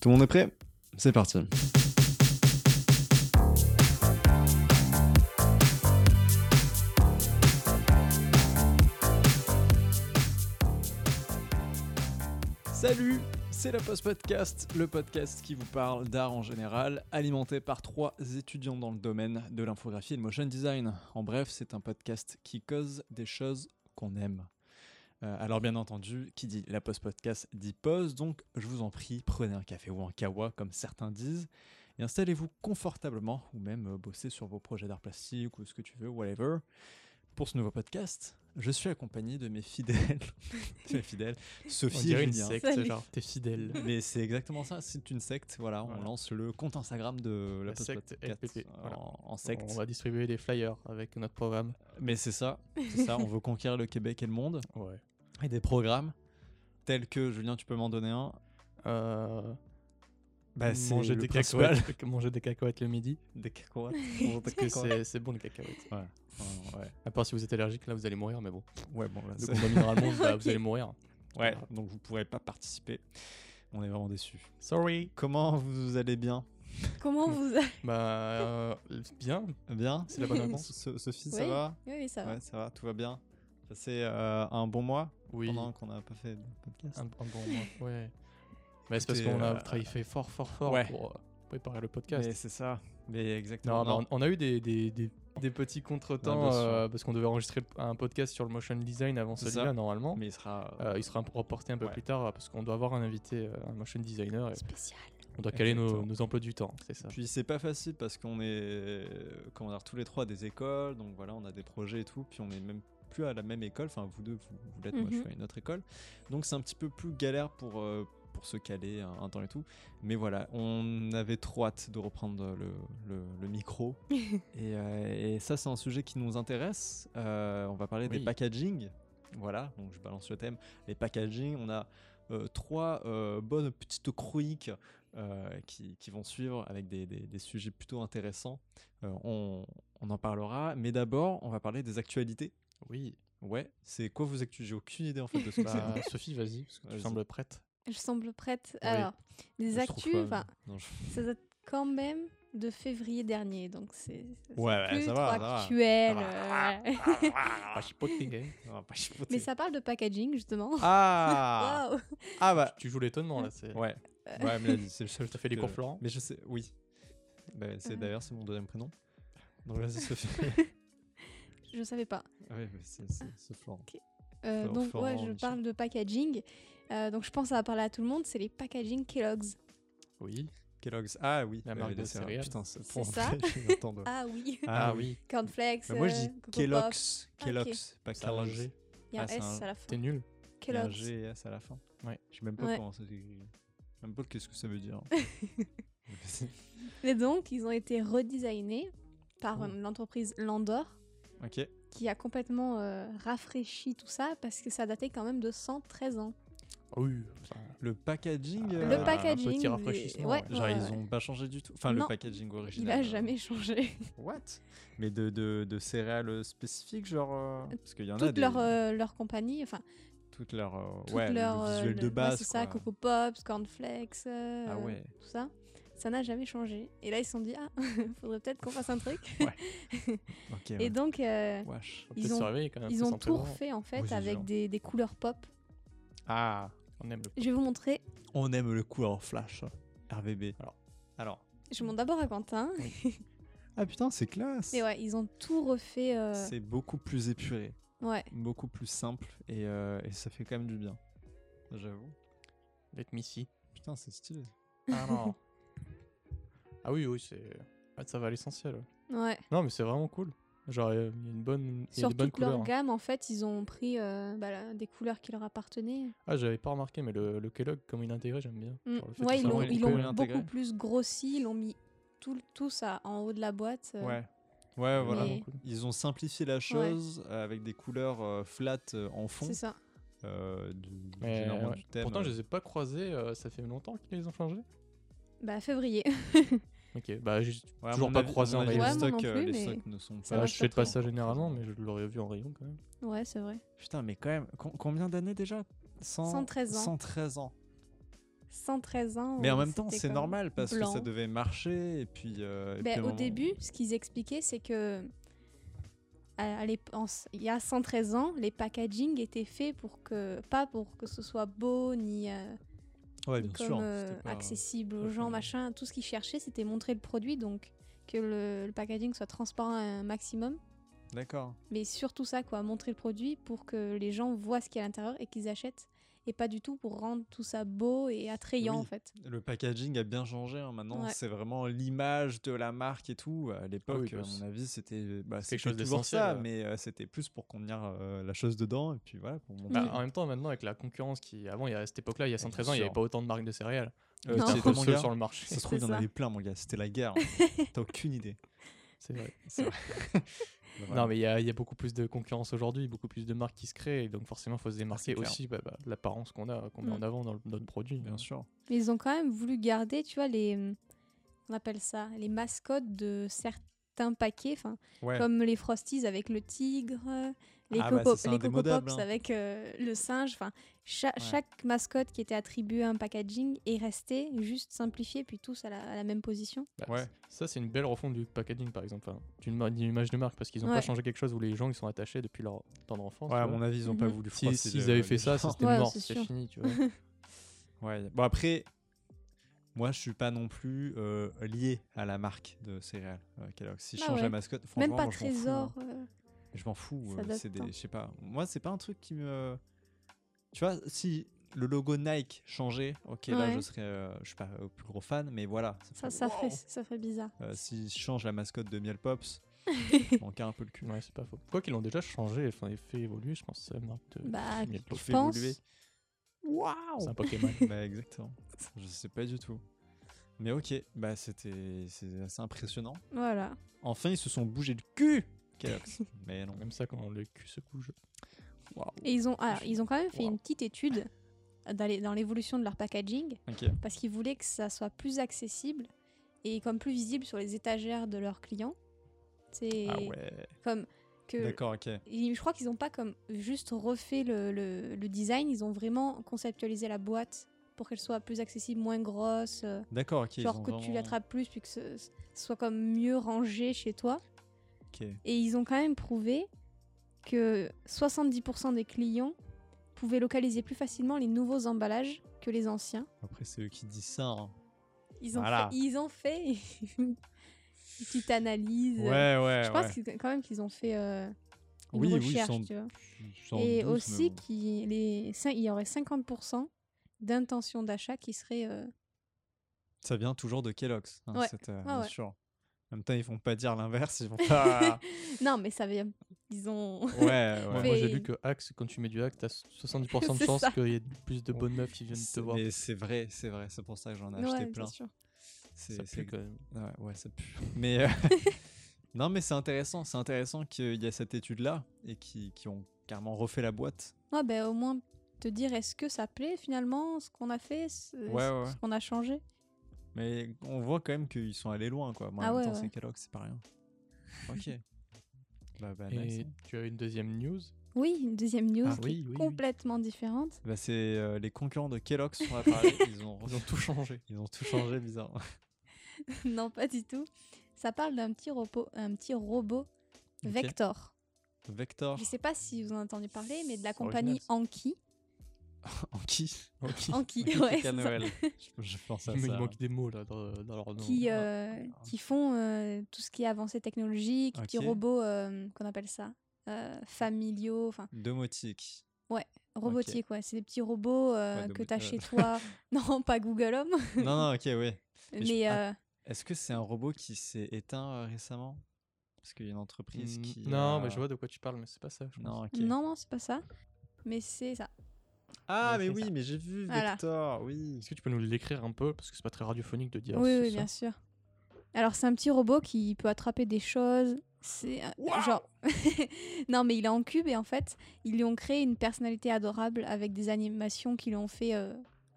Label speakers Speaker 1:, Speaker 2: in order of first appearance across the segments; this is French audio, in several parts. Speaker 1: Tout le monde est prêt C'est parti. Salut, c'est la Post Podcast, le podcast qui vous parle d'art en général, alimenté par trois étudiants dans le domaine de l'infographie et le motion design. En bref, c'est un podcast qui cause des choses qu'on aime. Euh, alors bien entendu, qui dit la pause podcast dit pause, donc je vous en prie, prenez un café ou un kawa comme certains disent, et installez-vous confortablement, ou même euh, bossez sur vos projets d'art plastique ou ce que tu veux, whatever. Pour ce nouveau podcast, je suis accompagné de mes fidèles, de mes fidèles,
Speaker 2: On
Speaker 1: Sophie et
Speaker 2: dirait une
Speaker 1: Julien.
Speaker 2: secte,
Speaker 3: Salut.
Speaker 2: genre t'es fidèle.
Speaker 1: Mais c'est exactement ça, c'est une secte, voilà, on
Speaker 2: Voilà.
Speaker 1: lance le compte Instagram de la,
Speaker 2: La
Speaker 1: Post
Speaker 2: secte
Speaker 1: Podcast
Speaker 2: LPP,
Speaker 1: en-
Speaker 2: voilà.
Speaker 1: en, secte.
Speaker 2: On va distribuer des flyers avec notre programme.
Speaker 1: Mais c'est ça, c'est ça, on veut conquérir le Québec et le monde,
Speaker 2: Ouais.
Speaker 1: et des programmes tels que, Julien, tu peux m'en donner un
Speaker 2: Euh,
Speaker 1: Bah,
Speaker 2: manger, des cacahuètes, manger des cacahuètes le midi.
Speaker 1: Des cacahuètes.
Speaker 2: Parce que c'est c'est bon les cacahuètes.
Speaker 1: ouais.
Speaker 2: À part si vous êtes allergique, là vous allez mourir, mais bon.
Speaker 1: ouais, bon, là,
Speaker 2: Le
Speaker 1: c'est-
Speaker 2: combat minéral monde, bah,
Speaker 3: Ok.
Speaker 2: vous allez mourir.
Speaker 1: ouais, donc vous pourrez pas participer. On est vraiment déçus.
Speaker 2: Sorry.
Speaker 1: Comment vous allez bien Hmm.
Speaker 3: Comment vous a-
Speaker 2: Bah, euh, bien,
Speaker 1: Bien
Speaker 2: c'est la bonne réponse.
Speaker 1: So- Sophie, ça
Speaker 3: Oui,
Speaker 1: va
Speaker 3: Oui, oui, ça va.
Speaker 1: Ouais, ça va, tout va bien. C'est euh, un bon mois
Speaker 2: Oui.
Speaker 1: pendant qu'on n'a pas fait de podcast.
Speaker 2: Un, un bon mois. Ouais. Mais c'est parce
Speaker 1: Écoutez,
Speaker 2: qu'on a
Speaker 1: euh,
Speaker 2: travaillé fait fort, fort, fort
Speaker 1: ouais.
Speaker 2: pour euh, préparer le podcast.
Speaker 1: Mais c'est ça. Mais exactement.
Speaker 2: Non, mais on on a eu des, des, des- des petits contretemps
Speaker 1: Ah, bien sûr.
Speaker 2: euh, parce qu'on devait enregistrer le- un podcast sur le motion design avant
Speaker 1: C'est ça.
Speaker 2: celui-là normalement.
Speaker 1: Mais il sera.
Speaker 2: Euh, il sera reporté un peu
Speaker 1: Ouais.
Speaker 2: plus tard euh, parce qu'on doit avoir un invité, euh, un motion designer. et
Speaker 3: Spécial.
Speaker 2: on doit caler nos,
Speaker 1: Exactement.
Speaker 2: nos emplois du temps, c'est ça.
Speaker 1: Puis c'est pas facile parce qu'on est, euh, comment dire, tous les trois des écoles, donc voilà, on a des projets et tout, puis on est même plus à la même école, enfin vous deux, vous, vous l'êtes, moi je
Speaker 3: Mhm.
Speaker 1: suis à une autre école, donc c'est un petit peu plus galère pour, euh, pour se caler un, un temps et tout, mais voilà, on avait trop hâte de reprendre le, le- le micro, et, euh, et ça c'est un sujet qui nous intéresse, Euh, on va parler des
Speaker 2: Oui.
Speaker 1: packaging, voilà, donc je balance le thème, les packaging, on a euh, trois euh, bonnes petites chroniques euh, qui, qui vont suivre avec des, des- des sujets plutôt intéressants. Euh, on, on en parlera, mais d'abord, on va parler des actualités.
Speaker 2: Oui.
Speaker 1: Ouais, c'est quoi vos actus J'ai aucune idée en fait de ce que c'est.
Speaker 2: Bah, Sophie, vas-y, parce que tu
Speaker 1: Vas-y.
Speaker 2: sembles prête.
Speaker 3: Je semble prête.
Speaker 2: Oui.
Speaker 3: Alors,
Speaker 1: Je
Speaker 3: des
Speaker 1: trouve
Speaker 3: actus,
Speaker 1: pas-
Speaker 3: enfin,
Speaker 1: non, je-
Speaker 3: ça date quand même de février dernier, donc c'est c'est
Speaker 1: Ouais, ouais,
Speaker 3: plus
Speaker 1: ça
Speaker 3: trop
Speaker 1: va, ça va. Ah.
Speaker 3: actuel.
Speaker 1: Ça
Speaker 3: euh, ouais.
Speaker 2: Ah, Pas chipoté.
Speaker 1: on va pas chipoter.
Speaker 3: Mais ça parle de packaging justement.
Speaker 1: Ah
Speaker 3: Waouh.
Speaker 1: Ah bah
Speaker 2: tu joues l'étonnement là. C'est...
Speaker 1: Ouais, ouais, mais là, c'est le seul.
Speaker 2: T'as fait les
Speaker 1: que-
Speaker 2: cours Florent
Speaker 1: Mais je sais, oui. Bah, c'est,
Speaker 3: Euh.
Speaker 1: D'ailleurs, c'est mon deuxième prénom. Donc vas-y, Sophie.
Speaker 3: Je savais pas.
Speaker 1: ouais, mais c'est, c'est, c'est Florent.
Speaker 3: Euh,
Speaker 1: Florent,
Speaker 3: donc ouais,
Speaker 1: Florent,
Speaker 3: je
Speaker 1: Michel.
Speaker 3: parle de packaging. Euh, donc je pense que ça va parler à tout le monde. C'est les packaging Kellogg's.
Speaker 2: Oui.
Speaker 1: Kellogg's. Ah oui,
Speaker 2: La
Speaker 1: euh,
Speaker 2: marque
Speaker 1: les
Speaker 2: de
Speaker 1: céréales.
Speaker 2: céréales.
Speaker 1: Putain, c'est,
Speaker 3: C'est ça
Speaker 1: j'ai eu un temps de-
Speaker 3: Ah oui.
Speaker 2: Ah, oui.
Speaker 3: Cornflakes.
Speaker 1: Bah, moi je dis
Speaker 3: euh, Coco
Speaker 1: Kellogg's,
Speaker 3: Pops. Ah, ok.
Speaker 1: Kellogg's, pas
Speaker 2: C'est un
Speaker 1: Kellogg's.
Speaker 2: G.
Speaker 3: Il y a un
Speaker 1: Ah, c'est
Speaker 3: S
Speaker 1: un-
Speaker 3: à la fin.
Speaker 2: T'es
Speaker 1: Il y
Speaker 2: nul.
Speaker 1: a un
Speaker 3: Kellogg's.
Speaker 1: G et S à la fin.
Speaker 2: Ouais.
Speaker 1: Je sais même pas
Speaker 3: Ouais.
Speaker 1: comment ça s'écrit. Je sais même pas qu'est-ce que ça veut dire.
Speaker 3: Et donc, ils ont été redesignés par
Speaker 1: Oh.
Speaker 3: euh, l'entreprise Landor,
Speaker 1: ok.
Speaker 3: qui a complètement euh, rafraîchi tout ça parce que ça datait quand même de 113 ans.
Speaker 2: Ah Oui.
Speaker 1: Le packaging.
Speaker 2: Le
Speaker 1: euh,
Speaker 3: le packaging.
Speaker 2: petit
Speaker 3: des-
Speaker 2: rafraîchissement,
Speaker 3: ouais,
Speaker 2: ouais.
Speaker 1: Genre,
Speaker 3: ouais,
Speaker 1: ils
Speaker 3: ouais.
Speaker 1: ont pas changé du tout. Enfin, le
Speaker 3: Non.
Speaker 1: packaging original.
Speaker 3: Il a
Speaker 1: euh,
Speaker 3: jamais changé.
Speaker 1: What Mais de, de, de céréales spécifiques, genre. euh, Parce qu'il y en a
Speaker 3: Toute
Speaker 1: des.
Speaker 3: leur, euh, leur compagnie, enfin,
Speaker 1: Toutes leurs. euh,
Speaker 3: toute
Speaker 1: ouais,
Speaker 3: leur.
Speaker 1: le
Speaker 3: euh,
Speaker 1: visuel
Speaker 3: le-
Speaker 1: de
Speaker 3: ouais,
Speaker 1: base.
Speaker 3: c'est ça,
Speaker 1: quoi.
Speaker 3: Coco Pops, Cornflakes, euh,
Speaker 1: Ah ouais.
Speaker 3: tout ça. Ça n'a jamais changé. Et là, ils se sont dit, ah, faudrait peut-être qu'on fasse un truc.
Speaker 1: Ok.
Speaker 3: Et
Speaker 1: ouais.
Speaker 3: donc, euh,
Speaker 1: Wesh.
Speaker 3: Ils ont-
Speaker 2: quand même,
Speaker 3: ils
Speaker 2: ça
Speaker 3: ont
Speaker 2: sent
Speaker 3: tout
Speaker 2: présent.
Speaker 3: refait en
Speaker 1: Oui,
Speaker 3: fait
Speaker 1: c'est
Speaker 3: avec
Speaker 1: sûr.
Speaker 3: des, des couleurs pop.
Speaker 1: Ah,
Speaker 2: On aime le.
Speaker 3: Je vais vous montrer.
Speaker 1: on aime le coup en flash.
Speaker 2: hein.
Speaker 1: RVB. Alors. Alors.
Speaker 3: Je montre d'abord à Quentin.
Speaker 1: Ah putain, c'est classe.
Speaker 3: Mais ouais, ils ont tout refait. euh,
Speaker 1: C'est beaucoup plus épuré.
Speaker 3: Ouais.
Speaker 1: beaucoup plus simple et, euh, et ça fait quand même du bien. J'avoue.
Speaker 2: Let me see.
Speaker 1: Putain, c'est stylé.
Speaker 2: Ah non. ah oui, oui, c'est. ah, ça va à l'essentiel. ouais.
Speaker 3: Ouais.
Speaker 2: Non, mais c'est vraiment cool. Genre, il y a une bonne, il y a
Speaker 3: Sur
Speaker 2: des bonnes
Speaker 3: toute leur
Speaker 2: couleurs. hein.
Speaker 3: gamme, en fait, ils ont pris euh, bah, la- des couleurs qui leur appartenaient.
Speaker 2: Ah, j'avais pas remarqué, mais le, le Kellogg, comme il est intégré, j'aime bien.
Speaker 3: Mm.
Speaker 2: Genre, le fait
Speaker 3: Ouais,
Speaker 2: que
Speaker 3: ils
Speaker 2: ça
Speaker 3: l'ont,
Speaker 2: relie
Speaker 3: ils
Speaker 2: les
Speaker 3: l'ont
Speaker 2: couleurs.
Speaker 1: intégré.
Speaker 3: beaucoup plus grossi, ils l'ont mis tout, tout ça en haut de la boîte. euh,
Speaker 1: Ouais. Ouais, voilà.
Speaker 3: mais-
Speaker 2: cool.
Speaker 1: Ils ont simplifié la chose euh, avec des couleurs euh, flat euh, en fond.
Speaker 3: C'est ça.
Speaker 1: euh, du,
Speaker 2: Mais,
Speaker 1: généralement
Speaker 2: ouais.
Speaker 1: du thème.
Speaker 2: Pourtant, je les ai pas croisés, euh, ça fait longtemps qu'ils les ont changés.
Speaker 3: Bah, février.
Speaker 2: Ok, bah, j'ai
Speaker 1: Ouais, à
Speaker 2: toujours
Speaker 1: mon
Speaker 2: pas
Speaker 1: avis-
Speaker 2: croisé
Speaker 1: à mon
Speaker 2: en
Speaker 1: avis,
Speaker 2: rayon.
Speaker 3: Ouais,
Speaker 1: les
Speaker 3: moi non
Speaker 1: stocks, euh,
Speaker 3: plus,
Speaker 1: les
Speaker 3: mais
Speaker 1: stocks ne sont
Speaker 3: ça
Speaker 1: pas.
Speaker 3: va
Speaker 2: je fais pas
Speaker 3: sortir.
Speaker 2: ça généralement, mais je l'aurais vu en rayon quand même.
Speaker 3: ouais, c'est vrai.
Speaker 1: Putain, mais quand même, com- combien d'années déjà 100
Speaker 3: 113 ans.
Speaker 1: 113 ans.
Speaker 3: 113 ans.
Speaker 1: Mais en
Speaker 3: euh,
Speaker 1: même temps,
Speaker 3: c'était
Speaker 1: c'est
Speaker 3: comme
Speaker 1: normal parce que ça
Speaker 3: blanc.
Speaker 1: devait marcher et puis. euh, et
Speaker 3: Ben,
Speaker 1: puis à un
Speaker 3: au
Speaker 1: moment-
Speaker 3: début, ce qu'ils expliquaient, c'est que à- à l'ép- en s- il y a 113 ans, les packaging étaient faits pour que pas pour que ce soit beau ni euh,
Speaker 1: Ouais,
Speaker 3: ni
Speaker 1: bien
Speaker 3: comme
Speaker 1: sûr.
Speaker 3: euh,
Speaker 1: c'était pas-
Speaker 3: accessible aux
Speaker 1: pas
Speaker 3: gens,
Speaker 1: fait-
Speaker 3: machin. Tout ce qu'ils cherchaient, c'était montrer le produit, donc que le, le packaging soit transparent un maximum.
Speaker 1: D'accord.
Speaker 3: Mais surtout ça, quoi, montrer le produit pour que les gens voient ce qu'il y a à l'intérieur et qu'ils achètent. Et pas du tout pour rendre tout ça beau et attrayant,
Speaker 1: Oui.
Speaker 3: en fait.
Speaker 1: Le packaging a bien changé. hein, Maintenant,
Speaker 3: Ouais.
Speaker 1: c'est vraiment l'image de la marque et tout. À l'époque,
Speaker 2: bah,
Speaker 1: à
Speaker 2: c'est-
Speaker 1: mon avis, c'était bah, c'était
Speaker 2: chose
Speaker 1: toujours ça,
Speaker 2: d'essentiel, euh.
Speaker 1: mais euh, c'était plus pour contenir euh, la chose dedans et puis voilà. Pour
Speaker 3: Mm.
Speaker 1: montrer.
Speaker 2: Bah, En même temps, maintenant, avec la concurrence qui. Avant, il y a, à cette époque-là, il y a 113 ans, il n'y avait
Speaker 1: sûr.
Speaker 2: pas autant de marques de céréales.
Speaker 1: Euh,
Speaker 3: Non.
Speaker 1: c'était
Speaker 2: C'était un peu
Speaker 1: mon
Speaker 2: seul
Speaker 1: gars.
Speaker 2: sur le marché.
Speaker 1: Ça se trouve, il y en
Speaker 3: C'est ça.
Speaker 1: avait plein, mon gars. C'était la guerre. hein. T'as aucune idée.
Speaker 2: C'est vrai.
Speaker 1: C'est vrai. Bah,
Speaker 2: Non, mais il y, a- il y a beaucoup plus de concurrence aujourd'hui, beaucoup plus de marques qui se créent, et donc forcément, il faut se démarquer
Speaker 1: Ah, clair.
Speaker 2: aussi bah, bah, de l'apparence qu'on a, qu'on met
Speaker 3: Mm.
Speaker 2: en avant dans le- notre produit.
Speaker 1: Bien sûr.
Speaker 3: Mais ils ont quand même voulu garder, tu vois, les. On appelle ça les mascottes de certains paquets, enfin,
Speaker 1: Ouais.
Speaker 3: comme les Frosties avec le tigre, les,
Speaker 1: Ah bah,
Speaker 3: Coco,
Speaker 1: ça, c'est
Speaker 3: les Coco
Speaker 1: indémodable,
Speaker 3: Pops
Speaker 1: hein.
Speaker 3: avec euh, le singe. Enfin, cha-
Speaker 1: Ouais.
Speaker 3: chaque mascotte qui était attribuée à un packaging est restée juste simplifiée, puis tous à la, à la même position.
Speaker 2: Bah,
Speaker 1: Ouais.
Speaker 2: c- Ça, c'est une belle refonte du packaging, par exemple, enfin, d'une ma- d'une image de marque, parce qu'ils n'ont
Speaker 3: Ouais.
Speaker 2: pas changé quelque chose où les gens ils sont attachés depuis leur tendre enfance.
Speaker 1: Ouais, à
Speaker 2: tu vois.
Speaker 1: mon avis, ils ont pas
Speaker 3: Mhm.
Speaker 1: voulu
Speaker 2: Si-
Speaker 1: froisser
Speaker 2: S'ils
Speaker 1: le-
Speaker 2: avaient
Speaker 1: les
Speaker 2: fait ça,
Speaker 1: gens.
Speaker 2: ça, c'était
Speaker 3: Ouais,
Speaker 2: mort,
Speaker 3: c'est
Speaker 2: c'était
Speaker 3: sûr.
Speaker 2: fini, tu vois.
Speaker 1: Ouais. Bon après, moi je suis pas non plus euh, lié à la marque de céréales euh, Kellogg's. Si je
Speaker 3: Ah
Speaker 1: change la
Speaker 3: ouais.
Speaker 1: mascotte,
Speaker 3: Même
Speaker 1: franchement,
Speaker 3: pas
Speaker 1: moi, je m'en fous, hein.
Speaker 3: trésor. euh,
Speaker 1: Je m'en fous.
Speaker 3: Ça
Speaker 1: euh,
Speaker 3: date
Speaker 1: C'est des,
Speaker 3: pas.
Speaker 1: je sais pas. Moi c'est pas un truc qui me. Tu vois, si le logo Nike changeait, ok là
Speaker 3: Ouais.
Speaker 1: je serais, euh, je suis pas euh, plus gros fan, mais voilà. ça fait
Speaker 3: ça, ça, ferait,
Speaker 1: wow.
Speaker 3: ça ferait bizarre.
Speaker 1: Euh, si je change la mascotte de Miel Pops, manquer un peu le cul.
Speaker 2: Ouais, c'est pas faux. Quoi qu'ils l'ont déjà changé, enfin, ils l'ont fait évoluer, je pense, la marque de.
Speaker 3: Bah, oh.
Speaker 2: Miel
Speaker 1: Ils l'ont
Speaker 2: Pops.
Speaker 1: fait
Speaker 3: pense-
Speaker 1: évoluer.
Speaker 2: C'est
Speaker 1: Waouh.
Speaker 2: un Pokémon.
Speaker 1: Bah exactement. Je sais pas du tout. Mais ok, bah c'était c'est assez impressionnant.
Speaker 3: voilà.
Speaker 1: Enfin, ils se sont bougés le cul Kellogg's. Mais non.
Speaker 2: Même ça, quand le cul se bouge.
Speaker 3: Et ils ont, alors, ils ont quand même fait
Speaker 1: Wow.
Speaker 3: une petite étude dans les- dans l'évolution de leur packaging.
Speaker 1: Ok.
Speaker 3: parce qu'ils voulaient que ça soit plus accessible et comme plus visible sur les étagères de leurs clients. C'est
Speaker 1: Ah ouais.
Speaker 3: comme que
Speaker 1: D'accord, ok.
Speaker 3: et je crois qu'ils n'ont pas comme juste refait le, le- le design, ils ont vraiment conceptualisé la boîte pour qu'elle soit plus accessible, moins grosse, euh,
Speaker 1: D'accord, ok. ils
Speaker 3: genre
Speaker 1: ont
Speaker 3: que tu
Speaker 1: vraiment-
Speaker 3: l'attrapes plus puis que ce, ce soit comme mieux rangé chez toi.
Speaker 1: Ok.
Speaker 3: Et ils ont quand même prouvé que 70% des clients pouvaient localiser plus facilement les nouveaux emballages que les anciens.
Speaker 1: Après, c'est eux qui disent ça. hein.
Speaker 3: Ils ont,
Speaker 1: Voilà.
Speaker 3: fait, ils ont fait une petite analyse.
Speaker 1: Ouais, ouais.
Speaker 3: euh, je pense
Speaker 1: ouais.
Speaker 3: que- quand même qu'ils ont fait euh, une
Speaker 1: Oui, oui, ils
Speaker 3: recherche,
Speaker 1: sont-
Speaker 3: tu vois.
Speaker 1: Sans
Speaker 3: Et
Speaker 1: doute, mais
Speaker 3: aussi
Speaker 1: bon.
Speaker 3: qu'il les cin- il y aurait 50% d'intention d'achat qui serait... euh,
Speaker 1: Ça vient toujours de Kellogg's. hein,
Speaker 3: Ouais.
Speaker 1: cette, euh,
Speaker 3: Ouais,
Speaker 1: bien
Speaker 3: ouais.
Speaker 1: sûr. En même temps, ils vont pas dire l'inverse. Ils vont pas.
Speaker 3: Non, mais ça vient... Ils ont...
Speaker 1: ouais, ouais.
Speaker 2: Ouais,
Speaker 3: Mais-
Speaker 2: Moi, j'ai lu que Axe, quand tu mets du Axe, t'as 70% de
Speaker 3: C'est
Speaker 2: chance
Speaker 3: ça.
Speaker 2: qu'il y ait plus de
Speaker 1: Ouais.
Speaker 2: bonnes meufs qui viennent te
Speaker 1: C'est-
Speaker 2: voir.
Speaker 1: Mais c'est vrai, c'est vrai. C'est pour ça que j'en ai
Speaker 3: Ouais,
Speaker 1: acheté
Speaker 3: bien
Speaker 1: plein.
Speaker 3: sûr.
Speaker 1: C'est
Speaker 2: Ça
Speaker 1: c'est-
Speaker 2: pue quand même.
Speaker 1: Ouais, ouais, ça pue. Mais euh, non, mais c'est intéressant. C'est intéressant qu'il y a cette étude-là et qui, qui ont carrément refait la boîte.
Speaker 3: Ouais, ben, au moins te dire est-ce que ça plaît finalement ce qu'on a fait, ce,
Speaker 1: Ouais,
Speaker 3: ce-
Speaker 1: ouais, ouais.
Speaker 3: ce qu'on a changé.
Speaker 1: Mais on voit quand même qu'ils sont allés loin, quoi. Moi, en
Speaker 3: Ah
Speaker 1: même
Speaker 3: ouais,
Speaker 1: temps,
Speaker 3: ouais.
Speaker 1: c'est Kellogg, c'est pas rien. Ok. bah, bah, nice,
Speaker 2: Et
Speaker 1: hein.
Speaker 2: tu as une deuxième news
Speaker 3: Oui, une deuxième news
Speaker 1: Ah,
Speaker 3: qui
Speaker 2: oui, oui,
Speaker 3: est
Speaker 2: oui.
Speaker 3: complètement différente.
Speaker 1: Bah, c'est euh, les concurrents de Kellogg sont apparus. ils, ont,
Speaker 2: Ils ont tout changé.
Speaker 1: ils ont tout changé, bizarre.
Speaker 3: non, pas du tout. Ça parle d'un petit, robot- un petit robot
Speaker 1: Ok. Oh.
Speaker 3: Vector.
Speaker 1: Vector,
Speaker 3: Je sais pas si vous en avez entendu parler, mais de la
Speaker 2: C'est
Speaker 3: compagnie
Speaker 2: original, ça.
Speaker 3: Anki.
Speaker 1: en qui
Speaker 2: Ok.
Speaker 3: Anki,
Speaker 1: Anki
Speaker 3: ouais,
Speaker 1: Père
Speaker 3: c'est ça.
Speaker 1: Noël. je, je pense à
Speaker 2: Mais il
Speaker 1: ça.
Speaker 2: manque des mots là dans, dans leur nom.
Speaker 3: Qui, euh, qui font euh, tout ce qui est avancée technologique, petits
Speaker 1: Ok.
Speaker 3: robots, euh, qu'on appelle ça, euh, familiaux, enfin,
Speaker 1: Domotique.
Speaker 3: robotiques, ouais. C'est des petits robots euh,
Speaker 1: Ouais,
Speaker 3: que
Speaker 1: domotique,
Speaker 3: t'as
Speaker 1: ouais.
Speaker 3: chez toi. non, pas Google Home,
Speaker 1: non, non, ok, oui.
Speaker 3: mais,
Speaker 1: Mais je- ah,
Speaker 3: euh,
Speaker 1: Est-ce que c'est un robot qui s'est éteint euh, récemment Parce qu'il y a une entreprise
Speaker 2: Mm,
Speaker 1: qui.
Speaker 2: Non,
Speaker 1: a-
Speaker 3: euh,
Speaker 2: mais je vois de quoi tu parles, mais c'est pas ça. je pense.
Speaker 1: Non, ok.
Speaker 3: non, non, c'est pas ça. Mais c'est ça.
Speaker 1: Ah,
Speaker 2: Ouais,
Speaker 1: mais
Speaker 2: c'est
Speaker 1: oui,
Speaker 2: ça.
Speaker 1: mais j'ai vu
Speaker 3: Voilà.
Speaker 1: Vector, oui.
Speaker 2: Est-ce que tu peux nous l'écrire un peu Parce que c'est pas très radiophonique de dire.
Speaker 3: oui,
Speaker 2: ce-
Speaker 3: oui,
Speaker 2: ça.
Speaker 3: bien sûr. Alors, c'est un petit robot qui peut attraper des choses. C'est euh, genre. non, mais il est en cube et en fait, ils lui ont créé une personnalité adorable avec des animations qu'ils ont fait euh,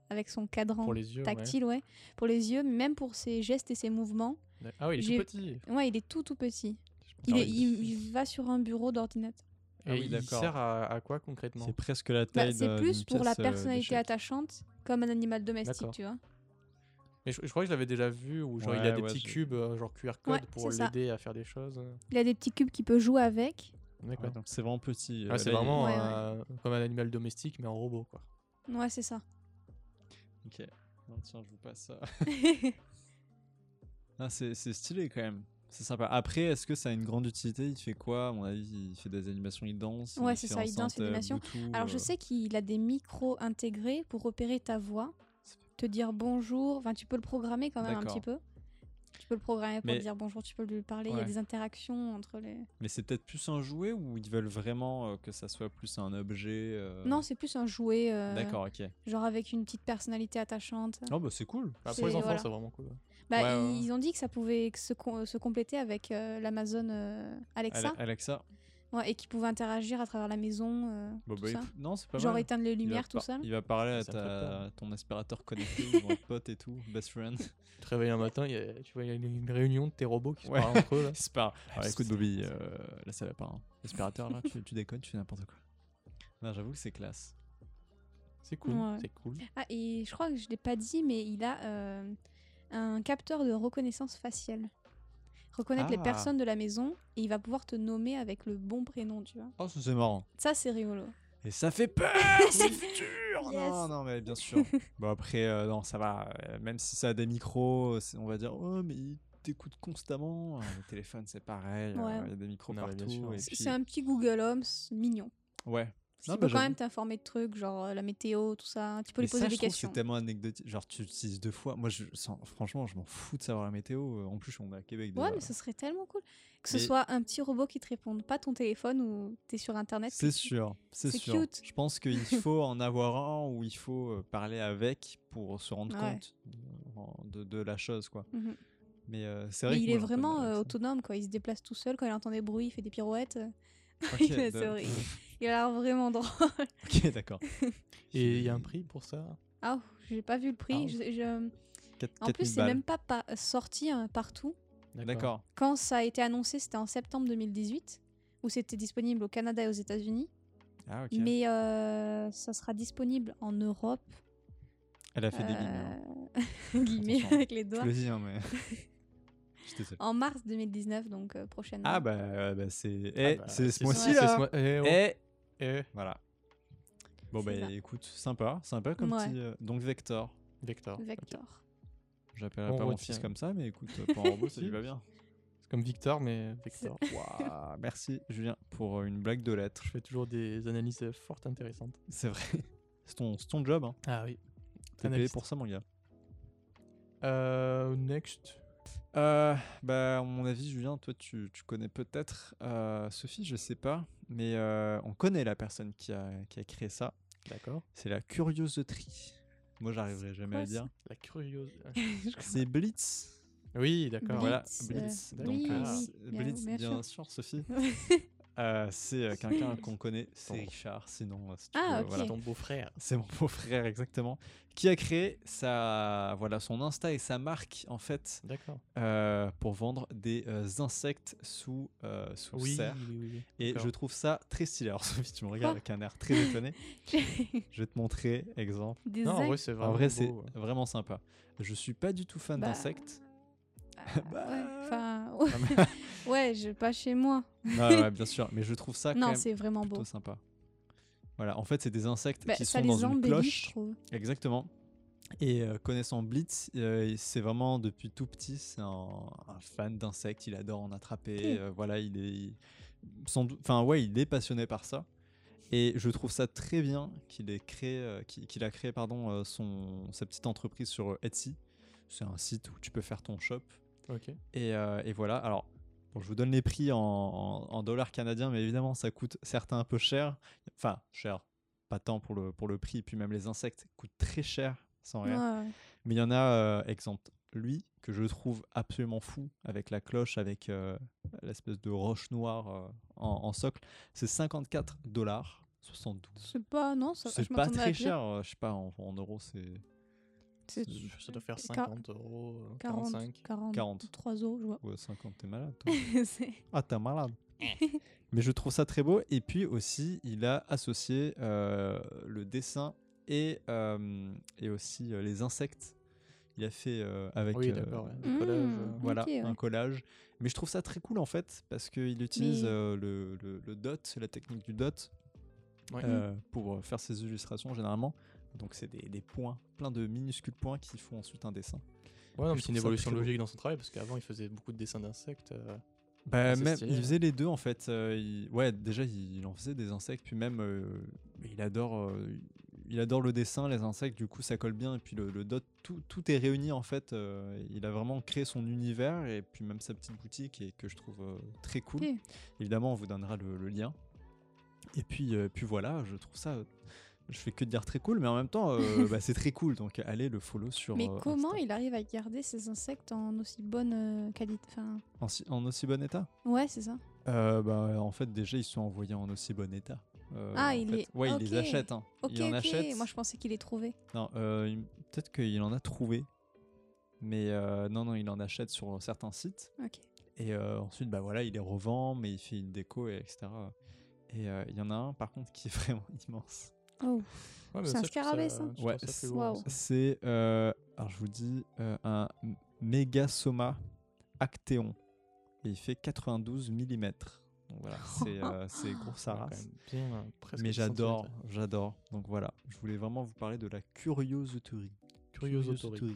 Speaker 3: avec son cadran
Speaker 2: Pour les yeux. ouais.
Speaker 3: tactile, ouais. Pour les yeux, même pour ses gestes et ses mouvements.
Speaker 2: Ah oui, il est
Speaker 3: J'ai-
Speaker 2: tout petit.
Speaker 3: Ouais, il est tout tout petit.
Speaker 2: Ah
Speaker 3: Il, est-
Speaker 2: oui.
Speaker 3: il- il va sur un bureau d'ordinateur.
Speaker 2: Et
Speaker 1: Ah oui,
Speaker 2: il
Speaker 1: d'accord.
Speaker 2: sert à, à quoi concrètement
Speaker 1: C'est presque la
Speaker 3: Bah,
Speaker 1: taille
Speaker 3: c'est
Speaker 1: d'un-
Speaker 3: plus
Speaker 1: d'une
Speaker 3: pour la
Speaker 1: pièce, euh,
Speaker 3: personnalité
Speaker 1: d'échec.
Speaker 3: attachante comme un animal domestique,
Speaker 2: D'accord.
Speaker 3: tu vois.
Speaker 2: Mais je, je crois que je l'avais déjà vu où genre il
Speaker 1: Ouais,
Speaker 2: a des
Speaker 1: ouais,
Speaker 2: petits
Speaker 1: je-
Speaker 2: cubes euh, genre QR code
Speaker 3: Ouais,
Speaker 2: pour
Speaker 3: c'est ça.
Speaker 2: l'aider à faire des choses.
Speaker 3: Il a des petits cubes qu'il peut jouer avec.
Speaker 2: D'accord.
Speaker 1: Ouais, donc c'est vraiment petit.
Speaker 2: Ah,
Speaker 1: Euh,
Speaker 2: c'est
Speaker 1: là, il-
Speaker 2: vraiment
Speaker 3: Ouais, ouais.
Speaker 2: euh, comme un animal domestique mais en robot quoi.
Speaker 3: Ouais, c'est ça.
Speaker 1: Ok. Non, tiens, je vous passe ça. Ah, c'est c'est stylé quand même. C'est sympa. Après, est-ce que ça a une grande utilité Il fait quoi À mon avis, il fait des animations, il danse.
Speaker 3: Ouais,
Speaker 1: il
Speaker 3: c'est
Speaker 1: fait
Speaker 3: ça, il danse, il fait des
Speaker 1: enceinte, euh,
Speaker 3: animations.
Speaker 1: Bluetooth,
Speaker 3: Alors je
Speaker 1: euh,
Speaker 3: sais qu'il a des micros intégrés pour repérer ta voix, te dire bonjour. Enfin, tu peux le programmer quand même un
Speaker 1: D'accord.
Speaker 3: petit peu. Tu peux le programmer pour
Speaker 1: Mais-
Speaker 3: dire bonjour, tu peux lui parler. Il y
Speaker 1: Ouais.
Speaker 3: a des interactions entre les.
Speaker 1: Mais c'est peut-être plus un jouet ou ils veulent vraiment euh, que ça soit plus un objet euh,
Speaker 3: Non, c'est plus un jouet, euh,
Speaker 1: D'accord, ok.
Speaker 3: genre avec une petite personnalité attachante.
Speaker 1: Non, bah c'est cool.
Speaker 2: Bah,
Speaker 3: C'est-
Speaker 2: pour les enfants
Speaker 3: voilà.
Speaker 2: c'est vraiment cool.
Speaker 3: Bah,
Speaker 1: Ouais, ouais,
Speaker 3: ils, ils ont dit que ça pouvait que se, com- se compléter avec euh, l'Amazon euh, Alexa
Speaker 1: Ale- Alexa.
Speaker 3: Ouais, et qu'ils pouvaient interagir à travers la maison. euh,
Speaker 1: Bah,
Speaker 3: tout
Speaker 1: bah,
Speaker 3: ça.
Speaker 1: écoute, non, c'est pas
Speaker 3: Genre
Speaker 1: mal.
Speaker 3: éteindre les
Speaker 1: Il va
Speaker 3: lumières tout
Speaker 1: par-
Speaker 3: seul.
Speaker 1: Il va parler à
Speaker 2: Ça me ferait peur.
Speaker 1: ta- ton aspirateur connecté, ton pote et tout, best friend.
Speaker 2: Tu te réveilles un matin, il y a- tu vois il y a une, une réunion de tes robots qui se
Speaker 1: Ouais.
Speaker 2: parlent entre eux là.
Speaker 1: C'est pas. Alors,
Speaker 2: c'est-
Speaker 1: écoute, Bobby,
Speaker 2: c'est-
Speaker 1: euh, là ça va pas. hein. L'aspirateur, là, tu, tu déconnes, tu fais n'importe quoi. Non, j'avoue que c'est classe.
Speaker 2: C'est cool,
Speaker 3: Ouais.
Speaker 2: c'est cool.
Speaker 3: Ah, et je crois que je l'ai pas dit, mais il a euh, un capteur de reconnaissance faciale. Reconnaître les
Speaker 1: Ah.
Speaker 3: personnes de la maison et il va pouvoir te nommer avec le bon prénom, tu vois.
Speaker 1: Oh, ça, c'est marrant.
Speaker 3: Ça, c'est rigolo.
Speaker 1: Et ça fait peur
Speaker 3: Ça
Speaker 1: C'est futur
Speaker 3: Yes.
Speaker 1: Non, non, mais bien sûr. bon, après, euh, non, ça va. euh, Même si ça a des micros, euh, c'est- on va dire, oh, mais il t'écoute constamment. Euh, Le téléphone, c'est pareil. euh, Il
Speaker 3: Ouais.
Speaker 1: y a des micros
Speaker 2: Non, mais bien
Speaker 1: partout.
Speaker 2: sûr.
Speaker 1: et
Speaker 3: C'est
Speaker 1: puis-
Speaker 3: c'est un petit Google Homes mignon.
Speaker 1: Ouais.
Speaker 3: Tu
Speaker 1: Non, bah,
Speaker 3: peux quand
Speaker 1: j'avoue.
Speaker 3: même t'informer de trucs, genre euh, la météo, tout ça. Tu peux lui
Speaker 1: Mais
Speaker 3: poser
Speaker 1: ça, je
Speaker 3: des
Speaker 1: trouve que
Speaker 3: questions.
Speaker 1: C'est tellement anecdotique. Genre, tu l'utilises deux fois. Moi, je, sans- franchement, je m'en fous de savoir la météo. Euh, En plus, on est à Québec.
Speaker 3: Ouais,
Speaker 1: déjà.
Speaker 3: mais ce serait tellement cool. Que ce
Speaker 1: Mais-
Speaker 3: soit un petit robot qui te réponde, pas ton téléphone ou t'es sur internet.
Speaker 1: C'est
Speaker 3: puis tu-
Speaker 1: sûr, c'est
Speaker 3: c'est
Speaker 1: sûr.
Speaker 3: cute.
Speaker 1: Je pense qu'il faut en avoir un ou il faut euh, parler avec pour se rendre
Speaker 3: Ouais.
Speaker 1: compte euh, en- de, de la chose, quoi.
Speaker 3: Mhm.
Speaker 1: Mais euh, c'est vrai
Speaker 3: Mais
Speaker 1: que
Speaker 3: il
Speaker 1: moi,
Speaker 3: est
Speaker 1: j'entends bien
Speaker 3: vraiment euh,
Speaker 1: avec ça.
Speaker 3: autonome, quoi. Il se déplace tout seul. Quand il entend des bruits, il fait des pirouettes.
Speaker 1: Ok,
Speaker 3: C'est
Speaker 1: d'accord.
Speaker 3: vrai. Il a l'air vraiment drôle.
Speaker 1: Ok, d'accord.
Speaker 2: Et il y a un prix pour ça
Speaker 3: Ah, j'ai pas vu le prix.
Speaker 1: Ah.
Speaker 3: Je- je-
Speaker 1: Quatre-
Speaker 3: En
Speaker 1: 4000
Speaker 3: plus, c'est
Speaker 1: balles.
Speaker 3: même pas, pa- sorti hein, partout.
Speaker 1: D'accord.
Speaker 3: Quand ça a été annoncé, c'était en septembre 2018, où c'était disponible au Canada et aux États-Unis.
Speaker 1: Ah, ok.
Speaker 3: Mais euh, ça sera disponible en Europe.
Speaker 1: Elle a fait des guillemets. hein.
Speaker 3: euh, guillemets
Speaker 1: Attention.
Speaker 3: avec les
Speaker 1: Je
Speaker 3: doigts.
Speaker 1: le dis, hein, mais. Je suis désolé.
Speaker 3: En mars 2019, donc euh, prochainement.
Speaker 1: Ah, bah, euh, bah, c'est.
Speaker 2: Ah
Speaker 1: Eh,
Speaker 2: bah,
Speaker 1: c'est ce
Speaker 2: c'est
Speaker 1: mois-ci,
Speaker 2: ça, c'est ce
Speaker 1: là
Speaker 2: mois- Eh, oh,
Speaker 1: Eh
Speaker 2: eh.
Speaker 1: Voilà. Bon, bah,
Speaker 3: C'est ça.
Speaker 1: écoute, sympa. Sympa comme
Speaker 3: Ouais.
Speaker 1: petit. euh, Donc, Vector.
Speaker 2: Vector. ok.
Speaker 3: Vector.
Speaker 1: J'appellerai
Speaker 2: On
Speaker 1: pas mon
Speaker 2: retient.
Speaker 1: fils comme ça, mais écoute, euh, pour un robot, ça lui
Speaker 2: Si.
Speaker 1: va bien.
Speaker 2: C'est comme Victor mais Vector.
Speaker 1: Waouh, merci, Julien, pour euh, une blague de lettres.
Speaker 2: Je fais toujours des analyses euh, fort intéressantes.
Speaker 1: C'est vrai. C'est ton, c'est ton job, hein.
Speaker 2: Ah oui.
Speaker 1: T'es payé
Speaker 2: Analyste.
Speaker 1: pour ça, mon gars.
Speaker 2: Euh, next.
Speaker 1: Euh, bah, à mon avis, Julien, toi, tu, tu connais peut-être euh, Sophie, je sais pas, mais euh, on connaît la personne qui a, qui a créé ça.
Speaker 2: D'accord.
Speaker 1: C'est la curioserie. Moi, j'arriverai jamais à
Speaker 3: quoi,
Speaker 1: le dire.
Speaker 2: La curieuse. euh.
Speaker 1: C'est Blitz.
Speaker 2: oui, d'accord.
Speaker 3: Blitz,
Speaker 1: Ah, Voilà,
Speaker 3: euh,
Speaker 1: Blitz.
Speaker 2: oui,
Speaker 1: Donc, euh,
Speaker 2: oui,
Speaker 1: c'est-
Speaker 3: bien-
Speaker 1: Blitz,
Speaker 3: bien
Speaker 1: bien
Speaker 3: sûr.
Speaker 1: sûr, Sophie. Euh, c'est euh, quelqu'un qu'on connaît, c'est
Speaker 2: Ton-
Speaker 1: Richard, sinon. euh, si tu
Speaker 3: Ah,
Speaker 1: veux,
Speaker 3: ok.
Speaker 1: voilà.
Speaker 2: Ton beau-frère.
Speaker 1: C'est mon beau-frère, exactement. Qui a créé sa, voilà, son Insta et sa marque, en fait,
Speaker 2: D'accord.
Speaker 1: euh, pour vendre des euh, insectes sous, euh, sous
Speaker 2: Oui,
Speaker 1: serre.
Speaker 2: oui, oui, oui.
Speaker 1: Et
Speaker 2: D'accord.
Speaker 1: je trouve ça très stylé. Alors, Sophie, tu me regardes avec un air très
Speaker 3: Oh.
Speaker 1: étonné. Je vais te montrer, exemple.
Speaker 3: Des
Speaker 2: Non, en vrai,
Speaker 3: ac-
Speaker 2: c'est vraiment.
Speaker 1: En vrai, c'est
Speaker 2: beau, ouais.
Speaker 1: vraiment sympa. Je suis pas du tout fan
Speaker 3: Bah, Ah,
Speaker 1: d'insectes. Bah. Ah,
Speaker 3: ouais, enfin, ouais, ouais, je pas chez moi.
Speaker 1: Non, ouais, bien sûr, mais je trouve ça Ah, quand
Speaker 3: Non,
Speaker 1: même
Speaker 3: c'est vraiment
Speaker 1: plutôt
Speaker 3: beau.
Speaker 1: sympa. Voilà, en fait, c'est des insectes
Speaker 3: Bah,
Speaker 1: qui
Speaker 3: ça
Speaker 1: sont dans
Speaker 3: les
Speaker 1: une
Speaker 3: embellit, je
Speaker 1: cloche.
Speaker 3: trouve.
Speaker 1: Exactement. Et euh, connaissant Blitz, euh, c'est vraiment depuis tout petit, c'est un, un fan d'insectes, il adore en attraper.
Speaker 3: Ok.
Speaker 1: euh, voilà, il est. il- sans doute- Enfin, ouais, il est passionné par ça. Et je trouve ça très bien qu'il ait créé, euh, qu'il qu'il a créé pardon, euh, son, sa petite entreprise sur Etsy. C'est un site où tu peux faire ton shop.
Speaker 2: Ok.
Speaker 1: Et, euh, et voilà. Alors, bon, je vous donne les prix en, en- en dollars canadiens, mais évidemment, ça coûte certains un peu cher. Enfin, cher, pas tant pour le, pour le prix. Et puis, même les insectes coûtent très cher, sans rien.
Speaker 3: Ouais, ouais.
Speaker 1: Mais il y en a, euh, exemple, lui, que je trouve absolument fou, avec la cloche, avec euh, l'espèce de roche noire euh, en, en socle. C'est 54 dollars. 72.
Speaker 3: C'est pas, non, ça,
Speaker 1: C'est
Speaker 3: je
Speaker 1: pas
Speaker 3: m'attendais à
Speaker 1: très
Speaker 3: pire.
Speaker 1: cher, euh, je sais pas, en, en euros c'est
Speaker 3: C'est
Speaker 2: Ça doit faire
Speaker 3: Quar-
Speaker 2: 50 euros. euh,
Speaker 3: 40,
Speaker 2: 45.
Speaker 3: 40,
Speaker 1: 40.
Speaker 3: 3 euros, je vois.
Speaker 1: ou 50, t'es malade toi
Speaker 3: C'est-
Speaker 1: Ah, t'es un malade. Mais je trouve ça très beau. Et puis aussi, il a associé euh, le dessin et, euh, et aussi euh, les insectes. Il a fait euh, avec
Speaker 2: Oui,
Speaker 1: euh,
Speaker 2: d'accord, ouais.
Speaker 1: un collage,
Speaker 3: Mmh,
Speaker 1: euh, voilà,
Speaker 3: ok, ouais.
Speaker 1: un collage. Mais je trouve ça très cool en fait parce qu'il utilise
Speaker 3: Mais-
Speaker 1: euh, le, le- le dot, la technique du dot
Speaker 2: Ouais.
Speaker 1: euh,
Speaker 3: Mm.
Speaker 1: pour euh, faire ses illustrations généralement. Donc c'est des, des points, plein de minuscules points qui font ensuite un dessin.
Speaker 2: Ouais, non,
Speaker 1: je
Speaker 2: mais c'est
Speaker 1: trouve
Speaker 2: une
Speaker 1: ça
Speaker 2: évolution
Speaker 1: très beau.
Speaker 2: logique dans son travail parce qu'avant il faisait beaucoup de dessins d'insectes. euh,
Speaker 1: Bah,
Speaker 2: c'est
Speaker 1: même,
Speaker 2: stylé,
Speaker 1: il
Speaker 2: ouais.
Speaker 1: faisait les deux en fait. Euh, il- Ouais, déjà il, il en faisait des insectes, puis même euh, il adore, euh, il adore le dessin, les insectes. Du coup, ça colle bien. Et puis le, le dot, tout, tout est réuni en fait. euh, il a vraiment créé son univers et puis même sa petite boutique et que je trouve euh, très cool.
Speaker 3: Ok.
Speaker 1: Évidemment, on vous donnera le, le lien. Et puis, euh, puis voilà, je trouve ça. Je fais que de dire très cool, mais en même temps, euh, bah, c'est très cool. Donc allez le follow sur.
Speaker 3: Mais
Speaker 1: euh,
Speaker 3: comment
Speaker 1: Insta.
Speaker 3: il arrive à garder ces insectes en aussi bonne euh, qualité Enfin,
Speaker 1: en, si- en aussi bon état
Speaker 3: ouais, c'est ça.
Speaker 1: Euh, bah, en fait, déjà, ils sont envoyés en aussi bon état. Euh,
Speaker 3: Ah,
Speaker 1: en
Speaker 3: il
Speaker 1: fait-
Speaker 3: les-
Speaker 1: Ouais, il
Speaker 3: ok.
Speaker 1: les achète. Hein.
Speaker 3: Ok,
Speaker 1: il en
Speaker 3: ok.
Speaker 1: achète.
Speaker 3: Moi, je pensais qu'il les trouvait.
Speaker 1: Non, euh, il- peut-être qu'il en a trouvé. Mais euh, non, non, il en achète sur certains sites.
Speaker 3: Ok.
Speaker 1: Et euh, ensuite, bah voilà, il les revend, mais il fait une déco, et etc. Et euh, il y en a un, par contre, qui est vraiment immense.
Speaker 3: Oh,
Speaker 2: ouais, mais
Speaker 3: C'est un
Speaker 2: je trouve
Speaker 3: scarabée, ça
Speaker 2: je trouve
Speaker 1: Ouais,
Speaker 2: plus
Speaker 1: c'est-
Speaker 2: lourd, hein.
Speaker 3: Waouh.
Speaker 2: ça.
Speaker 1: C'est, euh, alors je vous dis, euh, un Megasoma Actéon. Et il fait 92 mm. Donc voilà, c'est, euh, c'est gros sa
Speaker 2: Ouais, quand
Speaker 1: race.
Speaker 2: même bien, euh, presque
Speaker 1: Mais
Speaker 2: 10 centimètres,
Speaker 1: j'adore,
Speaker 2: ouais.
Speaker 1: j'adore. Donc voilà, je voulais vraiment vous parler de la curiosauterie.
Speaker 2: Curiosauterie.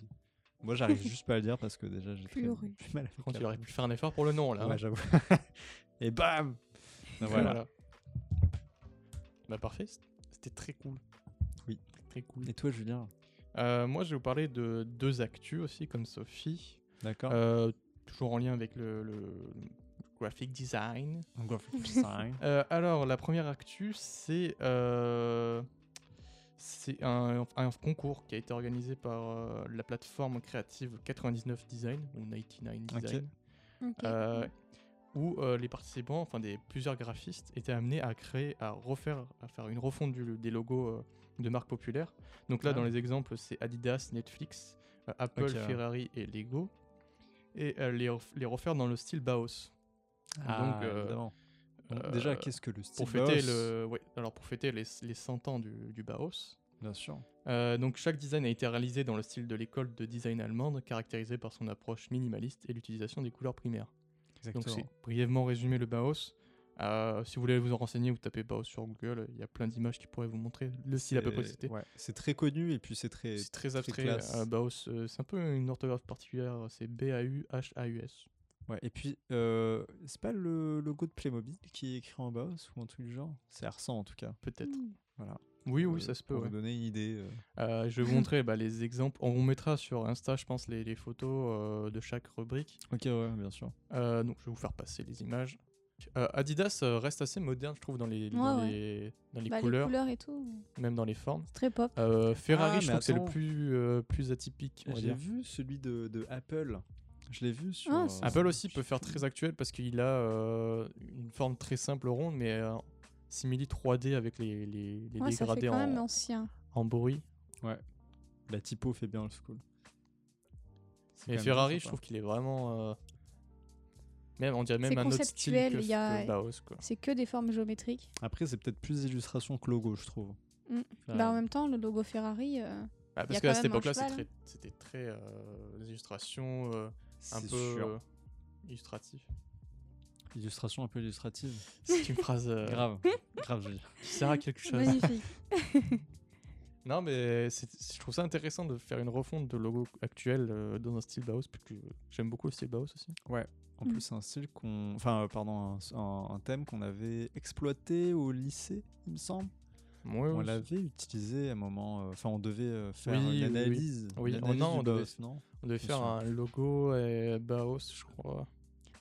Speaker 1: Moi, j'arrive juste pas à le dire parce que déjà, j'ai très-
Speaker 3: Curieux.
Speaker 1: j'ai mal avec
Speaker 2: Par contre,
Speaker 1: la-
Speaker 2: il aurait pu faire un effort pour le nom là.
Speaker 1: Ouais,
Speaker 2: hein.
Speaker 1: j'avoue. Et bam Donc Voilà.
Speaker 2: Bah parfait, c- c'était très cool.
Speaker 1: Oui.
Speaker 2: Très cool.
Speaker 1: Et toi, Julien
Speaker 2: Euh, moi, je vais vous parler de deux actus aussi, comme Sophie.
Speaker 1: D'accord
Speaker 2: Euh, toujours en lien avec le, le graphic design.
Speaker 1: Donc, graphic design.
Speaker 2: Euh, alors, la première actu, c'est euh, c'est un, un concours qui a été organisé par euh, la plateforme créative 99 Design ou 99
Speaker 1: Ok.
Speaker 2: Design,
Speaker 3: ok.
Speaker 2: euh, où euh, les participants, enfin des plusieurs graphistes, étaient amenés à créer, à refaire, à faire une refonte du- des logos euh, de marques populaires. Donc là,
Speaker 1: Ah.
Speaker 2: dans les exemples, c'est Adidas, Netflix, euh, Apple,
Speaker 1: Ok, ouais.
Speaker 2: Ferrari et Lego, et euh, les, ref- les refaire dans le style Baos.
Speaker 1: Ah,
Speaker 2: euh,
Speaker 1: évidemment. Donc, déjà,
Speaker 2: euh,
Speaker 1: qu'est-ce que le style
Speaker 2: pour fêter,
Speaker 1: Baos
Speaker 2: le, ouais, alors pour fêter les, les 100 ans du, du Bauhaus.
Speaker 1: Bien sûr.
Speaker 2: Euh, donc chaque design a été réalisé dans le style de l'école de design allemande, caractérisée par son approche minimaliste et l'utilisation des couleurs primaires. Donc
Speaker 1: Exactement.
Speaker 2: c'est brièvement résumé le Bauhaus. Euh, si vous voulez vous en renseigner, vous tapez Bauhaus sur Google, il y a plein d'images qui pourraient vous montrer le style à peu près
Speaker 1: C'est-
Speaker 2: cité.
Speaker 1: ouais, C'est très connu et puis c'est très.
Speaker 2: C'est très
Speaker 1: très
Speaker 2: abstrait,
Speaker 1: classe.
Speaker 2: euh, Bauhaus, euh, c'est un peu une orthographe particulière, c'est B-A-U-H-A-U-S.
Speaker 1: Ouais, et puis, euh, c'est pas le logo de Playmobil qui est écrit en Baos ou un truc du genre Ça ressemble en tout cas.
Speaker 2: Peut-être.
Speaker 3: Hmm.
Speaker 2: Oui,
Speaker 1: pour,
Speaker 2: oui,
Speaker 1: euh,
Speaker 2: ça se peut.
Speaker 1: Pour
Speaker 2: ouais.
Speaker 1: vous donner une idée. euh,
Speaker 2: Euh, je vais vous montrer bah, les exemples. On vous mettra sur Insta, je pense, les, les photos euh, de chaque rubrique.
Speaker 1: Ok, ouais, bien sûr.
Speaker 2: Euh, donc, je vais vous faire passer les images. Euh, Adidas euh, reste assez moderne, je trouve, dans les, dans
Speaker 3: ouais.
Speaker 2: les, dans les
Speaker 3: Bah,
Speaker 2: couleurs,
Speaker 3: les couleurs et tout,
Speaker 2: même dans les formes.
Speaker 3: c'est très pop.
Speaker 2: Euh, Ferrari,
Speaker 1: Ah,
Speaker 2: je
Speaker 1: mais
Speaker 2: trouve que c'est le
Speaker 1: attends.
Speaker 2: plus, euh, plus atypique. on va
Speaker 1: J'ai
Speaker 2: dire.
Speaker 1: vu celui de, de Apple. Je l'ai vu sur.
Speaker 3: Ah, c'est-
Speaker 1: euh,
Speaker 2: Apple aussi
Speaker 1: sur-
Speaker 2: peut faire très actuel parce qu'il a euh, une forme très simple ronde, mais euh, simili 3D avec les, les, les
Speaker 3: Ouais, ça fait
Speaker 2: dégradés
Speaker 3: quand même hein.
Speaker 2: en,
Speaker 3: ancien.
Speaker 2: en bruit.
Speaker 1: La Bah, typo fait bien le school. C'est
Speaker 2: Mais
Speaker 1: quand même
Speaker 2: Ferrari,
Speaker 1: bien
Speaker 2: je
Speaker 1: sympa.
Speaker 2: trouve qu'il est vraiment. euh, Même, on dirait même
Speaker 3: C'est
Speaker 2: un autre style que,
Speaker 3: conceptuel, il y a-
Speaker 2: que Bauhaus, quoi.
Speaker 3: C'est que des formes géométriques.
Speaker 1: Après, c'est peut-être plus illustration que logo, je trouve.
Speaker 3: Mm.
Speaker 1: Ferrari.
Speaker 3: Bah, en même temps, le logo Ferrari. euh,
Speaker 2: Ah,
Speaker 3: y a
Speaker 2: parce que
Speaker 3: quand
Speaker 2: à cette
Speaker 3: même un
Speaker 2: époque-là, c'est
Speaker 3: cheval.
Speaker 2: très- c'était très. euh, des illustrations euh, un
Speaker 1: C'est
Speaker 2: peu.
Speaker 1: sûr.
Speaker 2: euh, illustratives.
Speaker 1: Illustration un peu illustrative.
Speaker 2: C'est une phrase euh,
Speaker 1: Grave. Grave, je veux dire.
Speaker 2: qui sert à quelque chose.
Speaker 3: Magnifique.
Speaker 2: non, mais c'est- je trouve ça intéressant de faire une refonte de logo actuel euh, dans un style Bauhaus, parce que j'aime beaucoup le style Bauhaus aussi.
Speaker 1: En
Speaker 3: Mm.
Speaker 1: plus, c'est un style qu'on. Enfin, euh, pardon, un, un- un thème qu'on avait exploité au lycée, il me semble.
Speaker 2: Ouais,
Speaker 1: On
Speaker 2: ouais,
Speaker 1: l'avait utilisé à un moment. euh, Enfin, on devait euh, faire
Speaker 2: Oui, oui, oui.
Speaker 1: une analyse.
Speaker 2: Oui,
Speaker 1: une
Speaker 2: oh
Speaker 1: analyse
Speaker 2: non,
Speaker 1: du
Speaker 2: on devait-
Speaker 1: Baos, non
Speaker 2: on devait
Speaker 1: bien
Speaker 2: faire
Speaker 1: sûr.
Speaker 2: un logo euh, Bauhaus, je crois. Oh,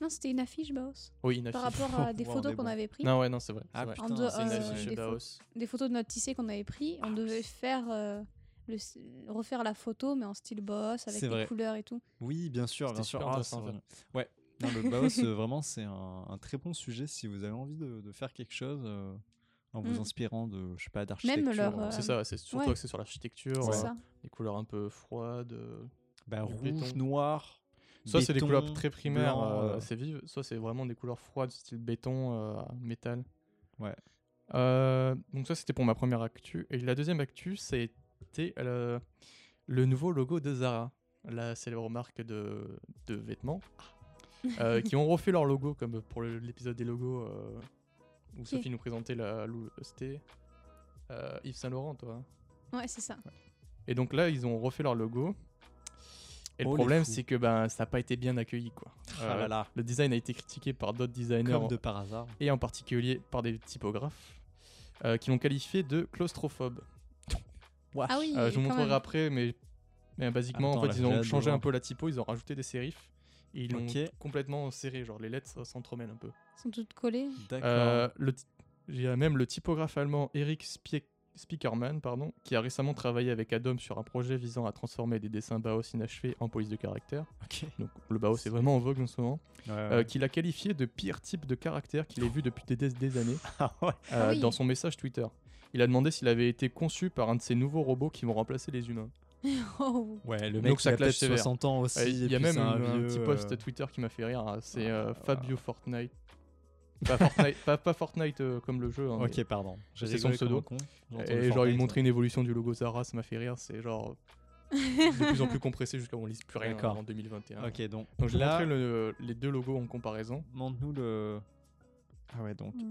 Speaker 3: non, c'était une affiche, Baos.
Speaker 2: Oui, une
Speaker 3: Par
Speaker 2: affiche.
Speaker 3: rapport à des
Speaker 1: Ouais, on
Speaker 3: photos
Speaker 1: est
Speaker 3: qu'on
Speaker 1: bon.
Speaker 3: avait prises,
Speaker 2: Non, ouais, non, c'est vrai. c'est
Speaker 1: Ah,
Speaker 2: vrai.
Speaker 1: putain,
Speaker 3: dehors,
Speaker 2: C'est une
Speaker 3: euh,
Speaker 2: affiche
Speaker 3: des
Speaker 2: Bauhaus.
Speaker 3: des photos de notre tissé qu'on avait pris,
Speaker 2: Ah,
Speaker 3: on devait faire euh, le, s- refaire la photo, mais en style Baos, avec
Speaker 1: C'est
Speaker 3: les
Speaker 1: vrai.
Speaker 3: couleurs et tout.
Speaker 1: Oui, bien sûr,
Speaker 2: C'était
Speaker 1: bien sûr.
Speaker 2: super
Speaker 1: Ah,
Speaker 2: intéressant
Speaker 1: c'est
Speaker 2: à
Speaker 1: revenu. Ouais. Non, le Baos, euh, vraiment, c'est un, un très bon sujet si vous avez envie de, de faire quelque chose euh, en vous
Speaker 3: Mm.
Speaker 1: inspirant de, je sais pas, d'architecture.
Speaker 3: leur,
Speaker 1: euh,
Speaker 3: euh,
Speaker 2: C'est ça, c'est surtout
Speaker 3: ouais.
Speaker 2: axé sur l'architecture,
Speaker 3: C'est
Speaker 2: euh,
Speaker 3: ça.
Speaker 2: les couleurs un peu froides. euh,
Speaker 1: bah,
Speaker 2: du
Speaker 1: rouge,
Speaker 2: béton.
Speaker 1: noir.
Speaker 2: Soit c'est des
Speaker 1: béton,
Speaker 2: couleurs très primaires,
Speaker 1: blanc,
Speaker 2: euh,
Speaker 1: euh,
Speaker 2: assez vives, soit c'est vraiment des couleurs froides, style béton, euh, métal.
Speaker 1: Ouais.
Speaker 2: Euh, donc ça, c'était pour ma première actu. Et la deuxième actu, c'était le, euh, le nouveau logo de Zara, la célèbre marque de, de vêtements, euh, qui ont refait leur logo, comme pour le- l'épisode des logos euh, où Sophie nous présentait la... lou- C'était euh, Yves Saint-Laurent, toi.
Speaker 3: Ouais, c'est ça.
Speaker 2: Et donc là, ils ont refait leur logo. Et
Speaker 1: Oh,
Speaker 2: le
Speaker 1: les
Speaker 2: problème,
Speaker 1: fous.
Speaker 2: c'est que ben, ça n'a pas été bien accueilli. Quoi.
Speaker 1: Ah là
Speaker 2: Euh,
Speaker 1: là,
Speaker 2: Le design a été critiqué par d'autres designers,
Speaker 1: comme de par hasard.
Speaker 2: et en particulier par des typographes, euh, qui l'ont qualifié de claustrophobe.
Speaker 3: Ah oui,
Speaker 2: Euh, je vous
Speaker 3: quand
Speaker 2: montrerai
Speaker 3: même.
Speaker 2: après, mais, mais basiquement,
Speaker 1: Attends,
Speaker 2: en
Speaker 1: là,
Speaker 2: fait, ils
Speaker 1: j'ai hâte
Speaker 2: ont
Speaker 1: de
Speaker 2: changé
Speaker 1: voir.
Speaker 2: un peu la typo, ils ont rajouté des sérifs, et ils l'ont
Speaker 1: Ok.
Speaker 2: complètement serré, genre les lettres euh, s'entremêlent un peu.
Speaker 3: Ils sont toutes collées.
Speaker 1: D'accord.
Speaker 2: Euh, le ty- J'ai euh, même le typographe allemand Eric Spie- Spiekermann, pardon, qui a récemment travaillé avec Adobe sur un projet visant à transformer des dessins Baos inachevés en police de caractère.
Speaker 1: Ok.
Speaker 2: Donc le Baos c'est vraiment en vogue en ce moment.
Speaker 1: Ouais,
Speaker 2: Euh,
Speaker 1: ouais.
Speaker 2: qu'il a qualifié de pire type de caractère qu'il ait vu depuis des, des années
Speaker 1: Ah ouais.
Speaker 2: euh,
Speaker 3: Ah oui.
Speaker 2: dans son message Twitter. Il a demandé s'il avait été conçu par un de ces nouveaux robots qui vont remplacer les humains.
Speaker 3: Oh.
Speaker 1: Ouais, le
Speaker 2: Donc
Speaker 1: mec
Speaker 2: ça
Speaker 1: il a
Speaker 2: clash
Speaker 1: peut-être
Speaker 2: sévère.
Speaker 1: 60 ans aussi.
Speaker 2: Euh,
Speaker 1: et
Speaker 2: Il y a
Speaker 1: puis
Speaker 2: même
Speaker 1: c'est un,
Speaker 2: une- un
Speaker 1: vieux,
Speaker 2: petit
Speaker 1: euh,
Speaker 2: post Twitter qui m'a fait rire. hein, C'est euh,
Speaker 1: Ah.
Speaker 2: Fabio Fortnite. Pas Fortnite, pas, pas Fortnite euh, comme le jeu. hein, mais-
Speaker 1: Ok, pardon. J'ai
Speaker 2: C'est son
Speaker 1: rigolé comme
Speaker 2: pseudo.
Speaker 1: un con. J'ai entendu
Speaker 2: Et genre,
Speaker 1: Fortnite,
Speaker 2: il montrait une évolution du logo Zara, ça m'a fait rire. C'est genre de plus en plus compressé jusqu'à on lise plus rien
Speaker 1: D'accord.
Speaker 2: en 2021.
Speaker 1: ouais. Ok, donc,
Speaker 2: Donc, je vais
Speaker 1: là,
Speaker 2: montrer le- les deux logos en comparaison.
Speaker 1: montre-nous le. Ah ouais, donc.
Speaker 3: Ouais.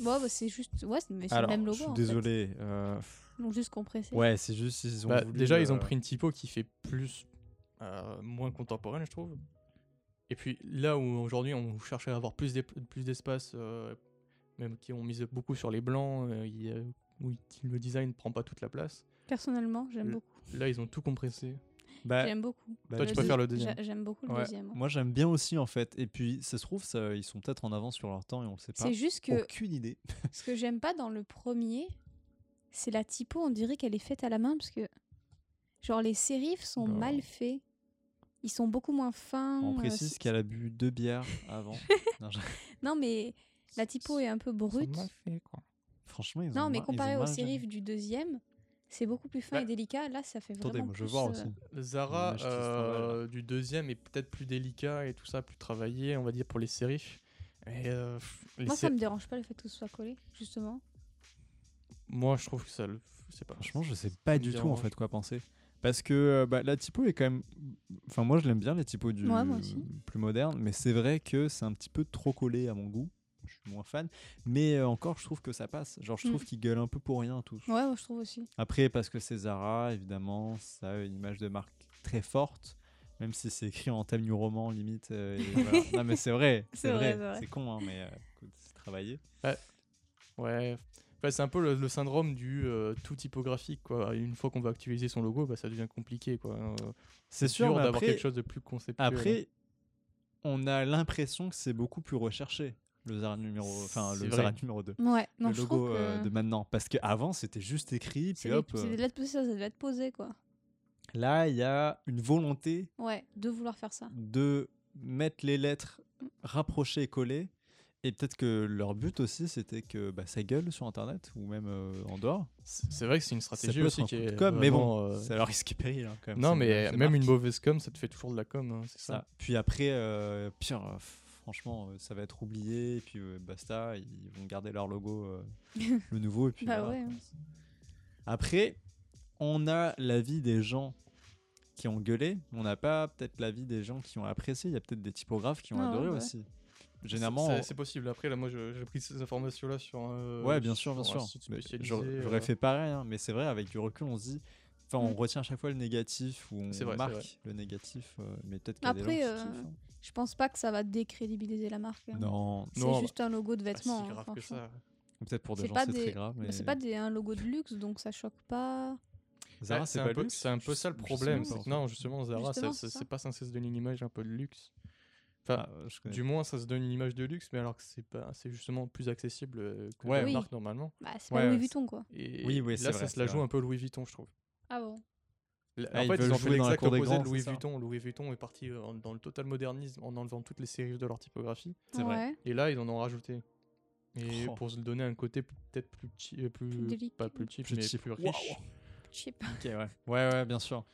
Speaker 3: Bon, bah, c'est juste. Ouais, c'est- mais c'est le
Speaker 1: Alors,
Speaker 3: même logo.
Speaker 1: je suis
Speaker 3: en fait.
Speaker 1: désolé. euh,
Speaker 3: Ils l'ont juste compressé.
Speaker 1: Ouais, c'est juste ils ont
Speaker 2: Bah,
Speaker 1: voulu,
Speaker 2: déjà, ils
Speaker 1: euh,
Speaker 2: ont pris une typo qui fait plus. euh, moins contemporaine, je trouve. Et puis là où aujourd'hui on cherchait à avoir plus d'ép- plus d'espace, euh, même qui ont mis beaucoup sur les blancs, euh, il y a- où il- le design ne prend pas toute la place,
Speaker 3: Personnellement, j'aime
Speaker 2: Le-
Speaker 3: beaucoup.
Speaker 2: là ils ont tout compressé.
Speaker 1: bah,
Speaker 3: J'aime beaucoup.
Speaker 1: bah,
Speaker 2: Toi, tu
Speaker 1: le-
Speaker 2: préfères le
Speaker 3: deux-
Speaker 2: deuxième.
Speaker 3: j'a- J'aime beaucoup le
Speaker 2: Ouais.
Speaker 3: deuxième. ouais.
Speaker 1: Moi, j'aime bien aussi en fait. Et puis, ça se trouve, ça, ils sont peut-être en avance sur leur temps et on le sait pas.
Speaker 3: C'est juste que
Speaker 1: Aucune idée.
Speaker 3: ce que j'aime pas dans le premier, c'est la typo. On dirait qu'elle est faite à la main parce que, genre, les sérifs sont
Speaker 2: Non.
Speaker 3: mal faits. Ils sont beaucoup moins fins.
Speaker 1: On
Speaker 3: euh,
Speaker 1: précise
Speaker 3: c'est-
Speaker 1: qu'elle a bu deux bières avant. Non, je-
Speaker 3: Non, mais la typo est un peu brute.
Speaker 1: Franchement, ils ont
Speaker 3: Non, mais
Speaker 1: mal- ils ont
Speaker 3: comparé aux
Speaker 1: mal géré.
Speaker 3: sérifs du deuxième, c'est beaucoup plus fin
Speaker 2: Bah,
Speaker 3: et délicat. Là, ça fait vraiment.
Speaker 1: Attendez, moi je veux
Speaker 3: plus,
Speaker 1: voir
Speaker 3: euh,
Speaker 1: aussi.
Speaker 2: Zara
Speaker 1: Dommage, c'est standard, là.
Speaker 2: euh, du deuxième est peut-être plus délicat et tout ça, plus travaillé, on va dire, pour les sérifs. Et, euh, pff, les
Speaker 3: Moi, ça
Speaker 2: sé-
Speaker 3: me dérange pas le fait que tout soit collé, justement.
Speaker 2: Moi, je trouve que ça le. Je sais pas.
Speaker 1: Franchement, je sais pas
Speaker 2: me
Speaker 1: du tout en
Speaker 2: dérange.
Speaker 1: fait quoi penser. Parce que euh, bah, la typo est quand même. Enfin, moi je l'aime bien, la typo du
Speaker 3: Ouais, moi aussi.
Speaker 1: plus moderne, mais c'est vrai que c'est un petit peu trop collé à mon goût. Je suis moins fan. Mais euh, encore, je trouve que ça passe. Genre, je
Speaker 3: Mm.
Speaker 1: trouve qu'ils gueulent un peu pour rien tous.
Speaker 3: Ouais, moi, je trouve aussi.
Speaker 1: Après, parce que c'est Zara, évidemment, ça a une image de marque très forte, même si c'est écrit en thème du roman, limite. euh, et voilà. Non, mais c'est vrai,
Speaker 3: C'est
Speaker 1: c'est
Speaker 3: vrai,
Speaker 1: vrai.
Speaker 3: c'est vrai.
Speaker 1: C'est con, hein, mais euh, écoute, c'est travaillé.
Speaker 2: Ouais. Enfin, c'est un peu le, le syndrome du euh, tout typographique, quoi. Une fois qu'on va actualiser son logo, bah, ça devient compliqué, quoi. Euh,
Speaker 1: C'est sûr,
Speaker 2: dur
Speaker 1: mais
Speaker 2: d'avoir
Speaker 1: après,
Speaker 2: quelque chose de plus conceptuel.
Speaker 1: après on a l'impression que c'est beaucoup plus recherché, le Zara numéro, enfin,
Speaker 2: C'est
Speaker 1: le
Speaker 2: vrai.
Speaker 1: Zara numéro 2.
Speaker 3: Ouais, non,
Speaker 1: le
Speaker 3: je trouve
Speaker 1: logo euh,
Speaker 3: que
Speaker 1: de maintenant. Parce qu'avant, c'était juste écrit,
Speaker 3: c'est
Speaker 1: puis
Speaker 3: des-
Speaker 1: hop.
Speaker 3: c'est
Speaker 1: euh,
Speaker 3: des lettres posées, ça, c'est des lettres posées, quoi.
Speaker 1: Là, il y a une volonté
Speaker 3: Ouais, de vouloir faire ça.
Speaker 1: de mettre les lettres rapprochées et collées. Et peut-être que leur but aussi, c'était que bah, ça gueule sur Internet ou même euh, en dehors.
Speaker 2: C'est c'est vrai que c'est une
Speaker 1: Ça
Speaker 2: stratégie
Speaker 1: peut être
Speaker 2: aussi
Speaker 1: un
Speaker 2: qui
Speaker 1: coup de
Speaker 2: est.
Speaker 1: com, mais bon,
Speaker 2: vraiment, euh,
Speaker 1: c'est leur risque et péril. hein, quand même,
Speaker 2: Non,
Speaker 1: c'est
Speaker 2: mais
Speaker 1: c'est
Speaker 2: même
Speaker 1: marque.
Speaker 2: une mauvaise com, ça te fait toujours de la com, hein, c'est ça.
Speaker 1: Ça. Puis après, euh, pire, euh, franchement, euh, ça va être oublié. Et puis euh, basta, ils vont garder leur logo, euh, le nouveau. Et puis
Speaker 3: Bah
Speaker 1: voilà,
Speaker 3: ouais,
Speaker 1: quoi. Après, on a l'avis des gens qui ont gueulé. On n'a pas peut-être l'avis des gens qui ont apprécié. Il y a peut-être des typographes qui ont
Speaker 3: Ah ouais,
Speaker 1: adoré
Speaker 3: bah ouais.
Speaker 1: aussi. Généralement,
Speaker 2: C'est-
Speaker 1: on-
Speaker 2: c'est- c'est possible. Après, là, moi, je- j'ai pris ces informations-là sur. euh,
Speaker 1: Ouais, bien sûr, bien
Speaker 2: sur un
Speaker 1: sûr.
Speaker 2: site
Speaker 1: Mais
Speaker 2: spécialisé,
Speaker 1: J'aurais
Speaker 2: euh,
Speaker 1: j'aurais fait pareil, hein, mais c'est vrai, avec du recul, on se dit. Enfin, on
Speaker 3: Mm.
Speaker 1: retient à chaque fois le négatif ou on
Speaker 2: C'est vrai, c'est vrai.
Speaker 1: marque le négatif, euh, mais peut-être qu'il y a des gens
Speaker 3: Après,
Speaker 1: qui
Speaker 3: euh,
Speaker 1: kiffent, hein.
Speaker 3: Je pense pas que ça va décrédibiliser la marque. hein.
Speaker 1: Non,
Speaker 2: Non,
Speaker 3: C'est
Speaker 2: bah,
Speaker 3: juste un logo de
Speaker 2: pas Ah, si
Speaker 3: vêtement. hein,
Speaker 2: grave que
Speaker 3: franchement.
Speaker 2: ça.
Speaker 1: peut-être pour des
Speaker 3: c'est
Speaker 1: gens
Speaker 3: pas
Speaker 1: c'est très
Speaker 3: des-
Speaker 1: grave, mais,
Speaker 3: Mais c'est pas des- un logo de luxe, donc ça choque pas.
Speaker 1: Zara
Speaker 2: Ouais,
Speaker 1: c'est
Speaker 2: un
Speaker 1: pas
Speaker 2: peu-
Speaker 1: luxe.
Speaker 2: Ah, C'est un peu ça le
Speaker 1: Je sais
Speaker 2: problème.
Speaker 1: même
Speaker 2: c'est
Speaker 1: pas.
Speaker 2: que Non, justement, Zara, ça-
Speaker 3: Justement,
Speaker 2: ça-
Speaker 3: c'est ça.
Speaker 2: c'est pas censé se donner une image un peu de luxe.
Speaker 1: Ah, euh, je connais
Speaker 2: Du moins, ça se donne une image de luxe, mais alors que c'est pas, c'est justement plus accessible euh, que
Speaker 1: Ouais.
Speaker 2: la
Speaker 3: Oui.
Speaker 2: marque normalement.
Speaker 3: Bah, c'est
Speaker 1: Ouais,
Speaker 3: pas Louis
Speaker 1: ouais,
Speaker 3: Vuitton, quoi.
Speaker 2: Et
Speaker 1: Oui, oui, c'est
Speaker 2: là,
Speaker 1: vrai,
Speaker 2: ça se
Speaker 1: c'est
Speaker 2: la joue
Speaker 1: vrai.
Speaker 2: un peu Louis Vuitton, je trouve.
Speaker 3: Ah bon
Speaker 2: L-
Speaker 1: Ah,
Speaker 2: en
Speaker 1: ils
Speaker 2: fait,
Speaker 1: veulent
Speaker 2: ils ont
Speaker 1: jouer
Speaker 2: fait
Speaker 1: dans la
Speaker 2: l'exact
Speaker 1: cour des
Speaker 2: opposé
Speaker 1: grands,
Speaker 2: de
Speaker 1: c'est
Speaker 2: Louis
Speaker 1: ça
Speaker 2: Vuitton. Louis Vuitton est parti euh, en- dans le total modernisme en enlevant toutes les séries de leur typographie.
Speaker 1: C'est vrai.
Speaker 3: Ouais.
Speaker 2: Et là, ils en ont rajouté. Et
Speaker 1: Oh.
Speaker 2: pour se donner un côté peut-être plus chi- euh, plus,
Speaker 3: délicat.
Speaker 2: pas plus cheap,
Speaker 1: Plus
Speaker 2: mais
Speaker 1: cheap.
Speaker 2: plus
Speaker 1: Waouh.
Speaker 2: riche,
Speaker 3: Cheap.
Speaker 1: Ok, ouais. ouais, ouais, bien sûr.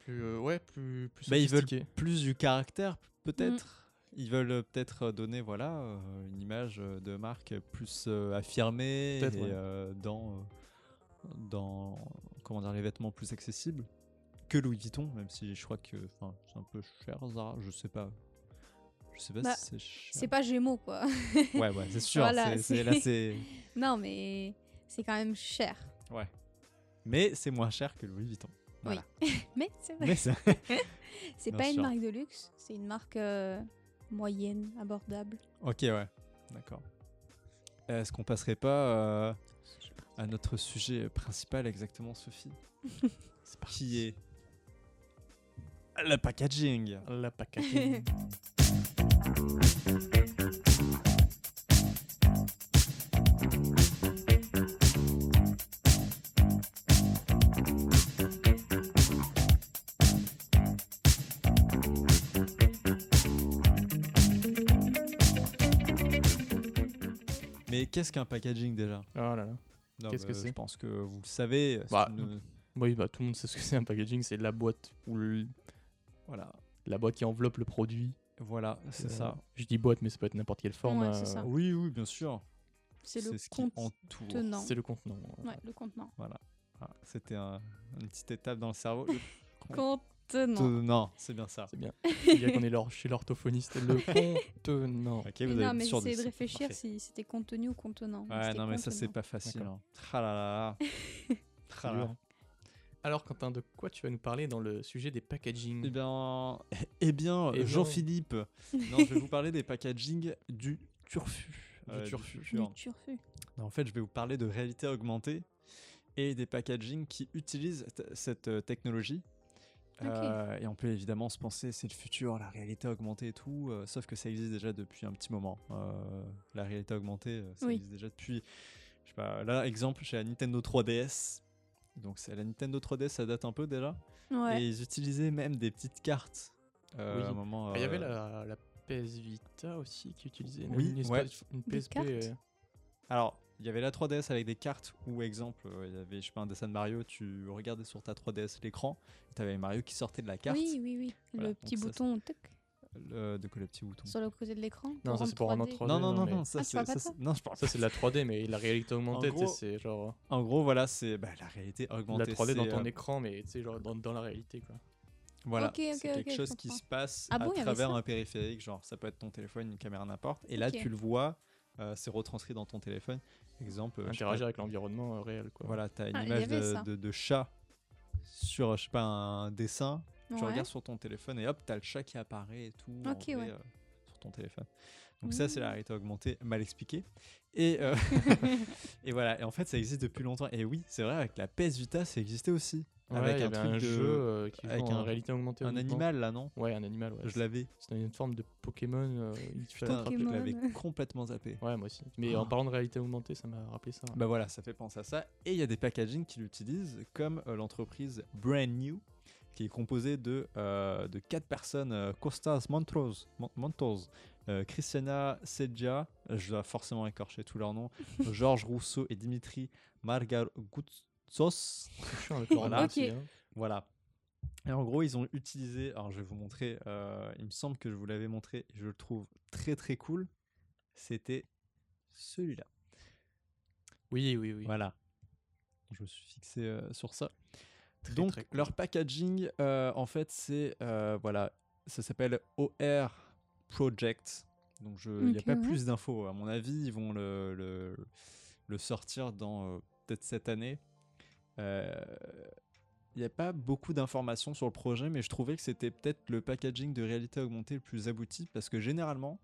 Speaker 2: plus euh, ouais, plus plus
Speaker 1: Bah, ils veulent
Speaker 2: sophistiqué.
Speaker 1: Plus du caractère, peut-être.
Speaker 3: Mm.
Speaker 1: Ils veulent euh, peut-être donner voilà, euh, une image euh, de marque plus euh, affirmée et
Speaker 2: Peut-être, ouais.
Speaker 1: euh, dans, euh, dans comment dire, les vêtements plus accessibles que Louis Vuitton, même si je crois que enfin, c'est un peu cher, Zara, je sais pas. Je sais pas
Speaker 3: Bah,
Speaker 1: si c'est cher.
Speaker 3: C'est pas Gémeaux, quoi.
Speaker 1: Ouais, ouais, c'est sûr.
Speaker 3: Voilà,
Speaker 1: c'est- c'est-
Speaker 3: c'est-
Speaker 1: là, c'est...
Speaker 3: non, mais c'est quand même cher.
Speaker 1: Ouais. Mais c'est moins cher que Louis Vuitton. Voilà.
Speaker 3: Mais c'est vrai.
Speaker 1: Mais ça...
Speaker 3: C'est
Speaker 1: Bien
Speaker 3: pas
Speaker 1: sûr.
Speaker 3: une marque de luxe, c'est une marque euh, moyenne, abordable.
Speaker 1: ok, ouais. D'accord. Est-ce qu'on passerait pas euh, à notre sujet principal exactement, Sophie
Speaker 2: C'est parti.
Speaker 1: Qui est le packaging.
Speaker 2: La packaging.
Speaker 1: Mais qu'est-ce qu'un packaging déjà
Speaker 2: oh là là.
Speaker 1: Non,
Speaker 2: Qu'est-ce
Speaker 1: mais
Speaker 2: que c'est
Speaker 1: Je pense que vous le savez. c'est
Speaker 2: Bah,
Speaker 1: une-
Speaker 2: Oui, bah tout le monde sait ce que c'est un packaging, c'est la boîte ou le-
Speaker 1: Voilà,
Speaker 2: la boîte qui enveloppe le produit.
Speaker 1: voilà c'est
Speaker 2: Euh,
Speaker 1: ça.
Speaker 2: Je dis boîte, mais ça peut être n'importe quelle forme. euh,
Speaker 3: Ouais, c'est ça.
Speaker 1: Oui, oui, bien sûr.
Speaker 3: C'est le
Speaker 1: ce qui
Speaker 3: contenant.
Speaker 1: entoure.
Speaker 2: C'est le contenant. hein.
Speaker 3: Ouais, le contenant.
Speaker 1: Ah, C'était un- une petite étape dans le cerveau.
Speaker 3: Contenant.
Speaker 1: Tout- Non, c'est bien ça.
Speaker 2: C'est bien. Il y a qu'on est l'or- chez l'orthophoniste. Le contenant.
Speaker 1: Ok,
Speaker 3: Mais
Speaker 1: vous
Speaker 3: non,
Speaker 1: avez
Speaker 3: mais
Speaker 1: sur
Speaker 3: j'essayais de
Speaker 1: dix.
Speaker 3: réfléchir
Speaker 1: Parfait.
Speaker 3: si c'était contenu ou contenant. mais
Speaker 1: Ouais,
Speaker 3: c'était
Speaker 1: Ah, non, mais ça, c'est
Speaker 3: contenant.
Speaker 1: pas facile.
Speaker 2: D'accord.
Speaker 1: hein. Ah là là là. Ah
Speaker 2: C'est
Speaker 1: là là.
Speaker 2: dur. hein. Alors, Quentin, de quoi tu vas nous parler dans le sujet des
Speaker 1: Eh
Speaker 2: packaging
Speaker 1: bien, eh bien,
Speaker 2: Eh bien.
Speaker 1: Jean-Philippe. Non, je vais vous parler des packagings du turfu. Euh,
Speaker 2: Du
Speaker 1: du
Speaker 2: turfu.
Speaker 1: futur.
Speaker 3: Du turfu.
Speaker 1: Non, En fait, je vais vous parler de réalité augmentée et des packagings qui utilisent t- cette euh, technologie.
Speaker 3: Ok.
Speaker 1: Euh, et on peut évidemment se penser, c'est le futur, la réalité augmentée et tout, euh, sauf que ça existe déjà depuis un petit moment. Euh, la réalité augmentée, euh, ça
Speaker 3: Oui.
Speaker 1: existe déjà depuis, je sais pas, là, exemple, chez la Nintendo 3DS. Donc, c'est la Nintendo 3DS, ça date un peu déjà.
Speaker 3: Ouais.
Speaker 1: Et ils utilisaient même des petites cartes. euh,
Speaker 2: Oui.
Speaker 1: à un moment,
Speaker 2: Ah, Il y avait
Speaker 1: euh,
Speaker 2: la, la PS Vita aussi qui utilisait
Speaker 1: Oui,
Speaker 2: une,
Speaker 1: ouais.
Speaker 2: espèce- une
Speaker 3: Des
Speaker 2: PSP.
Speaker 3: cartes
Speaker 2: euh,
Speaker 1: Alors, il y avait la 3DS avec des cartes où, exemple, euh, il y avait, je sais pas, un dessin de Mario, tu regardais sur ta 3DS l'écran, tu avais Mario qui sortait de la carte,
Speaker 3: Oui, oui, oui.
Speaker 1: Voilà,
Speaker 3: le
Speaker 1: donc
Speaker 3: petit
Speaker 1: ça, Mm.
Speaker 3: bouton tic,
Speaker 1: le- de que le petit bouton.
Speaker 3: sur le côté de l'écran.
Speaker 2: ça, c'est pour
Speaker 3: rendre
Speaker 2: rendre
Speaker 3: 3D.
Speaker 1: Non,
Speaker 2: 3D.
Speaker 1: non,
Speaker 2: non,
Speaker 1: non,
Speaker 2: mais-
Speaker 1: non, ça
Speaker 3: Ah, tu
Speaker 1: c'est.
Speaker 3: parles pas
Speaker 1: ça,
Speaker 3: de
Speaker 1: c'est-
Speaker 3: ça
Speaker 1: Non, je parle
Speaker 2: Ça,
Speaker 1: pas
Speaker 2: c'est de la 3D, mais la réalité augmentée, tu sais,
Speaker 1: gros,
Speaker 2: c'est genre
Speaker 1: de- En gros, voilà, c'est bah, la réalité
Speaker 2: la
Speaker 1: augmentée.
Speaker 2: 3D dans
Speaker 1: c'est,
Speaker 2: ton
Speaker 1: euh,
Speaker 2: écran, mais tu sais, genre dans, dans la réalité, quoi.
Speaker 1: Voilà,
Speaker 3: Ok, ok,
Speaker 1: c'est
Speaker 3: ok,
Speaker 1: quelque
Speaker 3: je
Speaker 1: chose qui se
Speaker 3: comprends.
Speaker 1: passe
Speaker 3: Ah bon, il y
Speaker 1: à
Speaker 3: avait
Speaker 1: travers
Speaker 3: ça
Speaker 1: un périphérique, genre ça peut être ton téléphone, une caméra n'importe, et là
Speaker 3: Ok.
Speaker 1: tu le vois, euh, c'est retranscrit dans ton téléphone. Exemple, euh, je sais pas,
Speaker 2: Interagir avec l'environnement euh, réel, quoi.
Speaker 1: Voilà, t'as une
Speaker 3: Ah, il y
Speaker 1: image
Speaker 3: avait
Speaker 1: de,
Speaker 3: ça.
Speaker 1: de- de chat sur, je sais pas, un dessin. Tu
Speaker 3: Ouais.
Speaker 1: regardes sur ton téléphone et hop, t'as le chat qui apparaît et tout. en
Speaker 3: Ok,
Speaker 1: vrai,
Speaker 3: ouais.
Speaker 1: euh, sur ton téléphone. Donc ça, c'est la
Speaker 3: Mm.
Speaker 1: réalité augmentée mal expliquée. Et, euh, et voilà, et en fait, ça existe depuis longtemps. Et oui, c'est vrai, avec la PS Vita, ça existait aussi.
Speaker 2: Ouais,
Speaker 1: avec
Speaker 2: il y
Speaker 1: un
Speaker 2: avait
Speaker 1: truc
Speaker 2: un
Speaker 1: de-
Speaker 2: jeu euh, qui
Speaker 1: avec
Speaker 2: avec en
Speaker 1: un-
Speaker 2: réalité augmentée.
Speaker 1: Un
Speaker 2: uniquement.
Speaker 1: animal, là, non
Speaker 2: Ouais, un animal, ouais.
Speaker 1: Je l'avais.
Speaker 2: C'était une forme de Pokémon. euh, il fallait
Speaker 1: Putain,
Speaker 2: attraper.
Speaker 1: je
Speaker 3: Pokémon.
Speaker 1: l'avais complètement zappé.
Speaker 2: Ouais, moi aussi. Mais en
Speaker 1: Ah.
Speaker 2: parlant de réalité augmentée, ça m'a rappelé ça.
Speaker 1: Bah voilà, ça fait penser à ça. Et il y a des packagings qui l'utilisent, comme euh, l'entreprise Brand New, qui est composée de, euh, de quatre personnes euh, Costas Montrose, Mon- Montos, euh, Christiana Sedja, euh, je dois forcément écorcher tous leurs noms, Georges Rousseau et Dimitri Margaroutsos.
Speaker 2: C'est chiant avec le
Speaker 1: Voilà.
Speaker 2: renard
Speaker 3: Ok.
Speaker 2: aussi, hein.
Speaker 1: Voilà. Et en gros, ils ont utilisé, alors je vais vous montrer, euh, il me semble que je vous l'avais montré, et je le trouve très très cool, c'était celui-là.
Speaker 2: Oui, oui, oui.
Speaker 1: Voilà. Je me suis fixé euh, sur ça.
Speaker 2: Très,
Speaker 1: Donc,
Speaker 2: très cool.
Speaker 1: leur packaging, euh, en fait, c'est. euh, voilà. Ça s'appelle OR Project. Donc, je- il n'y a
Speaker 3: Ok,
Speaker 1: pas
Speaker 3: ouais.
Speaker 1: plus d'infos. À mon avis, ils vont le, le, le sortir dans euh, peut-être cette année. Euh, Il n'y a pas beaucoup d'informations sur le projet, mais je trouvais que c'était peut-être le packaging de réalité augmentée le plus abouti parce que généralement,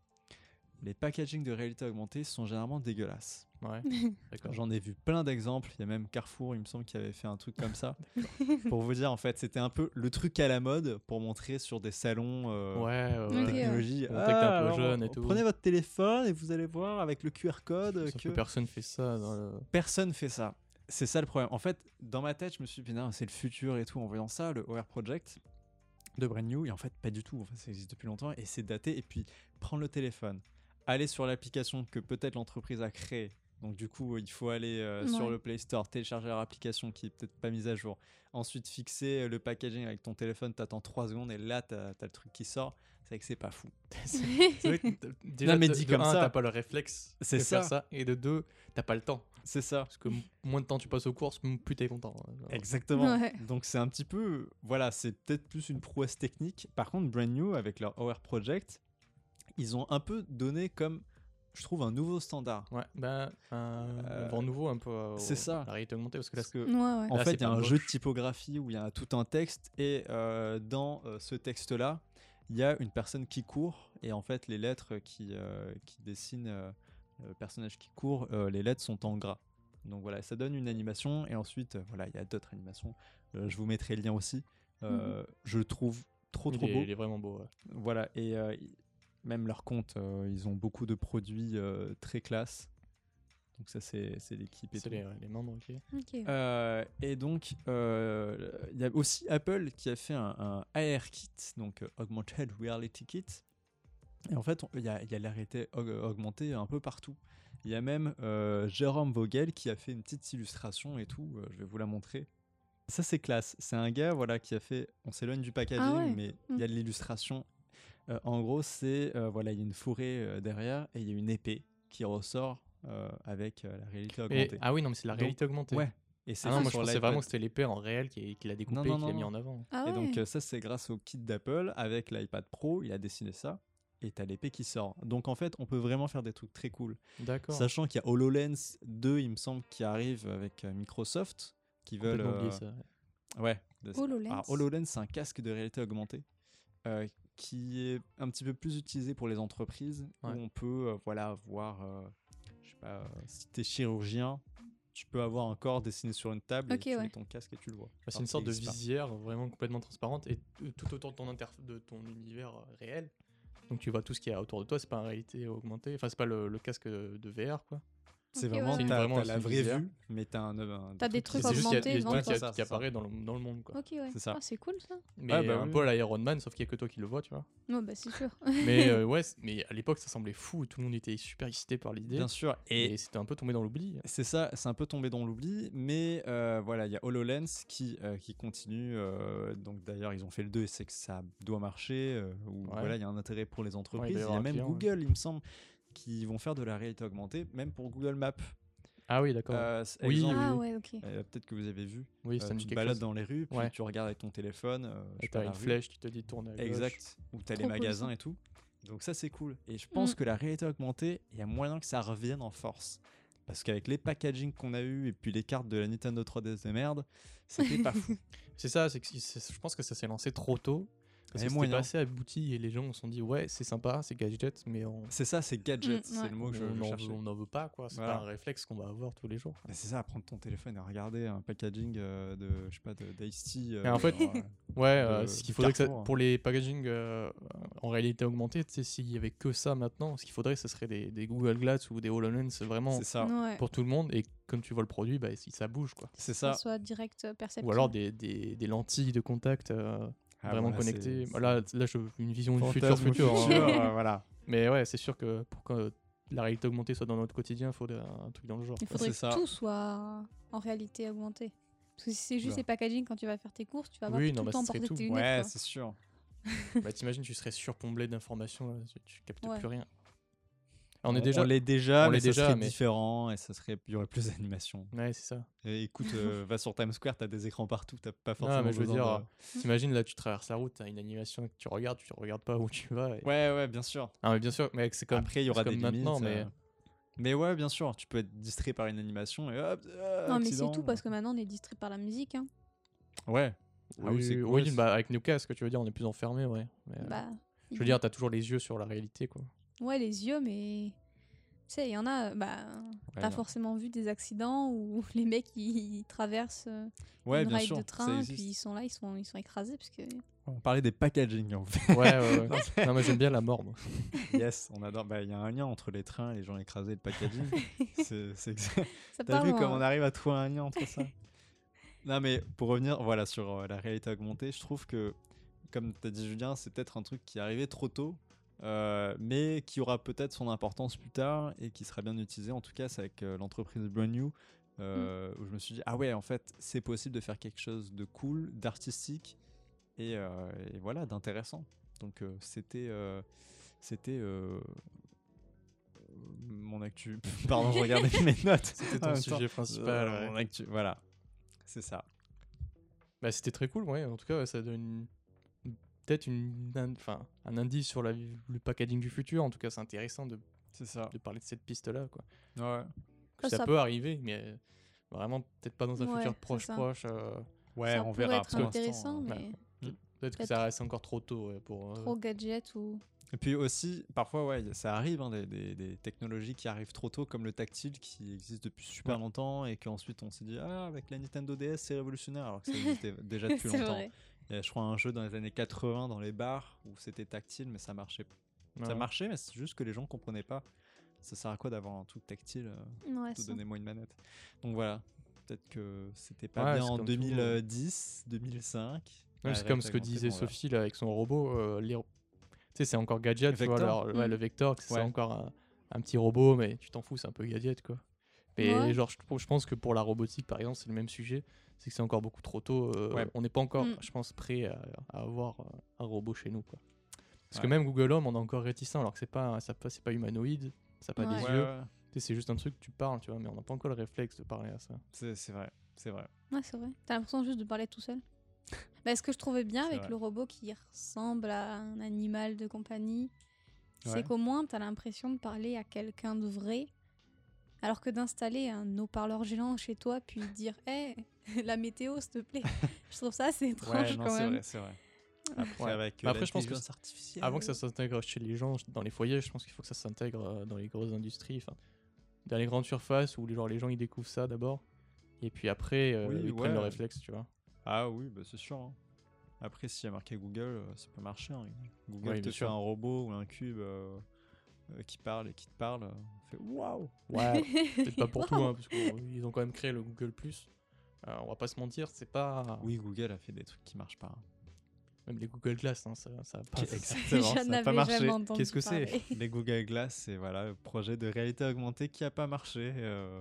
Speaker 1: les packagings de réalité augmentée sont généralement dégueulasses.
Speaker 2: Ouais, d'accord.
Speaker 1: J'en ai vu plein d'exemples. Il y a même Carrefour, il me semble, qui avait fait un truc comme ça. pour vous dire, en fait, c'était un peu le truc à la mode pour montrer sur des salons euh,
Speaker 2: Ouais, ouais,
Speaker 1: de
Speaker 2: ouais.
Speaker 3: Ok, ouais.
Speaker 1: technologie. Ah,
Speaker 2: Pour montrer que t'es un peu
Speaker 1: alors,
Speaker 2: jeune et
Speaker 1: on-
Speaker 2: tout.
Speaker 1: Prenez votre téléphone et vous allez voir avec le QR code euh,
Speaker 2: Sauf
Speaker 1: que
Speaker 2: que personne fait ça dans le.
Speaker 1: personne fait ça. C'est ça le problème. En fait, dans ma tête, je me suis dit, Putain, c'est le futur et tout, en voyant ça, le OR Project de Brand New. Et en fait, pas du tout. Enfin, ça existe depuis longtemps et c'est daté. Et puis, prendre le téléphone, aller sur l'application que peut-être l'entreprise a créée, Donc du coup, il faut aller euh,
Speaker 3: Ouais.
Speaker 1: sur le Play Store, télécharger leur application qui est peut-être pas mise à jour. Ensuite, fixer euh, le packaging avec ton téléphone, t'attends 3 secondes et là, t'as t'as le truc qui sort. C'est vrai que c'est pas fou.
Speaker 2: C'est vrai que t- déjà,
Speaker 1: mais
Speaker 2: de-
Speaker 1: dit
Speaker 2: de
Speaker 1: comme
Speaker 2: un,
Speaker 1: ça.
Speaker 2: t'as pas le réflexe
Speaker 1: C'est
Speaker 2: de faire
Speaker 1: ça.
Speaker 2: ça. Et de deux, t'as pas le temps.
Speaker 1: C'est ça.
Speaker 2: Parce que m- moins de temps tu passes aux courses, m- plus t'es content. hein, Genre,
Speaker 1: Exactement.
Speaker 3: Ouais.
Speaker 1: Donc c'est un petit peu, voilà, c'est peut-être plus une prouesse technique. Par contre, Brand New avec leur Hour Project, ils ont un peu donné comme, je trouve, un nouveau standard.
Speaker 2: Ouais, ben, un
Speaker 1: Euh,
Speaker 2: vent nouveau un peu. euh,
Speaker 1: c'est
Speaker 2: au-
Speaker 1: ça.
Speaker 2: à La réalité augmentée, parce que là,
Speaker 1: Parce que
Speaker 3: Ouais, ouais.
Speaker 1: En
Speaker 2: Là,
Speaker 1: fait,
Speaker 2: c'est
Speaker 1: il y a
Speaker 2: pas
Speaker 1: un
Speaker 2: moche.
Speaker 1: jeu de typographie où il y a tout un texte et euh, dans euh, ce texte-là, il y a une personne qui court et en fait, les lettres qui, euh, qui dessinent euh, le personnage qui court, euh, les lettres sont en gras. Donc voilà, ça donne une animation et ensuite, euh, voilà, il y a d'autres animations. Euh, je vous mettrai le lien aussi. Euh, Je le trouve trop
Speaker 2: il
Speaker 1: trop
Speaker 2: est-
Speaker 1: beau.
Speaker 2: il est vraiment beau. ouais.
Speaker 1: Voilà, et euh, i- même leur compte, euh, ils ont beaucoup de produits euh, très classe. Donc ça, c'est c'est l'équipe et
Speaker 2: C'est
Speaker 1: tout.
Speaker 2: les, les membres, ok.
Speaker 3: Ok.
Speaker 1: Euh, et donc, euh, il y a aussi Apple qui a fait un, un AR kit, donc euh, Augmented Reality Kit. Et en fait, on- il y a, il y a la réalité aug- augmentée un peu partout. Il y a même euh, Jérôme Vogel qui a fait une petite illustration et tout. euh, je vais vous la montrer. Ça, c'est classe. C'est un gars voilà, qui a fait. On s'éloigne du packaging,
Speaker 3: ouais.
Speaker 1: mais il y a de l'illustration. Euh, en gros, c'est. euh, voilà, il y a une forêt euh, derrière et il y a une épée qui ressort euh, avec euh, la réalité
Speaker 2: Et-
Speaker 1: augmentée.
Speaker 2: ah oui, non, mais c'est la
Speaker 1: Donc,
Speaker 2: réalité augmentée.
Speaker 1: ouais, Et c'est
Speaker 2: Ah non,
Speaker 1: fait
Speaker 2: moi je
Speaker 1: sur
Speaker 2: pensais
Speaker 1: l'iPad.
Speaker 2: vraiment que c'était l'épée en réel qui, qui l'a découpé
Speaker 1: non,
Speaker 2: et qui l'a
Speaker 1: non.
Speaker 2: mis en avant.
Speaker 3: Ah
Speaker 1: Et donc
Speaker 3: ouais.
Speaker 1: euh, ça c'est grâce au kit d'Apple avec l'iPad Pro, il a dessiné ça et t'as l'épée qui sort. Donc en fait on peut vraiment faire des trucs très cool.
Speaker 2: D'accord.
Speaker 1: Sachant qu'il y a HoloLens 2 il me semble qui arrive avec euh, Microsoft qui veulent...
Speaker 2: complètement oublié
Speaker 1: euh,
Speaker 2: ça.
Speaker 1: Ouais. de-
Speaker 3: HoloLens.
Speaker 1: alors, HoloLens, c'est un casque de réalité augmentée euh, qui est un petit peu plus utilisé pour les entreprises
Speaker 2: Ouais.
Speaker 1: où on peut euh, voilà, voir, euh, je sais pas, euh, si t'es chirurgien, tu peux avoir un corps dessiné sur une table
Speaker 3: Ok,
Speaker 1: et tu
Speaker 3: ouais.
Speaker 1: mets ton casque et tu le vois.
Speaker 2: Bah, c'est
Speaker 1: Alors,
Speaker 2: une sorte
Speaker 1: Ah, ça
Speaker 2: de
Speaker 1: existe pas.
Speaker 2: visière vraiment complètement transparente et t- tout autour de ton, interf- de ton univers euh, réel. Donc tu vois tout ce qu'il y a autour de toi, c'est pas en réalité augmentée, enfin c'est pas le, le casque de de VR quoi.
Speaker 1: C'est
Speaker 3: Ok,
Speaker 1: vraiment,
Speaker 3: ouais, ouais.
Speaker 1: t'as,
Speaker 2: Vraiment,
Speaker 1: t'as
Speaker 2: c'est
Speaker 1: la
Speaker 2: une
Speaker 1: vraie
Speaker 2: visière.
Speaker 1: vue, mais t'as un. un
Speaker 3: T'as des
Speaker 1: truc
Speaker 3: trucs
Speaker 1: qui-
Speaker 2: C'est juste qu'il y a- il y a
Speaker 3: augmenté,
Speaker 2: des trucs
Speaker 3: devant
Speaker 2: qui,
Speaker 1: toi.
Speaker 2: qui apparaissent dans le, dans le monde quoi.
Speaker 3: Ok, ouais.
Speaker 1: C'est ça.
Speaker 3: Ah, c'est cool ça.
Speaker 2: Mais euh,
Speaker 1: Ah, bah
Speaker 2: un
Speaker 1: oui,
Speaker 2: peu à la Iron Man, sauf qu'il y a que toi qui le vois, tu vois.
Speaker 3: Non, bah c'est sûr.
Speaker 2: Mais euh, ouais, c'est- mais à l'époque ça semblait fou, tout le monde était super excité par l'idée.
Speaker 1: Bien sûr.
Speaker 2: Et,
Speaker 1: Et
Speaker 2: c'était un peu tombé dans l'oubli.
Speaker 1: c'est ça, c'est un peu tombé dans l'oubli, mais euh, voilà, il y a HoloLens qui, euh, qui continue. euh, donc d'ailleurs, ils ont fait le 2 et c'est que ça doit marcher. euh, ou
Speaker 2: Ouais.
Speaker 1: voilà, il y a un intérêt pour les entreprises. il y
Speaker 2: avoir
Speaker 1: a
Speaker 2: un
Speaker 1: même
Speaker 2: client, ouais.
Speaker 1: Google, il me semble, qui vont faire de la réalité augmentée, même pour Google Maps.
Speaker 2: Ah oui, d'accord.
Speaker 1: Euh, c-
Speaker 2: Oui,
Speaker 1: exemple,
Speaker 3: ah
Speaker 2: oui.
Speaker 3: ouais, ok.
Speaker 1: euh, peut-être que vous avez vu.
Speaker 2: oui,
Speaker 1: euh,
Speaker 2: ça me
Speaker 1: tu
Speaker 2: dit
Speaker 1: te
Speaker 2: quelque
Speaker 1: balades
Speaker 2: chose.
Speaker 1: dans les rues, puis
Speaker 2: Ouais.
Speaker 1: tu regardes avec ton téléphone. euh, je sais
Speaker 2: Et
Speaker 1: pas,
Speaker 2: t'as
Speaker 1: la
Speaker 2: une
Speaker 1: rue.
Speaker 2: flèche qui te dit tourne à gauche.
Speaker 1: Exact, où t'as les
Speaker 3: Trop cool,
Speaker 1: magasins
Speaker 3: ça.
Speaker 1: et tout. Donc ça c'est cool. Et je pense
Speaker 3: Mm.
Speaker 1: que la réalité augmentée, il y a moyen que ça revienne en force. Parce qu'avec les packaging qu'on a eu et puis les cartes de la Nintendo 3DS de merde, c'était pas fou.
Speaker 2: C'est ça, c'est que c'est- c'est- je pense que ça s'est lancé trop tôt. Parce
Speaker 1: Et
Speaker 2: que c'était
Speaker 1: moyen.
Speaker 2: pas assez abouti et les gens se sont dit ouais c'est sympa, c'est gadget, mais on
Speaker 1: C'est ça, c'est gadget,
Speaker 3: Mm, ouais.
Speaker 1: c'est le mot que je,
Speaker 2: on
Speaker 1: je
Speaker 2: n'en
Speaker 1: cherchais.
Speaker 2: veut, on en veut pas quoi, c'est
Speaker 1: Voilà.
Speaker 2: pas un réflexe qu'on va avoir tous les jours.
Speaker 1: Mais C'est ça, prendre ton téléphone et regarder un packaging euh, de, je sais pas, de- d'Ice-T. euh,
Speaker 2: Et en fait, Ouais, euh,
Speaker 1: de-
Speaker 2: ce
Speaker 1: du
Speaker 2: qu'il faudrait que ça-
Speaker 1: Carrefour, hein.
Speaker 2: pour les packaging euh, en réalité augmentée, tu sais, s'il y avait que ça maintenant, ce qu'il faudrait ce serait des, des Google Glass ou des HoloLens vraiment
Speaker 1: c'est ça.
Speaker 3: Ouais.
Speaker 2: pour tout le monde et comme tu vois le produit, bah, si ça bouge quoi.
Speaker 1: C'est
Speaker 3: Que
Speaker 1: ça.
Speaker 3: ça soit direct euh, perceptible.
Speaker 2: Ou alors des, des- des lentilles de contact euh,
Speaker 1: Ah,
Speaker 2: vraiment
Speaker 1: voilà, c'est-
Speaker 2: connectées.
Speaker 1: c'est
Speaker 2: Là, là je une vision du futur
Speaker 1: fantasme
Speaker 2: futur. hein.
Speaker 1: futur, euh, voilà.
Speaker 2: Mais ouais, c'est sûr que pour que la réalité augmentée soit dans notre quotidien, il faut de- un truc dans le genre.
Speaker 3: Il
Speaker 2: quoi.
Speaker 3: faudrait
Speaker 1: c'est
Speaker 3: que
Speaker 1: ça.
Speaker 3: tout soit en réalité augmenté. Parce que si c'est juste
Speaker 1: Oula.
Speaker 3: les packaging quand tu vas faire tes courses, tu vas avoir
Speaker 2: Oui,
Speaker 3: tout
Speaker 2: non,
Speaker 3: le
Speaker 2: bah,
Speaker 3: temps
Speaker 2: ce serait
Speaker 3: porter
Speaker 2: tout.
Speaker 3: tes lunettes.
Speaker 1: Ouais,
Speaker 3: quoi.
Speaker 1: c'est sûr.
Speaker 2: Bah, T'imagines, tu serais surpomblé d'informations, là, tu, tu captes
Speaker 3: Ouais.
Speaker 2: plus rien. Ah, On est déjà.
Speaker 1: on l'est déjà,
Speaker 2: on
Speaker 1: mais
Speaker 2: l'est
Speaker 1: ça
Speaker 2: déjà,
Speaker 1: serait
Speaker 2: mais-
Speaker 1: différent et ça serait, il y aurait plus d'animation.
Speaker 2: Ouais, c'est ça.
Speaker 1: Et écoute, euh, va sur Times Square, t'as des écrans partout, t'as pas forcément.
Speaker 2: mais je veux
Speaker 1: besoin
Speaker 2: dire,
Speaker 1: de-
Speaker 2: euh, T'imagines, là, tu traverses la route, t'as une animation que tu regardes, tu regardes pas où tu vas. et-
Speaker 1: Ouais, ouais, bien sûr.
Speaker 2: Ah, mais bien sûr, mais c'est comme.
Speaker 1: Après, il y aura
Speaker 2: c'est
Speaker 1: des
Speaker 2: comme
Speaker 1: limites.
Speaker 2: maintenant,
Speaker 1: Mais...
Speaker 2: mais-
Speaker 1: mais ouais, bien sûr, tu peux être distrait par une animation et hop. euh,
Speaker 3: Non, mais
Speaker 1: accident.
Speaker 3: c'est tout parce que maintenant on est distrait par la musique. Hein.
Speaker 1: Ouais. Ah oui, c'est
Speaker 2: oui,
Speaker 1: cool,
Speaker 2: bah, avec nos casques, tu veux dire, on est plus enfermé, ouais. Mais, euh,
Speaker 3: Bah,
Speaker 2: je veux dire, t'as toujours les yeux sur la réalité, quoi.
Speaker 3: ouais, les yeux, mais. Tu sais, il y en a, euh, bah,
Speaker 1: Ouais,
Speaker 3: t'as
Speaker 1: non.
Speaker 3: forcément vu des accidents où les mecs ils traversent euh,
Speaker 1: Ouais,
Speaker 3: une
Speaker 1: bien
Speaker 3: rail
Speaker 1: sûr.
Speaker 3: de
Speaker 1: ça
Speaker 3: train et
Speaker 1: existe.
Speaker 3: puis ils sont là, ils sont, ils sont écrasés parce que
Speaker 1: On parlait des packaging en fait.
Speaker 2: Ouais, ouais, ouais. non, mais j'aime bien la mort, moi.
Speaker 1: yes, on adore. Bah, il y a un lien entre les trains, les gens écrasés et le packaging. c'est c'est exact.
Speaker 3: ça
Speaker 1: T'as
Speaker 3: part hein.
Speaker 1: vu
Speaker 3: loin,
Speaker 1: comme
Speaker 3: ouais.
Speaker 1: on arrive à trouver un lien entre ça Non, mais pour revenir voilà, sur euh, la réalité augmentée, je trouve que, comme t'as dit Julien, c'est peut-être un truc qui est arrivé trop tôt. euh, mais qui aura peut-être son importance plus tard et qui sera bien utilisé. En tout cas, c'est avec euh, l'entreprise Brand New,
Speaker 3: Mm.
Speaker 1: euh, où je me suis dit, ah ouais, en fait, c'est possible de faire quelque chose de cool, d'artistique et, euh, et voilà, d'intéressant. Donc, euh, c'était. euh, c'était. euh, mon actu. Pardon, je regardais mes notes.
Speaker 2: C'était
Speaker 1: En
Speaker 2: ton
Speaker 1: même temps,
Speaker 2: sujet principal.
Speaker 1: euh,
Speaker 2: Ah, ouais.
Speaker 1: Mon actu. Voilà. C'est ça.
Speaker 2: Bah, c'était très cool, ouais. En tout cas, ouais, ça donne une- peut-être une, un, enfin, un indice sur la, le packaging du futur. En tout cas, c'est intéressant de,
Speaker 1: C'est ça.
Speaker 2: de parler de cette piste-là, quoi.
Speaker 1: Ouais.
Speaker 2: Que
Speaker 3: Ah,
Speaker 2: ça,
Speaker 3: ça-
Speaker 2: peut arriver, mais euh, vraiment peut-être pas dans un
Speaker 3: Ouais,
Speaker 2: futur
Speaker 3: c'est
Speaker 2: proche
Speaker 3: ça.
Speaker 2: proche. euh,
Speaker 1: Ouais,
Speaker 3: ça
Speaker 1: on
Speaker 3: pourrait
Speaker 1: verra.
Speaker 3: être
Speaker 1: pour l'instant,
Speaker 3: intéressant,
Speaker 1: euh,
Speaker 3: mais
Speaker 2: ouais. peut-être que
Speaker 3: Peut-être.
Speaker 2: ça reste encore trop tôt ouais, pour. euh,
Speaker 3: trop gadget ou.
Speaker 1: Et puis aussi, parfois, ouais, y a- ça arrive, hein, des, des- des technologies qui arrivent trop tôt, comme le tactile qui existe depuis super longtemps et qu'ensuite on s'est dit, ah, avec la Nintendo DS, c'est révolutionnaire, alors que ça existait déjà depuis
Speaker 3: C'est
Speaker 1: longtemps.
Speaker 3: vrai.
Speaker 1: Il y a, je crois, un jeu dans les années 80 dans les bars où c'était tactile, mais ça marchait. Ça
Speaker 2: ouais.
Speaker 1: marchait, mais c'est juste que les gens comprenaient pas. Ça sert à quoi d'avoir un truc tactile euh,
Speaker 3: Ouais,
Speaker 1: Te
Speaker 3: ça.
Speaker 1: donnez-moi une manette. Donc voilà. Peut-être que c'était pas
Speaker 2: Ouais,
Speaker 1: bien
Speaker 2: c'est
Speaker 1: en
Speaker 2: comme tout, ouais.
Speaker 1: 2010, 2005.
Speaker 2: Ouais, c'est
Speaker 1: Arrête
Speaker 2: comme ce que
Speaker 1: d'augmenter
Speaker 2: disait
Speaker 1: ton verre.
Speaker 2: Sophie là, avec son robot. euh, les ro- Tu sais, c'est encore gadget, tu vois,
Speaker 1: Vector.
Speaker 2: leur- ouais,
Speaker 3: Mm.
Speaker 2: le Vector, que c'est
Speaker 1: Ouais.
Speaker 2: encore un, un petit robot, mais tu t'en fous, c'est un peu gadget, quoi. Mais
Speaker 3: Ouais.
Speaker 2: genre, je, trouve- je pense que pour la robotique, par exemple, c'est le même sujet, c'est que c'est encore beaucoup trop tôt. euh,
Speaker 1: Ouais.
Speaker 2: On n'est pas encore,
Speaker 3: Mm.
Speaker 2: je pense, prêt à, à avoir euh, un robot chez nous, quoi. Parce que
Speaker 1: Ouais.
Speaker 2: même Google Home, on est encore réticent, alors que c'est pas, ça, pas- c'est pas humanoïde, ça n'a pas des
Speaker 3: Ouais.
Speaker 1: Ouais,
Speaker 2: yeux.
Speaker 1: ouais, ouais.
Speaker 2: Tu sais, C'est juste un truc, tu parles, tu vois, mais on n'a pas encore le réflexe de parler à ça.
Speaker 1: C'est c'est vrai, c'est vrai.
Speaker 3: Ouais, c'est vrai. T'as l'impression juste de parler tout seul. bah, ce que je trouvais bien
Speaker 1: C'est
Speaker 3: avec
Speaker 1: vrai.
Speaker 3: le robot qui ressemble à un animal de compagnie,
Speaker 1: Ouais.
Speaker 3: c'est qu'au moins t'as l'impression de parler à quelqu'un de vrai. Alors que d'installer un haut-parleur géant chez toi, puis dire Hé, la météo, s'il te plaît. je trouve ça assez étrange
Speaker 1: non,
Speaker 3: quand
Speaker 1: c'est
Speaker 3: même.
Speaker 1: vrai, c'est vrai. Après,
Speaker 2: Ouais.
Speaker 1: avec euh,
Speaker 2: Mais après, je pense que
Speaker 1: l'intelligence
Speaker 2: c'est-
Speaker 1: artificielle.
Speaker 2: Avant que ça s'intègre chez les gens, dans les foyers, je pense qu'il faut que ça s'intègre euh, dans les grosses industries, enfin, dans les grandes surfaces où genre, les gens ils découvrent ça d'abord, et puis après euh,
Speaker 1: Oui,
Speaker 2: ils prennent le
Speaker 1: ouais.
Speaker 2: réflexe, tu vois.
Speaker 1: Ah oui, bah, c'est sûr. hein. Après, s'il y a marqué Google, euh, ça peut marcher. hein. Google
Speaker 2: Oui,
Speaker 1: te
Speaker 2: bien
Speaker 1: fait
Speaker 2: sûr.
Speaker 1: un robot ou un cube euh, euh, qui parle et qui te parle. euh, on fait waouh!
Speaker 2: Ouais, peut-être pas pour tout,
Speaker 3: Waouh.
Speaker 2: hein, parce qu'ils ont quand même créé le Google Plus. Euh, on va pas se mentir, c'est pas
Speaker 1: Oui, Google a fait des trucs qui marquent pas. hein.
Speaker 2: même les Google Glass, hein, ça, ça a pas.
Speaker 1: Exactement, ça
Speaker 3: J'en
Speaker 1: n'a pas
Speaker 3: avais
Speaker 1: marché.
Speaker 3: jamais entendu
Speaker 2: Qu'est-ce que c'est
Speaker 3: parler.
Speaker 1: Les Google Glass, c'est voilà, le projet de réalité augmentée qui a pas marché. euh,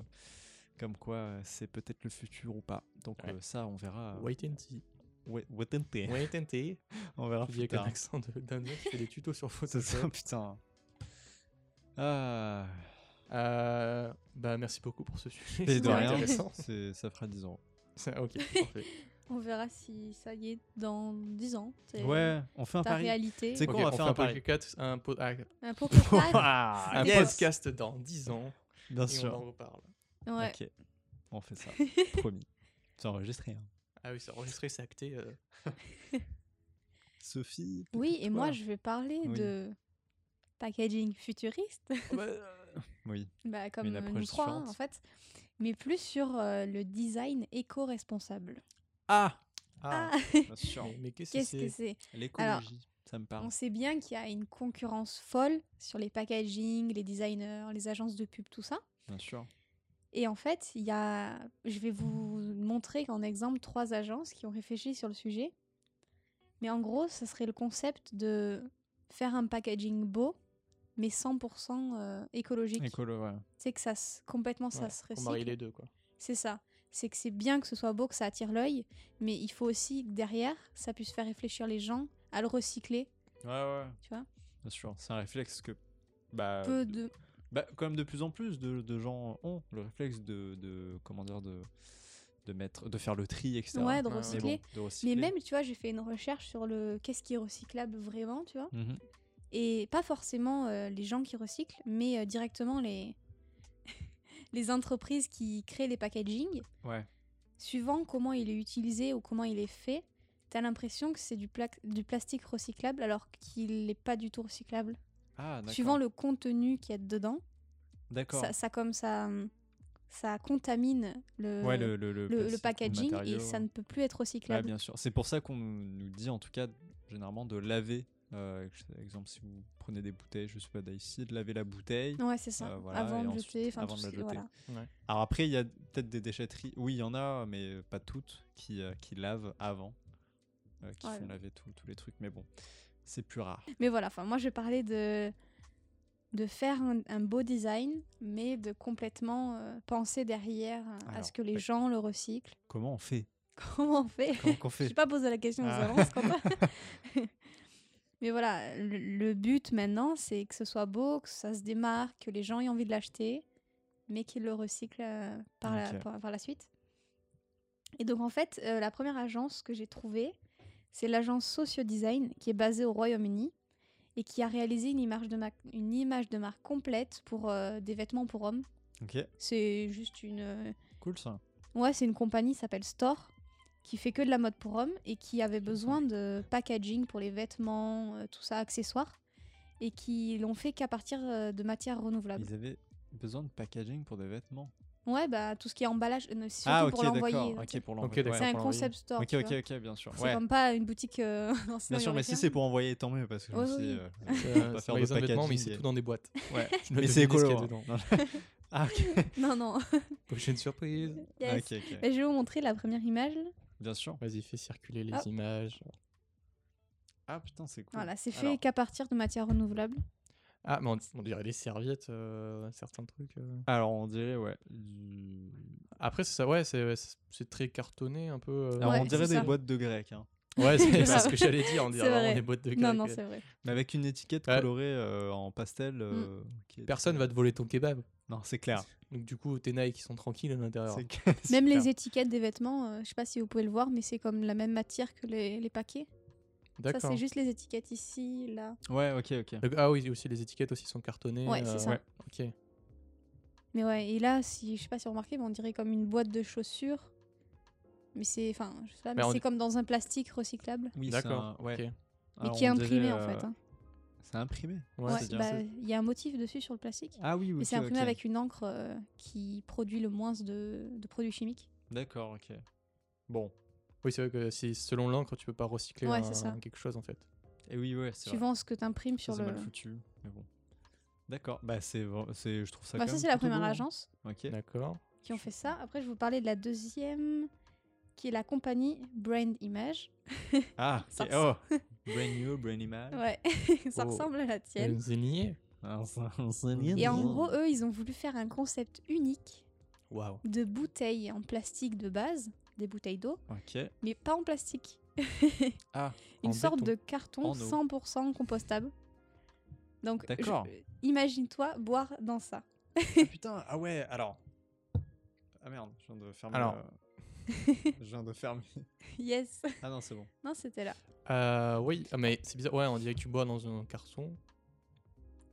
Speaker 1: comme quoi, euh, c'est peut-être le futur ou pas. Donc,
Speaker 2: Ouais.
Speaker 1: euh, ça, on verra.
Speaker 2: Wait and see.
Speaker 1: Wait- wait and see.
Speaker 2: Wait and see.
Speaker 1: On verra
Speaker 2: Je dis
Speaker 1: plus
Speaker 2: avec un
Speaker 1: tard.
Speaker 2: accent de- d'Indien qui fait des tutos sur
Speaker 1: C'est ça,
Speaker 2: Photoshop.
Speaker 1: putain. Ah,
Speaker 2: Euh, bah, merci beaucoup pour ce sujet.
Speaker 1: et de
Speaker 2: c'était
Speaker 1: rien,
Speaker 2: intéressant.
Speaker 1: c'est- ça fera 10 ans.
Speaker 2: Ça, ok, parfait.
Speaker 3: On verra si ça y est dans 10 ans. t'es-
Speaker 1: Ouais, on fait un
Speaker 3: Ta
Speaker 1: pari.
Speaker 3: réalité. Euh,
Speaker 1: C'est
Speaker 2: Ok,
Speaker 1: quoi, on va
Speaker 2: on
Speaker 1: faire
Speaker 2: fait
Speaker 1: un pari.
Speaker 2: podcast- un po- ah,
Speaker 3: Un Pokémon.
Speaker 1: Ouah,
Speaker 2: un
Speaker 1: Ah, yes
Speaker 2: podcast dans 10 ans.
Speaker 1: Bien
Speaker 2: et
Speaker 1: sûr.
Speaker 2: on en reparle.
Speaker 1: Ah,
Speaker 3: Ouais.
Speaker 1: Ok, on fait ça, promis. C'est enregistré. hein.
Speaker 2: Ah oui, c'est enregistré, c'est acté. euh.
Speaker 1: Sophie peut-
Speaker 3: Oui, et moi
Speaker 1: toi.
Speaker 3: je vais parler
Speaker 1: Oui.
Speaker 3: de packaging futuriste, euh,
Speaker 1: Oui,
Speaker 3: bah, comme
Speaker 1: une
Speaker 3: euh, nous
Speaker 1: approche
Speaker 3: trois hein,
Speaker 1: différente.
Speaker 3: en fait, mais plus sur euh, le design éco-responsable.
Speaker 1: Ah
Speaker 2: Ah,
Speaker 1: Bien sûr.
Speaker 2: mais, mais qu'est-ce que
Speaker 3: Qu'est-ce que
Speaker 2: c'est
Speaker 3: c'est
Speaker 1: L'écologie, ça me parle.
Speaker 3: On sait bien qu'il y a une concurrence folle sur les packagings, les designers, les agences de pub, tout ça.
Speaker 1: Bien sûr.
Speaker 3: Et en fait, il y a... je vais vous montrer en exemple trois agences qui ont réfléchi sur le sujet. Mais en gros, ce serait le concept de faire un packaging beau, mais 100% euh, écologique.
Speaker 1: Écolo, ouais.
Speaker 3: C'est que ça se- complètement ça
Speaker 2: Ouais,
Speaker 3: se
Speaker 2: On marie les
Speaker 3: recycle.
Speaker 2: deux, quoi.
Speaker 3: C'est ça. C'est que c'est bien que ce soit beau, que ça attire l'œil, mais il faut aussi que derrière, ça puisse faire réfléchir les gens à le recycler,
Speaker 1: Ouais, ouais.
Speaker 3: tu vois.
Speaker 1: Bien sûr. C'est un réflexe que. Bah,
Speaker 3: Peu de
Speaker 1: Bah, comme de plus en plus de, de gens ont le réflexe de, de comment dire de de mettre de faire le tri etc.
Speaker 3: ouais,
Speaker 2: ouais.
Speaker 3: de
Speaker 2: Mais
Speaker 1: Ah, Mais
Speaker 2: bon,
Speaker 3: recycler.
Speaker 1: bon,
Speaker 3: Mais,
Speaker 1: de recycler.
Speaker 3: même, tu vois, j'ai fait une recherche sur le qu'est-ce qui est recyclable vraiment, tu vois.
Speaker 1: Mhm.
Speaker 3: Et pas forcément euh, les gens qui recyclent, mais euh, directement les... les entreprises qui créent les packagings.
Speaker 1: Ouais.
Speaker 3: Suivant comment il est utilisé ou comment il est fait, t'as l'impression que c'est du, pla- du plastique recyclable alors qu'il n'est pas du tout recyclable.
Speaker 1: Ah d'accord.
Speaker 3: Suivant le contenu qu'il y a dedans,
Speaker 1: D'accord.
Speaker 3: ça, ça comme ça, hum, ça contamine le,
Speaker 1: ouais le le, le,
Speaker 3: le- le
Speaker 1: plastique,
Speaker 3: packaging et
Speaker 1: matériau.
Speaker 3: ça ne peut plus être
Speaker 1: Ouais,
Speaker 3: recyclable.
Speaker 1: bien sûr. C'est pour ça qu'on nous nous dit en tout cas généralement de laver. euh, exemple si vous prenez des bouteilles je sais pas d'ici de laver la bouteille.
Speaker 3: Ouais, c'est ça.
Speaker 1: Euh, voilà,
Speaker 3: avant
Speaker 1: et
Speaker 3: de
Speaker 1: ensuite,
Speaker 3: jeter, enfin
Speaker 1: avant
Speaker 3: tout
Speaker 1: de la
Speaker 3: ce-
Speaker 1: jeter.
Speaker 3: voilà.
Speaker 1: Alors après il y a peut-être des déchetteries. Oui il y en a mais pas toutes qui euh, qui lavent avant. euh, qui
Speaker 3: Ouais.
Speaker 1: font laver tous tous les trucs mais bon c'est plus rare.
Speaker 3: Mais voilà, enfin moi je parlais de de faire un, un beau design, mais de complètement euh, penser derrière euh, à
Speaker 1: Alors,
Speaker 3: ce que les
Speaker 1: ouais. gens
Speaker 3: gens le recyclent.
Speaker 1: Comment on fait
Speaker 3: Comment on fait
Speaker 1: Comment qu'on
Speaker 3: Je
Speaker 1: fait
Speaker 3: n'ai pas posé la question aux
Speaker 2: Ah.
Speaker 3: avances quand même. mais voilà, le, le but maintenant, c'est que ce soit beau, que ça se démarque, que les gens aient envie de l'acheter, mais qu'ils le recyclent euh, par, la,
Speaker 1: Ok.
Speaker 3: par, par la suite. Et donc en fait, euh, la première agence que j'ai trouvée, c'est l'agence Socio Design qui est basée au Royaume-Uni et qui a réalisé une image de marque, une image de marque complète pour euh, des vêtements pour hommes.
Speaker 1: Ok,
Speaker 3: C'est juste une, euh,
Speaker 1: cool ça.
Speaker 3: Ouais, c'est une compagnie qui s'appelle Store qui fait que de la mode pour hommes et qui avait besoin de packaging pour les vêtements, euh, tout ça, accessoires, et qui l'ont fait qu'à partir euh, de matières renouvelables.
Speaker 1: Ils avaient besoin de packaging pour des vêtements.
Speaker 3: Ouais, bah tout ce qui est emballage, euh, surtout
Speaker 1: ah, ok,
Speaker 3: pour l'envoyer.
Speaker 1: d'accord.
Speaker 3: tu sais.
Speaker 1: Ok, pour l'envoyer.
Speaker 2: d'accord.
Speaker 3: c'est un
Speaker 2: pour l'envoyer.
Speaker 3: concept store.
Speaker 1: Ok,
Speaker 3: tu
Speaker 1: ok,
Speaker 3: vois.
Speaker 1: ok, bien sûr.
Speaker 3: C'est
Speaker 1: Ouais.
Speaker 3: comme pas une boutique. euh, sinon, il y
Speaker 1: Bien sûr,
Speaker 3: aurait
Speaker 1: mais si
Speaker 3: qu'un.
Speaker 1: c'est pour envoyer, tant mieux, parce que je me
Speaker 3: Oui,
Speaker 1: suis dit,
Speaker 3: oui.
Speaker 1: euh,
Speaker 2: C'est
Speaker 1: pas faire
Speaker 2: un
Speaker 1: de
Speaker 2: magasin de vêtements, mais
Speaker 1: packaging
Speaker 2: c'est
Speaker 1: et-
Speaker 2: tout dans des boîtes.
Speaker 1: Ouais.
Speaker 2: Je dois
Speaker 1: mais c'est
Speaker 2: deviner ce qu'il y a
Speaker 1: écolo. hein.
Speaker 2: dedans.
Speaker 1: Non, je- ah, ok,
Speaker 3: Non, non.
Speaker 2: Prochaine surprise.
Speaker 3: Yes.
Speaker 1: ok, ok.
Speaker 3: Bah, je vais vous montrer la première image. là.
Speaker 1: Bien sûr.
Speaker 2: Vas-y, fais circuler les
Speaker 3: Ah.
Speaker 2: images.
Speaker 1: Ah putain, c'est cool.
Speaker 3: Voilà, c'est fait
Speaker 1: Alors,
Speaker 3: qu'à partir de matières renouvelables.
Speaker 2: Ah, mais on, on dirait des serviettes, euh, certains trucs. euh.
Speaker 1: alors, on dirait, ouais. du-
Speaker 2: Après, c'est ça, ouais, c'est c'est- c'est très cartonné un peu. euh.
Speaker 1: Alors,
Speaker 3: Ouais,
Speaker 1: on dirait
Speaker 3: c'est
Speaker 1: des
Speaker 3: ça.
Speaker 1: boîtes de grec, hein.
Speaker 2: Ouais, c'est c'est
Speaker 3: C'est
Speaker 2: ce
Speaker 3: ça.
Speaker 2: que j'allais dire. On dirait
Speaker 3: C'est
Speaker 2: vraiment
Speaker 3: vrai.
Speaker 2: des boîtes de
Speaker 3: Non,
Speaker 2: grec,
Speaker 3: non,
Speaker 2: euh.
Speaker 3: c'est vrai.
Speaker 1: mais avec une étiquette
Speaker 2: Ouais.
Speaker 1: colorée euh, en
Speaker 3: Mm.
Speaker 1: pastel. euh, qui est-
Speaker 2: Personne va te voler ton kebab.
Speaker 1: Non, c'est clair.
Speaker 2: Donc, du coup, tes Nike, ils sont tranquilles à l'intérieur.
Speaker 1: C'est clair, c'est
Speaker 3: Même
Speaker 1: clair.
Speaker 3: les étiquettes des vêtements, euh, je sais pas si vous pouvez le voir, mais c'est comme la même matière que les, les paquets. Ça,
Speaker 2: D'accord.
Speaker 3: c'est juste les étiquettes ici, là.
Speaker 1: Ouais, ok, ok.
Speaker 2: Donc- Ah oui, aussi les étiquettes aussi sont cartonnées.
Speaker 3: Ouais, c'est
Speaker 2: euh,
Speaker 3: ça.
Speaker 2: ouais, Ok.
Speaker 3: Mais ouais, et là, si, je sais pas si vous remarquez, mais on dirait comme une boîte de chaussures. Mais c'est, enfin, je sais pas, mais
Speaker 1: Bah,
Speaker 2: on-
Speaker 3: c'est comme dans un plastique recyclable.
Speaker 1: Oui, c'est
Speaker 2: D'accord.
Speaker 1: un- ouais.
Speaker 2: ok.
Speaker 3: Mais
Speaker 1: Alors,
Speaker 3: qui est
Speaker 1: on dirait,
Speaker 3: imprimé en
Speaker 1: euh,
Speaker 3: fait. hein.
Speaker 1: C'est imprimé.
Speaker 2: Ouais,
Speaker 3: Ouais,
Speaker 2: c'est
Speaker 3: bah, il
Speaker 2: bien. c'est-
Speaker 3: y a un motif dessus sur le plastique.
Speaker 1: Ah oui, oui.
Speaker 3: mais c'est
Speaker 1: ok,
Speaker 3: imprimé
Speaker 1: ok.
Speaker 3: avec une encre euh, qui produit le moins de, de produits chimiques.
Speaker 1: D'accord, ok. Bon.
Speaker 2: Oui, c'est vrai que si, selon l'encre, tu peux pas recycler
Speaker 3: Ouais,
Speaker 2: un-
Speaker 3: c'est ça.
Speaker 2: quelque chose en fait.
Speaker 1: Et oui, ouais, c'est vrai.
Speaker 3: Suivant ce que tu imprimes sur
Speaker 1: C'est
Speaker 3: le.
Speaker 1: mal foutu, mais bon. D'accord. Bah c'est, vra- c'est, je trouve ça.
Speaker 3: Bah,
Speaker 1: quand
Speaker 3: ça,
Speaker 1: même
Speaker 3: c'est la
Speaker 1: plutôt
Speaker 3: première
Speaker 1: beau, hein.
Speaker 3: agence.
Speaker 1: Ok.
Speaker 2: D'accord.
Speaker 3: qui ont fait ça. Après, je vous parlais de la deuxième, qui est la compagnie Brand Image.
Speaker 1: Ah.
Speaker 3: Ça
Speaker 1: ok. Oh. Brand new, brand image.
Speaker 3: Ouais, ça
Speaker 2: Oh.
Speaker 3: ressemble à la tienne.
Speaker 2: Zénier.
Speaker 1: Ah, on s'en- on s'en vient
Speaker 3: Et
Speaker 1: de
Speaker 3: en
Speaker 1: loin.
Speaker 3: gros, eux, ils ont voulu faire un concept unique
Speaker 2: Waouh.
Speaker 3: de bouteilles en plastique de base, des bouteilles d'eau,
Speaker 1: Ok.
Speaker 3: mais pas en plastique.
Speaker 1: Ah,
Speaker 3: Une
Speaker 2: en
Speaker 3: sorte
Speaker 2: béton.
Speaker 3: de carton
Speaker 1: En eau.
Speaker 3: 100% compostable. Donc, je-
Speaker 1: D'accord.
Speaker 3: imagine-toi boire dans ça.
Speaker 1: Ah, putain. Ah ouais. Alors. Ah merde. Je viens de fermer.
Speaker 2: Alors.
Speaker 1: euh, je viens de fermer.
Speaker 3: Yes.
Speaker 1: Ah non, c'est bon.
Speaker 3: Non, c'était là.
Speaker 2: Euh, oui, ah, mais c'est bizarre. Ouais, on dirait que tu bois dans un carton.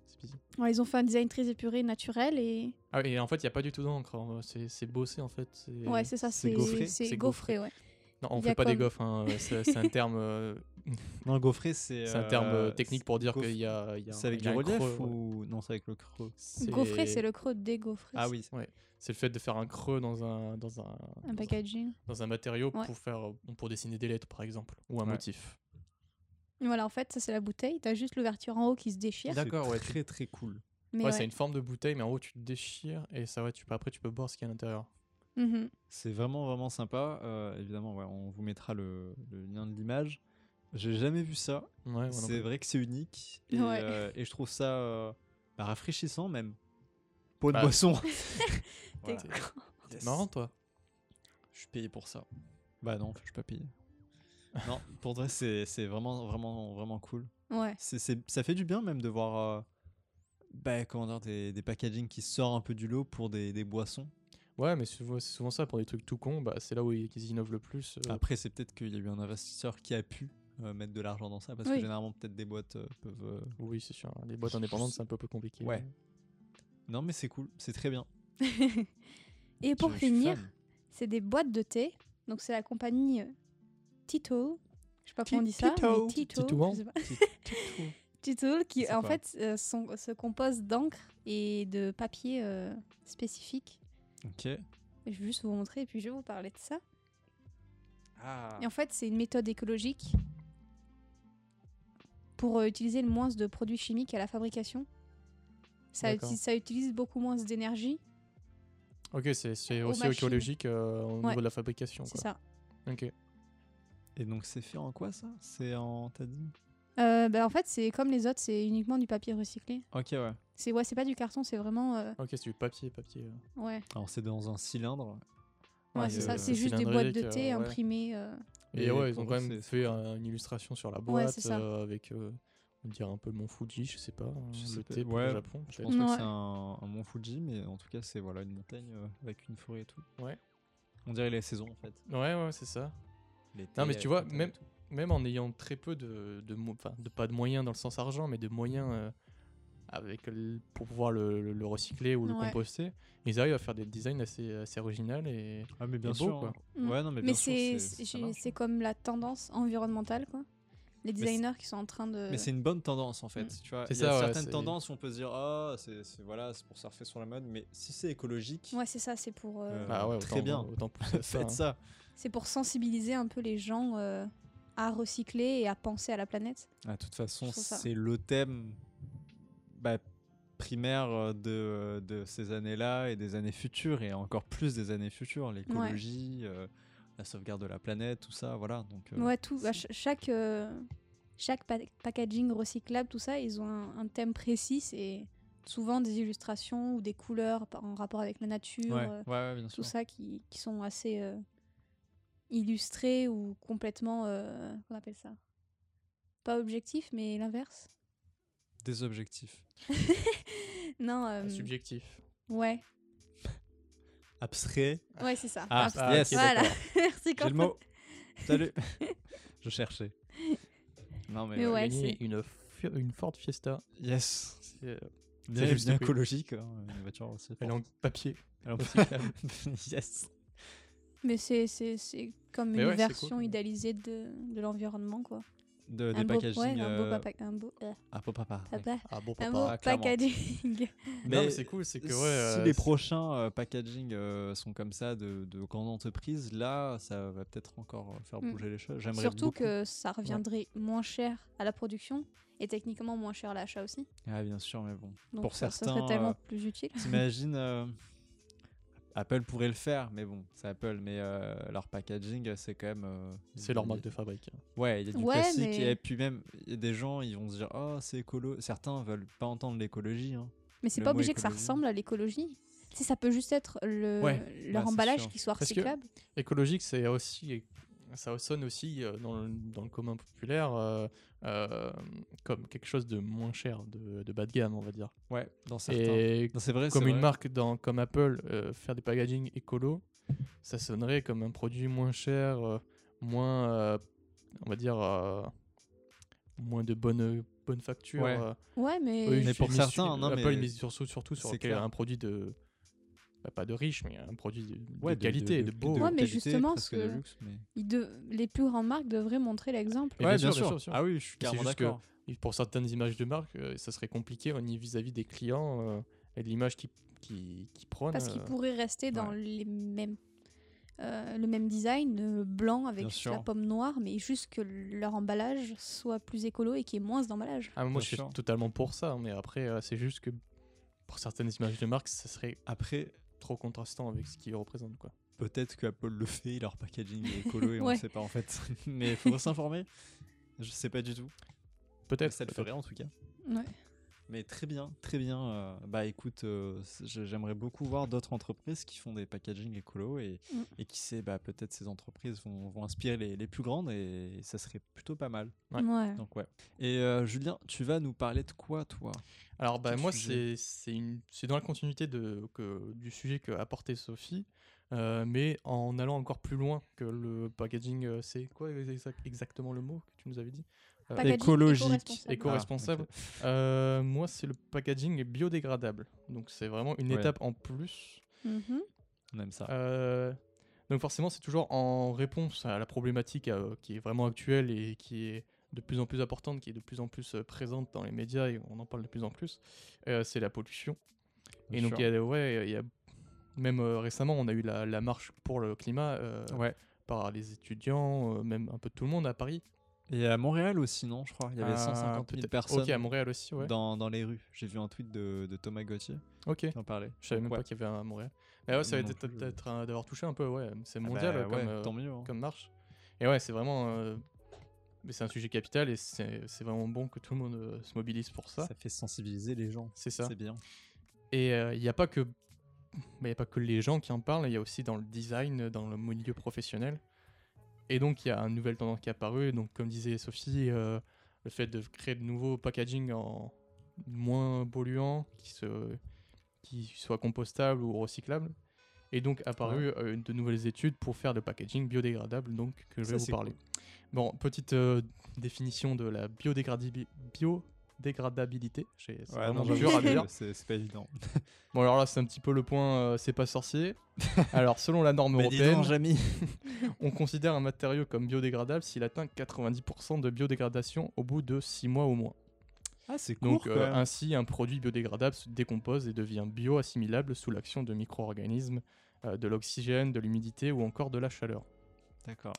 Speaker 2: C'est bizarre.
Speaker 3: Ouais, ils ont fait un design très épuré, naturel et.
Speaker 2: Ah, et en fait, il n'y a pas du tout d'encre. hein. C'est c'est bossé en fait.
Speaker 3: Ouais, c'est ça,
Speaker 1: c'est
Speaker 3: c'est
Speaker 1: gaufré
Speaker 3: c'est
Speaker 2: C'est
Speaker 3: gaufré. ouais.
Speaker 2: Non, on
Speaker 3: Il y
Speaker 2: fait
Speaker 3: a
Speaker 2: pas des
Speaker 3: comme-
Speaker 2: gaufres. hein, C'est c'est un terme, euh,
Speaker 1: Non, le gaufret, c'est.
Speaker 2: c'est un terme euh,
Speaker 1: euh,
Speaker 2: technique pour dire
Speaker 1: gaufre-
Speaker 2: qu'il y a. il y a-
Speaker 1: C'est avec
Speaker 2: il
Speaker 1: du
Speaker 2: y a un
Speaker 1: relief
Speaker 2: creux, ouais.
Speaker 1: ou non, c'est avec le creux.
Speaker 3: Gaufré, c'est le creux des gaufrés.
Speaker 1: Ah oui.
Speaker 2: C'est le fait de faire un creux dans un dans un
Speaker 3: Un
Speaker 2: dans un-
Speaker 3: packaging.
Speaker 2: dans un matériau
Speaker 3: Ouais.
Speaker 2: pour faire pour dessiner des lettres par exemple ou un
Speaker 1: Ouais.
Speaker 2: motif.
Speaker 3: Voilà, en fait, ça c'est la bouteille. T'as juste l'ouverture en haut qui se déchire.
Speaker 2: D'accord.
Speaker 1: C'est
Speaker 2: ouais, tu-
Speaker 1: Très très cool.
Speaker 3: Mais
Speaker 2: Ouais,
Speaker 3: ouais.
Speaker 2: c'est une forme de bouteille, mais en haut tu te déchires et ça va. Tu peux après tu peux boire ce qu'il y a à l'intérieur.
Speaker 3: Mhm.
Speaker 1: C'est vraiment vraiment sympa. Euh, évidemment, ouais, on vous mettra le, le lien de l'image. J'ai jamais vu ça.
Speaker 2: Ouais, moi non
Speaker 1: c'est
Speaker 2: plus.
Speaker 1: vrai que c'est unique et,
Speaker 3: Ouais.
Speaker 1: euh, et je trouve ça euh, bah, rafraîchissant même. Peau de
Speaker 2: Bah,
Speaker 1: boisson.
Speaker 3: T'es
Speaker 1: Voilà.
Speaker 3: con.
Speaker 1: Yes.
Speaker 2: C'est marrant toi.
Speaker 1: Je suis payé pour ça. Bah non, je suis pas payé. non, pour vrai, c'est c'est vraiment vraiment vraiment cool.
Speaker 3: Ouais.
Speaker 1: C'est- c'est- ça fait du bien même de voir euh, bah, comment dire, des, des packagings qui sortent un peu du lot pour des, des boissons.
Speaker 2: Ouais, mais souvent- c'est souvent ça pour des trucs tout cons. Bah, c'est là où ils, qu'ils innovent le plus. euh,
Speaker 1: Après, c'est peut-être qu'il y a eu un investisseur qui a pu euh, mettre de l'argent dans ça parce que
Speaker 3: Oui.
Speaker 1: généralement, peut-être des boîtes euh, peuvent. euh,
Speaker 2: Oui, c'est sûr. hein. Les boîtes indépendantes, c'est un peu plus compliqué.
Speaker 1: Ouais. Non, mais c'est cool, c'est très bien.
Speaker 3: Et pour
Speaker 1: Je- je suis
Speaker 3: finir,
Speaker 1: fan.
Speaker 3: c'est des boîtes de thé. Donc c'est la compagnie euh, Tito. Je sais pas comment on dit ça.
Speaker 1: Tito.
Speaker 3: mais Tito.
Speaker 2: Tito.
Speaker 3: je sais pas.
Speaker 1: Tito.
Speaker 3: Tito qui
Speaker 1: C'est
Speaker 3: en
Speaker 1: quoi
Speaker 3: fait euh, sont- se compose d'encre et de papier euh, spécifique.
Speaker 1: Ok.
Speaker 3: Je vais juste vous montrer et puis je vais vous parler de ça.
Speaker 1: Ah.
Speaker 3: Et en fait, c'est une méthode écologique pour euh, utiliser le moins de produits chimiques à la fabrication. Ça,
Speaker 2: D'accord.
Speaker 3: uti- ça utilise beaucoup moins d'énergie,
Speaker 2: Ok, c'est c'est
Speaker 3: Aux
Speaker 2: aussi
Speaker 3: machines.
Speaker 2: écologique euh, au
Speaker 3: Ouais.
Speaker 2: niveau de la fabrication. Quoi.
Speaker 3: c'est ça.
Speaker 2: Ok.
Speaker 1: Et donc, c'est fait en quoi ça C'est en. T'as dit
Speaker 3: Euh, bah, en fait, c'est comme les autres, c'est uniquement du papier recyclé.
Speaker 1: Ok, ouais.
Speaker 3: C'est ouais, c'est pas du carton, c'est vraiment euh,
Speaker 2: Ok, c'est du papier, papier. euh.
Speaker 3: ouais.
Speaker 1: Alors, c'est dans un cylindre.
Speaker 3: Ouais,
Speaker 2: Ouais,
Speaker 3: c'est
Speaker 2: euh,
Speaker 3: ça, c'est juste des boîtes de
Speaker 2: cylindrique,
Speaker 3: thé
Speaker 2: euh, ouais.
Speaker 3: imprimées. euh,
Speaker 2: Et,
Speaker 1: Et
Speaker 2: ouais, ils
Speaker 1: pour
Speaker 2: ont
Speaker 1: eux,
Speaker 2: quand
Speaker 1: c'est-
Speaker 2: même fait un- une illustration sur la
Speaker 3: Ouais,
Speaker 2: boîte
Speaker 3: c'est ça.
Speaker 2: euh, avec, euh, on dirait un peu le Mont Fuji, je sais pas, euh,
Speaker 1: Je sais
Speaker 2: le
Speaker 1: pas,
Speaker 2: thé pour
Speaker 1: ouais,
Speaker 2: le Japon.
Speaker 1: Je
Speaker 2: peut-être.
Speaker 1: pense pas que
Speaker 3: Ouais.
Speaker 1: c'est un, un mont Fuji, mais en tout cas, c'est voilà, une montagne euh, avec une forêt et tout.
Speaker 2: Ouais.
Speaker 1: On dirait les saisons en fait.
Speaker 2: Ouais, ouais, c'est ça.
Speaker 1: L'été,
Speaker 2: Non, mais tu
Speaker 1: euh,
Speaker 2: vois,
Speaker 1: printemps et
Speaker 2: même-
Speaker 1: tout.
Speaker 2: Même en ayant très peu de, de, mo- enfin, de pas de moyens dans le sens argent, mais de moyens euh, avec le- pour pouvoir le, le- le recycler ou le
Speaker 3: Ouais.
Speaker 2: composter, ils arrivent à faire des designs assez, assez originaux et
Speaker 1: Ah, mais bien
Speaker 2: beau,
Speaker 1: sûr.
Speaker 2: quoi.
Speaker 1: hein.
Speaker 3: Mm.
Speaker 1: Ouais, non, mais,
Speaker 3: Mais
Speaker 1: bien sûr, c'est-
Speaker 3: c'est c'est-
Speaker 1: ça
Speaker 3: j'ai-
Speaker 1: marche.
Speaker 3: c'est comme la tendance environnementale, quoi. Les
Speaker 1: c'est-
Speaker 3: designers qui sont en train de.
Speaker 1: Mais c'est une bonne tendance en fait.
Speaker 3: Mm.
Speaker 1: Tu vois,
Speaker 2: C'est
Speaker 1: il y a
Speaker 2: ça, ouais,
Speaker 1: certaines
Speaker 2: c'est-
Speaker 1: tendances, on peut se dire ah c'est c'est- voilà, c'est pour surfer sur la mode, mais si c'est écologique,
Speaker 3: Ouais, c'est ça, c'est pour, euh,
Speaker 1: Euh, très bien.
Speaker 2: bah Autant pousser ça,
Speaker 1: faites ça.
Speaker 2: hein.
Speaker 3: c'est pour sensibiliser un peu les gens euh, à recycler et à penser à la planète.
Speaker 1: Ah, De toute façon,
Speaker 3: Je trouve ça.
Speaker 1: c'est le thème bah, primaire euh, de, de ces années-là et des années futures, et encore plus des années futures. L'écologie, euh, la sauvegarde de la planète, tout ça, voilà. Donc, euh,
Speaker 3: ouais, tout. bah,
Speaker 1: si.
Speaker 3: ch- chaque euh, chaque pa- packaging recyclable, tout ça, ils ont un, un thème précis. C'est souvent des illustrations ou des couleurs par- en rapport avec la nature.
Speaker 1: ouais,
Speaker 3: euh,
Speaker 1: ouais, ouais, bien
Speaker 3: tout
Speaker 1: sûr.
Speaker 3: ça qui, qui sont assez euh, illustrés ou complètement. euh, qu'on appelle ça Pas objectif, mais l'inverse.
Speaker 1: Des objectifs
Speaker 3: Non, euh,
Speaker 2: Subjectif.
Speaker 3: ouais,
Speaker 1: abstraits.
Speaker 3: ouais, c'est ça.
Speaker 1: Ah,
Speaker 3: Abstrait.
Speaker 2: Ah,
Speaker 1: yes.
Speaker 2: ok,
Speaker 3: voilà,
Speaker 2: d'accord.
Speaker 3: merci
Speaker 1: J'ai le
Speaker 3: Quentin.
Speaker 1: mot. Salut. Je cherchais. Non mais,
Speaker 3: Mais
Speaker 1: ouais.
Speaker 3: ouais,
Speaker 2: Gagner une, fi- une Ford Fiesta.
Speaker 1: yes,
Speaker 2: c'est, euh,
Speaker 1: bien,
Speaker 2: juste
Speaker 1: bien
Speaker 2: cool.
Speaker 1: écologique, hein, une voiture aussi.
Speaker 2: Elle est en papier.
Speaker 1: Alors,
Speaker 2: recyclable.
Speaker 1: yes.
Speaker 3: Mais c'est, c'est, c'est comme
Speaker 2: Mais
Speaker 3: une
Speaker 2: ouais, c'est
Speaker 3: version
Speaker 2: cool.
Speaker 3: idéalisée de, de l'environnement, quoi.
Speaker 1: De, des
Speaker 3: un, beau,
Speaker 1: packaging.
Speaker 3: ouais, un beau,
Speaker 1: euh,
Speaker 3: papa- un beau, euh,
Speaker 1: à pop à part.
Speaker 3: papa-
Speaker 2: Ah bon,
Speaker 3: un
Speaker 2: papa.
Speaker 3: beau
Speaker 1: Ah, clairement.
Speaker 3: packaging.
Speaker 2: Non, mais
Speaker 1: Mais
Speaker 2: c'est cool, c'est que ouais.
Speaker 1: si
Speaker 2: euh,
Speaker 1: les
Speaker 2: c'est-
Speaker 1: prochains euh, packaging euh, sont comme ça de, de grandes entreprises, là, ça va peut-être encore euh, faire
Speaker 3: Mm.
Speaker 1: bouger les choses. J'aimerais
Speaker 3: Surtout
Speaker 1: beaucoup-
Speaker 3: que ça reviendrait moins cher à la production et techniquement moins cher à l'achat aussi.
Speaker 1: Ah bien sûr, mais bon.
Speaker 3: Donc
Speaker 1: Pour
Speaker 3: ça, ça
Speaker 1: certains,
Speaker 3: serait tellement
Speaker 1: euh,
Speaker 3: plus utile.
Speaker 1: T'imagines euh, Apple pourrait le faire, mais bon, c'est Apple, mais euh, leur packaging, c'est quand même. euh,
Speaker 2: C'est leur
Speaker 1: il-
Speaker 2: marque de fabrique.
Speaker 1: Ouais, il y a du
Speaker 3: Ouais,
Speaker 1: classique
Speaker 3: mais-
Speaker 1: et puis même il y a des gens, ils vont se dire oh c'est écolo. Certains veulent pas entendre l'écologie. hein.
Speaker 3: Mais c'est
Speaker 1: le
Speaker 3: pas
Speaker 1: mot
Speaker 3: obligé que ça
Speaker 1: écologie.
Speaker 3: ressemble à l'écologie. Si ça peut juste être le,
Speaker 1: Ouais, bah,
Speaker 3: leur
Speaker 1: c'est
Speaker 3: emballage
Speaker 1: sûr.
Speaker 3: qui soit
Speaker 2: Parce que-
Speaker 3: recyclable.
Speaker 2: Écologique, c'est aussi. Ça sonne aussi euh, dans le, dans le commun populaire euh, euh, comme quelque chose de moins cher, de, de bas de gamme, on va dire.
Speaker 1: Ouais, dans certains.
Speaker 2: Et
Speaker 1: Non, c'est vrai.
Speaker 2: comme
Speaker 1: c'est
Speaker 2: une
Speaker 1: vrai.
Speaker 2: marque dans, comme Apple, euh, faire des packaging écolo, ça sonnerait comme un produit moins cher, euh, moins, euh, on va dire, euh, moins de bonne, bonne facture.
Speaker 1: Ouais.
Speaker 2: euh.
Speaker 3: Ouais, mais
Speaker 2: Eux, ils
Speaker 1: Mais
Speaker 2: se
Speaker 1: pour
Speaker 2: misent-
Speaker 1: certains, non,
Speaker 2: Apple
Speaker 1: mais
Speaker 2: ils misent surtout, surtout sur
Speaker 1: c'est
Speaker 2: quel-
Speaker 1: clair.
Speaker 2: un produit de, bah, pas de riche, mais un produit de, de
Speaker 1: Ouais,
Speaker 2: qualité, de, beau.
Speaker 3: Ouais, mais
Speaker 1: qualité,
Speaker 3: justement,
Speaker 1: presque de
Speaker 3: ce-
Speaker 1: luxe, mais-
Speaker 3: ils de- les plus grandes marques devraient montrer l'exemple.
Speaker 2: Et
Speaker 1: Ouais,
Speaker 2: bien sûr, bien sûr, bien sûr.
Speaker 1: Ah oui, je suis
Speaker 2: Mais c'est
Speaker 1: carrément
Speaker 2: juste que-
Speaker 1: d'accord.
Speaker 2: Et pour certaines images de marque, euh, ça serait compliqué au niveau- vis-à-vis des clients euh, et de l'image qui, qui, qui prône.
Speaker 3: Parce qu'ils
Speaker 2: euh,
Speaker 3: pourraient rester dans les mêmes, euh, le même design, euh, blanc avec
Speaker 1: Bien
Speaker 3: juste la
Speaker 1: sûr.
Speaker 3: pomme noire, mais juste que leur emballage soit plus écolo et qu'il y ait moins d'emballage.
Speaker 2: Ah, mais moi,
Speaker 1: Bien
Speaker 2: je suis
Speaker 1: sûr.
Speaker 2: totalement pour ça, mais après, euh, c'est juste que pour certaines images de marque, ça serait
Speaker 1: Après,
Speaker 2: trop contrastant avec ce qu'ils représentent. Quoi.
Speaker 1: peut-être que Apple le fait, leur packaging est écolo et on
Speaker 3: Ouais.
Speaker 1: ne sait pas en fait. mais il faudrait s'informer. Je sais pas du tout.
Speaker 2: Peut-être.
Speaker 1: Ça le
Speaker 2: peut-être.
Speaker 1: ferait en tout cas.
Speaker 3: Ouais.
Speaker 1: Mais très bien, très bien. euh, bah écoute, euh, c- j'ai- j'aimerais beaucoup voir d'autres entreprises qui font des packaging écolo et,
Speaker 3: Mm.
Speaker 1: et qui sait, bah, peut-être ces entreprises vont, vont inspirer les, les plus grandes et ça serait plutôt pas mal.
Speaker 3: Mm.
Speaker 2: Ouais.
Speaker 3: Ouais.
Speaker 1: Donc ouais. Et euh, Julien, tu vas nous parler de quoi toi
Speaker 2: Alors, bah,
Speaker 1: Quel
Speaker 2: moi,
Speaker 1: sujet
Speaker 2: c'est c'est une- c'est dans la continuité de, que, du sujet qu'a apporté Sophie, euh, mais en allant encore plus loin que le packaging. euh, c'est quoi exa- exactement le mot que tu nous avais dit Euh,
Speaker 3: Packaging
Speaker 1: écologique,
Speaker 3: éco-responsable.
Speaker 2: éco- Éco-responsable.
Speaker 1: Ah, ok.
Speaker 2: Euh, Moi, c'est le packaging biodégradable. Donc, c'est vraiment une
Speaker 1: Ouais. Ah.
Speaker 2: étape en plus.
Speaker 3: Mhm.
Speaker 1: On aime ça.
Speaker 2: Euh, donc forcément, c'est toujours en réponse à la problématique euh, qui est vraiment actuelle et qui est de plus en plus importante, qui est de plus en plus euh, présente dans les médias et on en parle de plus en plus. euh, c'est la pollution.
Speaker 1: Bien
Speaker 2: et donc
Speaker 1: sûr.
Speaker 2: il y a, ouais, il y a- même euh, récemment, on a eu la, la marche pour le climat euh,
Speaker 1: Ouais.
Speaker 2: par les étudiants, euh, même un peu tout le monde à Paris.
Speaker 1: Et à Montréal aussi, non Je crois. Il y avait
Speaker 2: Ah,
Speaker 1: 150 000
Speaker 2: peut-être-
Speaker 1: personnes
Speaker 2: Ok, à Montréal aussi, ouais.
Speaker 1: dans, dans les rues. J'ai vu un tweet de, de Thomas Gauthier
Speaker 2: Ok.
Speaker 1: qui en parlait.
Speaker 2: Je savais même
Speaker 1: Ouais.
Speaker 2: pas qu'il y avait un à Montréal. Mais ouais, ça va
Speaker 1: Non
Speaker 2: être
Speaker 1: plus, euh.
Speaker 2: peut-être euh, d'avoir touché un peu, ouais. C'est
Speaker 1: Ah
Speaker 2: mondial
Speaker 1: bah,
Speaker 2: euh, comme,
Speaker 1: ouais,
Speaker 2: euh,
Speaker 1: tant mieux. hein.
Speaker 2: comme marche. Et ouais, c'est vraiment euh, Mais c'est un sujet capital et c'est c'est vraiment bon que tout le monde euh, se mobilise pour ça.
Speaker 1: Ça fait sensibiliser les gens.
Speaker 2: C'est ça.
Speaker 1: C'est bien.
Speaker 2: Et euh, il n'y a pas que mais il y a pas que les gens qui en parlent, il y a aussi dans le design, dans le milieu professionnel. Et donc il y a une nouvelle tendance qui est apparue, donc comme disait Sophie, euh, le fait de créer de nouveaux packaging en moins polluants qui se qui soient compostables ou recyclables. Et donc apparu euh, de nouvelles études pour faire le packaging biodégradable donc que je
Speaker 1: Ça,
Speaker 2: vais vous
Speaker 1: c'est
Speaker 2: parler. Bon, petite euh, définition de la biodégradibi- biodégradabilité. J'ai- c'est vraiment
Speaker 3: non,
Speaker 2: dur à
Speaker 3: j'avoue.
Speaker 2: dire.
Speaker 1: C'est c'est pas évident.
Speaker 2: Bon alors là c'est un petit peu le point euh, c'est pas sorcier. alors selon la norme
Speaker 1: Mais dis donc,
Speaker 2: européenne,
Speaker 1: Jamy.
Speaker 2: on considère un matériau comme biodégradable s'il atteint 90% de biodégradation au bout de 6 mois au moins.
Speaker 1: Ah, c'est court.
Speaker 2: Donc euh, ainsi un produit biodégradable se décompose et devient bio-assimilable sous l'action de micro-organismes, euh, de l'oxygène, de l'humidité ou encore de la chaleur.
Speaker 1: D'accord.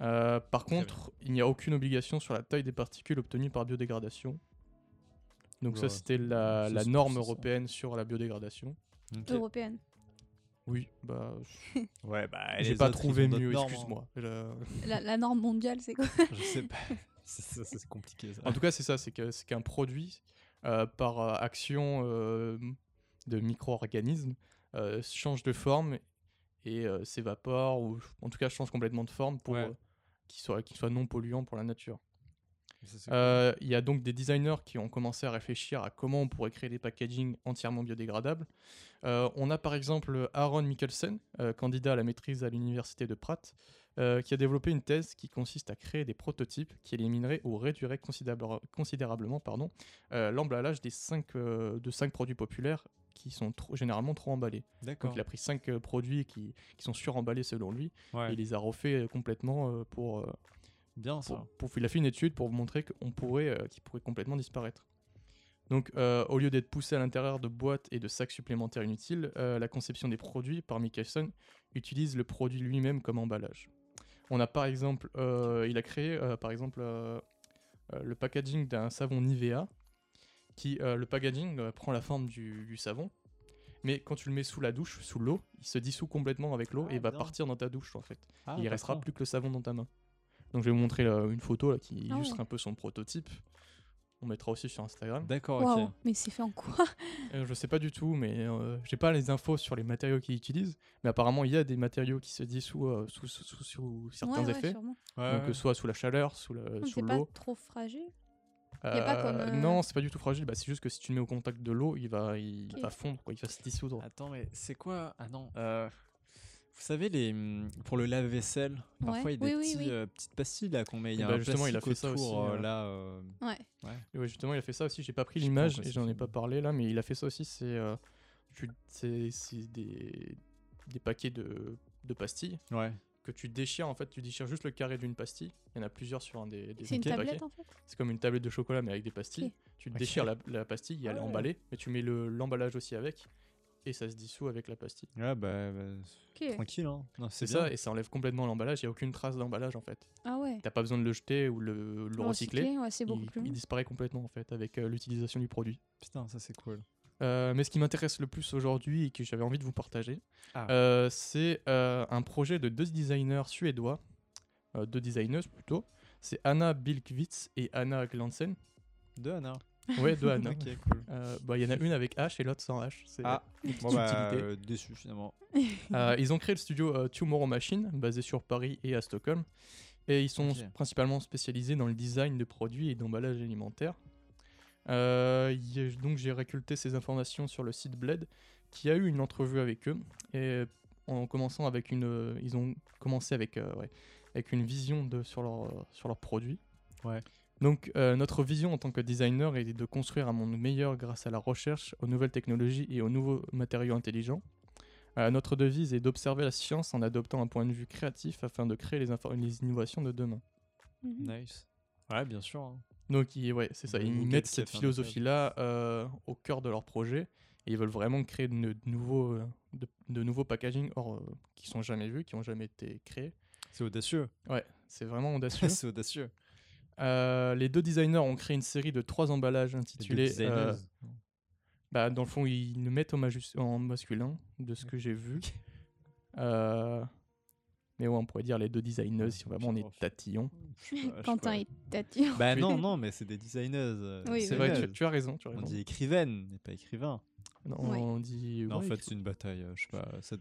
Speaker 2: Euh, par
Speaker 1: Très
Speaker 2: contre, il n'y a aucune obligation sur la taille des particules obtenues par biodégradation. Donc
Speaker 1: Bah,
Speaker 2: ça c'était la,
Speaker 1: ça,
Speaker 2: la
Speaker 1: c'est-
Speaker 2: norme
Speaker 1: c'est ça.
Speaker 2: européenne sur la biodégradation.
Speaker 1: Ok.
Speaker 3: Européenne.
Speaker 2: Oui, bah
Speaker 1: Ouais, bah.
Speaker 2: J'ai
Speaker 1: les
Speaker 2: pas
Speaker 1: autres, ils
Speaker 2: trouvé
Speaker 1: ont d'autres
Speaker 2: mieux,
Speaker 1: normes, hein.
Speaker 2: excuse-moi. Le-
Speaker 3: La, la norme mondiale, c'est quoi
Speaker 1: Je sais pas. hein. C'est- C'est c'est compliqué ça.
Speaker 2: En tout cas, c'est ça, c'est que- c'est qu'un produit, euh, par euh, action euh, de micro-organismes, euh, change de forme et euh, s'évapore, ou en tout cas change complètement de forme pour
Speaker 1: Ouais.
Speaker 2: euh, qu'il soit, qu'il soit non polluant pour la nature.
Speaker 1: Ça, c'est-
Speaker 2: Euh, Il y a donc des designers qui ont commencé à réfléchir à comment on pourrait créer des packagings entièrement biodégradables. Euh, on a par exemple Aaron Mikkelsen, euh, candidat à la maîtrise à l'université de Pratt, euh, qui a développé une thèse qui consiste à créer des prototypes qui élimineraient ou réduiraient considérable- considérablement pardon, euh, l'emballage des cinq, euh, de 5 produits populaires qui sont trop- généralement trop emballés. Donc
Speaker 1: D'accord.
Speaker 2: il a pris 5 produits qui, qui sont suremballés selon lui
Speaker 1: Ouais.
Speaker 2: et il les a refaits euh, complètement euh, pour... euh,
Speaker 1: Bien
Speaker 2: pour-
Speaker 1: ça.
Speaker 2: pour- il a fait une étude pour vous montrer qu'on pourrait, euh, qu'il pourrait complètement disparaître. Donc, euh, au lieu d'être poussé à l'intérieur de boîtes et de sacs supplémentaires inutiles, euh, la conception des produits par Michelson utilise le produit lui-même comme emballage. On a par exemple, euh, il a créé euh, par exemple euh, euh, le packaging d'un savon Nivea, qui euh, le packaging euh, prend la forme du, du savon, mais quand tu le mets sous la douche, sous l'eau, il se dissout complètement avec l'eau
Speaker 1: Ah,
Speaker 2: et va
Speaker 1: bien.
Speaker 2: partir dans ta douche en fait
Speaker 1: Ah,
Speaker 2: il restera
Speaker 1: d'accord.
Speaker 2: plus que le savon dans ta main. Donc je vais vous montrer là, une photo là, qui
Speaker 3: Ah
Speaker 2: illustre
Speaker 3: ouais.
Speaker 2: un peu son prototype. On mettra aussi sur Instagram.
Speaker 1: D'accord,
Speaker 3: Waouh,
Speaker 1: ok.
Speaker 3: mais c'est fait en quoi
Speaker 2: Euh, je sais pas du tout, mais euh, j'ai pas les infos sur les matériaux qu'il utilise. Mais apparemment, il y a des matériaux qui se dissouent euh, sous, sous- sous- sous certains
Speaker 3: Ouais, ouais,
Speaker 2: effets.
Speaker 3: sûrement.
Speaker 1: Ouais,
Speaker 2: Donc
Speaker 1: ouais.
Speaker 2: euh, soit sous la chaleur, sous le-
Speaker 3: Donc,
Speaker 2: sous
Speaker 3: C'est pas
Speaker 2: l'eau.
Speaker 3: trop fragile. y a pas comme, euh,
Speaker 2: Non, c'est pas du tout fragile. Bah, c'est juste que si tu le mets au contact de l'eau, il va, il
Speaker 3: Ok.
Speaker 2: va fondre, quoi, il va se dissoudre.
Speaker 1: Attends, mais c'est quoi Ah non. euh, vous savez, les, hum, pour le lave-vaisselle,
Speaker 3: Ouais.
Speaker 1: parfois il y a des
Speaker 3: Oui, oui,
Speaker 1: petits,
Speaker 3: oui.
Speaker 1: euh, petites pastilles là qu'on met. Il y a
Speaker 2: Bah,
Speaker 1: un
Speaker 2: justement, il a
Speaker 1: plastique
Speaker 2: fait ça
Speaker 1: autour,
Speaker 2: aussi,
Speaker 1: euh,
Speaker 2: euh,
Speaker 1: là. euh,
Speaker 3: Ouais.
Speaker 2: Et ouais, justement, il a fait ça aussi. J'ai pas pris
Speaker 1: Je sais pas
Speaker 2: l'image
Speaker 1: pourquoi
Speaker 2: et
Speaker 1: c'est
Speaker 2: j'en ai
Speaker 1: fini.
Speaker 2: pas parlé là, mais il a fait ça aussi. C'est euh, tu- c'est- c'est des, des paquets de, de pastilles
Speaker 1: Ouais.
Speaker 2: que tu déchires. En fait, tu déchires juste le carré d'une pastille. Il y en a plusieurs sur un des, des
Speaker 3: C'est une
Speaker 2: paquets.
Speaker 3: tablette en fait
Speaker 2: C'est comme une tablette de chocolat, mais avec des pastilles.
Speaker 3: Ok.
Speaker 2: Tu
Speaker 1: Ok.
Speaker 2: déchires la, la pastille, et elle est
Speaker 1: Ah ouais.
Speaker 2: emballée, mais tu mets le- l'emballage aussi avec et ça se dissout avec la pastille.
Speaker 1: Ouais, bah, bah,
Speaker 3: Ok.
Speaker 1: tranquille. Hein. Non,
Speaker 2: C'est
Speaker 1: C'est bien.
Speaker 2: ça, et ça enlève complètement l'emballage. Il n'y a aucune trace d'emballage en fait.
Speaker 3: Ah ouais. Ah,
Speaker 2: T'as pas besoin de le jeter ou le, le recycler.
Speaker 3: ouais, c'est beaucoup
Speaker 2: Il,
Speaker 3: plus
Speaker 2: il
Speaker 3: long.
Speaker 2: disparaît complètement en fait avec euh, l'utilisation du produit.
Speaker 1: Putain, ça c'est cool.
Speaker 2: Euh, mais ce qui m'intéresse le plus aujourd'hui et que j'avais envie de vous partager,
Speaker 1: Ah.
Speaker 2: euh, c'est euh, un projet de deux designers suédois, euh, deux designeuses plutôt. C'est Anna Bilkvitz et Anna Glansen.
Speaker 1: De Anna.
Speaker 2: Ouais, deux Anna.
Speaker 1: Ok, cool.
Speaker 2: Euh, bah, Il y en a une avec H et l'autre sans H. C'est-
Speaker 1: Ah, bon,
Speaker 2: subtilité.
Speaker 1: bah, euh, déçu finalement.
Speaker 2: Euh, ils ont créé le studio euh, Tomorrow Machine, basé sur Paris et à Stockholm. Et ils sont
Speaker 1: Ok.
Speaker 2: principalement spécialisés dans le design de produits et d'emballages alimentaires. Euh, il y a- donc j'ai récolté ces informations sur le site Bled, qui a eu une entrevue avec eux. Et en commençant avec une, euh, ils ont commencé avec, euh, ouais, avec une vision de, sur leur euh, sur leurs produits.
Speaker 1: Ouais.
Speaker 2: Donc euh, notre vision en tant que designer est de construire un monde meilleur grâce à la recherche, aux nouvelles technologies et aux nouveaux matériaux intelligents. Euh, notre devise est d'observer la science en adoptant un point de vue créatif afin de créer les, infor- les innovations de demain.
Speaker 3: Mhm.
Speaker 1: Nice. Ouais, bien sûr. hein.
Speaker 2: Donc, ils- ouais, c'est ça.
Speaker 1: Bah,
Speaker 2: Ils
Speaker 1: Google
Speaker 2: mettent
Speaker 1: qui a
Speaker 2: cette
Speaker 1: fait un
Speaker 2: philosophie-là euh, au cœur de leur projet et ils veulent vraiment créer de, de nouveaux, euh, de, de nouveaux packaging hors, euh, qui sont jamais vus, qui ont jamais été créés.
Speaker 1: C'est audacieux.
Speaker 2: Ouais, c'est vraiment audacieux.
Speaker 1: c'est audacieux.
Speaker 2: Euh, les deux designers ont créé une série de trois emballages
Speaker 1: Les deux
Speaker 2: intitulés.
Speaker 1: designers.
Speaker 2: euh, bah, dans le fond, ils le mettent au majus- en masculin, de ce que j'ai vu. Euh, Mais ouais, on pourrait dire les deux designers si vraiment on
Speaker 1: Oh,
Speaker 2: est tatillon.
Speaker 1: Je sais pas, je sais
Speaker 3: Quentin
Speaker 1: pas.
Speaker 3: et Tatian.
Speaker 1: Bah
Speaker 2: Oui.
Speaker 1: non, non, mais c'est des designeuses.
Speaker 3: Oui,
Speaker 2: C'est vrai, euh, tu,
Speaker 1: designeuses.
Speaker 2: tu as raison. Tu as
Speaker 1: On
Speaker 2: raison.
Speaker 1: dit écrivaine, mais pas écrivain.
Speaker 2: Non,
Speaker 3: Ouais.
Speaker 2: on dit.
Speaker 1: Non, en
Speaker 2: ouais,
Speaker 1: fait,
Speaker 2: écri-
Speaker 1: c'est une bataille. euh, je sais pas. ça-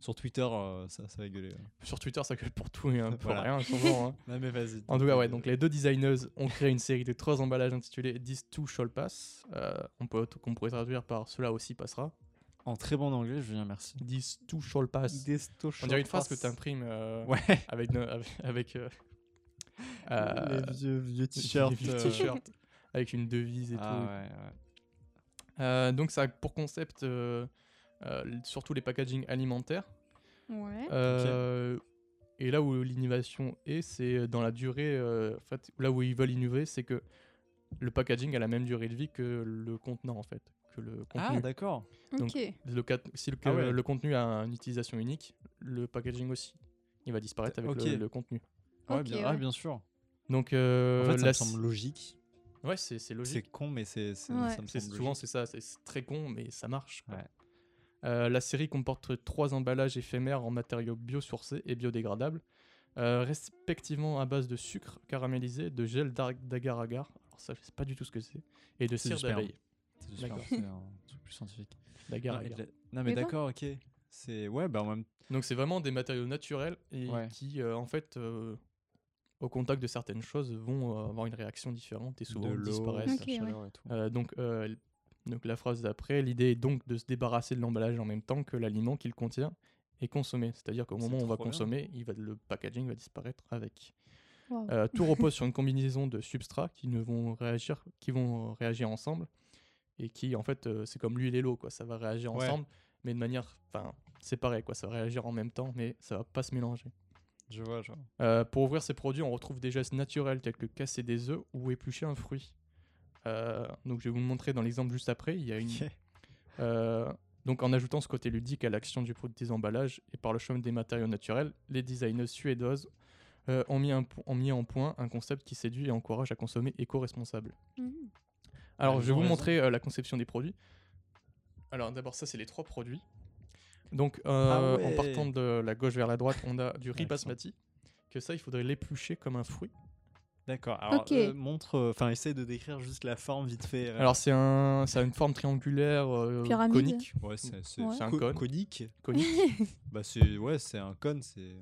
Speaker 1: Sur Twitter, euh, ça, ça va gueuler. hein.
Speaker 2: sur Twitter, ça gueule pour tout et hein, pour
Speaker 1: Voilà.
Speaker 2: rien. souvent, hein.
Speaker 1: Non, mais vas-y.
Speaker 2: En tout cas, ouais, donc les deux designers ont créé une série de trois emballages intitulés This Too Shall Pass. Euh, on peut, qu'on pourrait traduire par Cela aussi passera.
Speaker 1: En très bon anglais, Julien, merci.
Speaker 2: This Too Shall Pass. On dirait une phrase que tu imprimes
Speaker 1: Ouais.
Speaker 2: avec. no- avec- avec euh, euh,
Speaker 1: les vieux, vieux
Speaker 2: les
Speaker 1: t-shirts.
Speaker 2: vieux
Speaker 1: euh,
Speaker 2: t-shirts avec une devise et tout.
Speaker 1: Ah ouais, ouais.
Speaker 2: Euh, donc ça a pour concept euh, euh, surtout les packaging alimentaires. Bah,
Speaker 3: Ouais.
Speaker 2: Euh, Et là où l'innovation est, c'est dans la durée. euh, en fait, là où ils veulent innover, c'est que le packaging a la même durée de vie que le contenant, en fait, que le
Speaker 1: Ah,
Speaker 2: contenu.
Speaker 1: d'accord.
Speaker 2: euh, donc-
Speaker 3: ok.
Speaker 2: Le cat- si le,
Speaker 1: Ah ouais.
Speaker 2: le contenu a une utilisation unique, le packaging aussi, il va disparaître avec
Speaker 1: Ok.
Speaker 2: le, le contenu.
Speaker 1: Ouais,
Speaker 3: Ok,
Speaker 1: bien,
Speaker 3: ouais.
Speaker 1: ah, bien sûr.
Speaker 2: Donc, euh,
Speaker 1: en fait, ça
Speaker 2: là,
Speaker 1: me semble logique.
Speaker 2: c'est- ouais, c'est c'est
Speaker 1: C'est
Speaker 2: logique.
Speaker 1: con, mais c'est. c'est-
Speaker 3: Ouais.
Speaker 1: Ça me
Speaker 2: C'est
Speaker 1: semble
Speaker 2: souvent
Speaker 1: logique.
Speaker 2: c'est ça, c'est c'est très con, mais ça marche. quoi.
Speaker 1: Ouais.
Speaker 2: Euh, la série comporte trois emballages éphémères en matériaux biosourcés et biodégradables, euh, respectivement à base de sucre caramélisé, de gel d'ar- d'agar-agar, alors ça je sais pas du tout ce que c'est, et de
Speaker 1: C'est
Speaker 2: cire
Speaker 1: du sperme.
Speaker 2: d'abeille.
Speaker 1: C'est super,
Speaker 2: D'accord.
Speaker 1: C'est un truc plus scientifique. Non, mais,
Speaker 2: d'agar-agar.
Speaker 1: de- non, mais
Speaker 3: Mais bon.
Speaker 1: d'accord, ok. C'est. Ouais, bah en même
Speaker 2: Donc c'est vraiment des matériaux naturels et
Speaker 1: Ouais.
Speaker 2: qui euh, en fait euh, au contact de certaines choses vont euh, avoir une réaction différente et souvent
Speaker 1: de l'eau,
Speaker 2: disparaissent.
Speaker 1: la
Speaker 3: Ok, ouais.
Speaker 1: chaleur et tout.
Speaker 2: Euh, donc, euh, l- donc la phrase d'après, l'idée est donc de se débarrasser de l'emballage en même temps que l'aliment qu'il contient et consommer. C'est-à-dire qu'au
Speaker 1: C'est
Speaker 2: moment où on va
Speaker 1: trop bien.
Speaker 2: consommer, il va, le packaging va disparaître avec.
Speaker 3: Wow.
Speaker 2: Euh, tout repose sur une combinaison de substrats qui ne vont réagir, qui vont réagir ensemble et qui en fait euh, c'est comme l'huile et l'eau quoi. Ça va réagir
Speaker 1: Ouais.
Speaker 2: ensemble, mais de manière, enfin séparée quoi. Ça va réagir en même temps, mais ça va pas se mélanger.
Speaker 1: Je vois, je vois.
Speaker 2: Euh, pour ouvrir ces produits, on retrouve des gestes naturels tels que casser des œufs ou éplucher un fruit. Euh, donc je vais vous le montrer dans l'exemple juste après. Il y a une,
Speaker 1: Ok.
Speaker 2: euh, donc en ajoutant ce côté ludique à l'action du produit des emballages et par le chemin des matériaux naturels, les designers suédoises euh, ont, mis un po- ont mis en point un concept qui séduit et encourage à consommer éco-responsable.
Speaker 3: Mhm.
Speaker 2: Alors
Speaker 1: Elles
Speaker 2: je vais
Speaker 1: ont
Speaker 2: vous
Speaker 1: raison.
Speaker 2: montrer euh, la conception des produits. Alors d'abord ça c'est les trois produits. Donc euh,
Speaker 1: Ah ouais.
Speaker 2: en partant de la gauche vers la droite, on a du riz
Speaker 1: Excellent.
Speaker 2: basmati, que ça il faudrait l'éplucher comme un fruit.
Speaker 1: D'accord. Alors,
Speaker 3: Ok.
Speaker 1: euh, montre. euh, Enfin, essaye de décrire juste la forme vite fait. euh.
Speaker 2: Alors c'est un, ça a une forme triangulaire, euh,
Speaker 3: Pyramide.
Speaker 2: conique.
Speaker 1: Ouais, c'est c'est-
Speaker 3: Ouais.
Speaker 1: c'est
Speaker 2: Co-
Speaker 1: Conique.
Speaker 2: conique.
Speaker 1: Bah, c'est. Ouais, c'est un cône, c'est.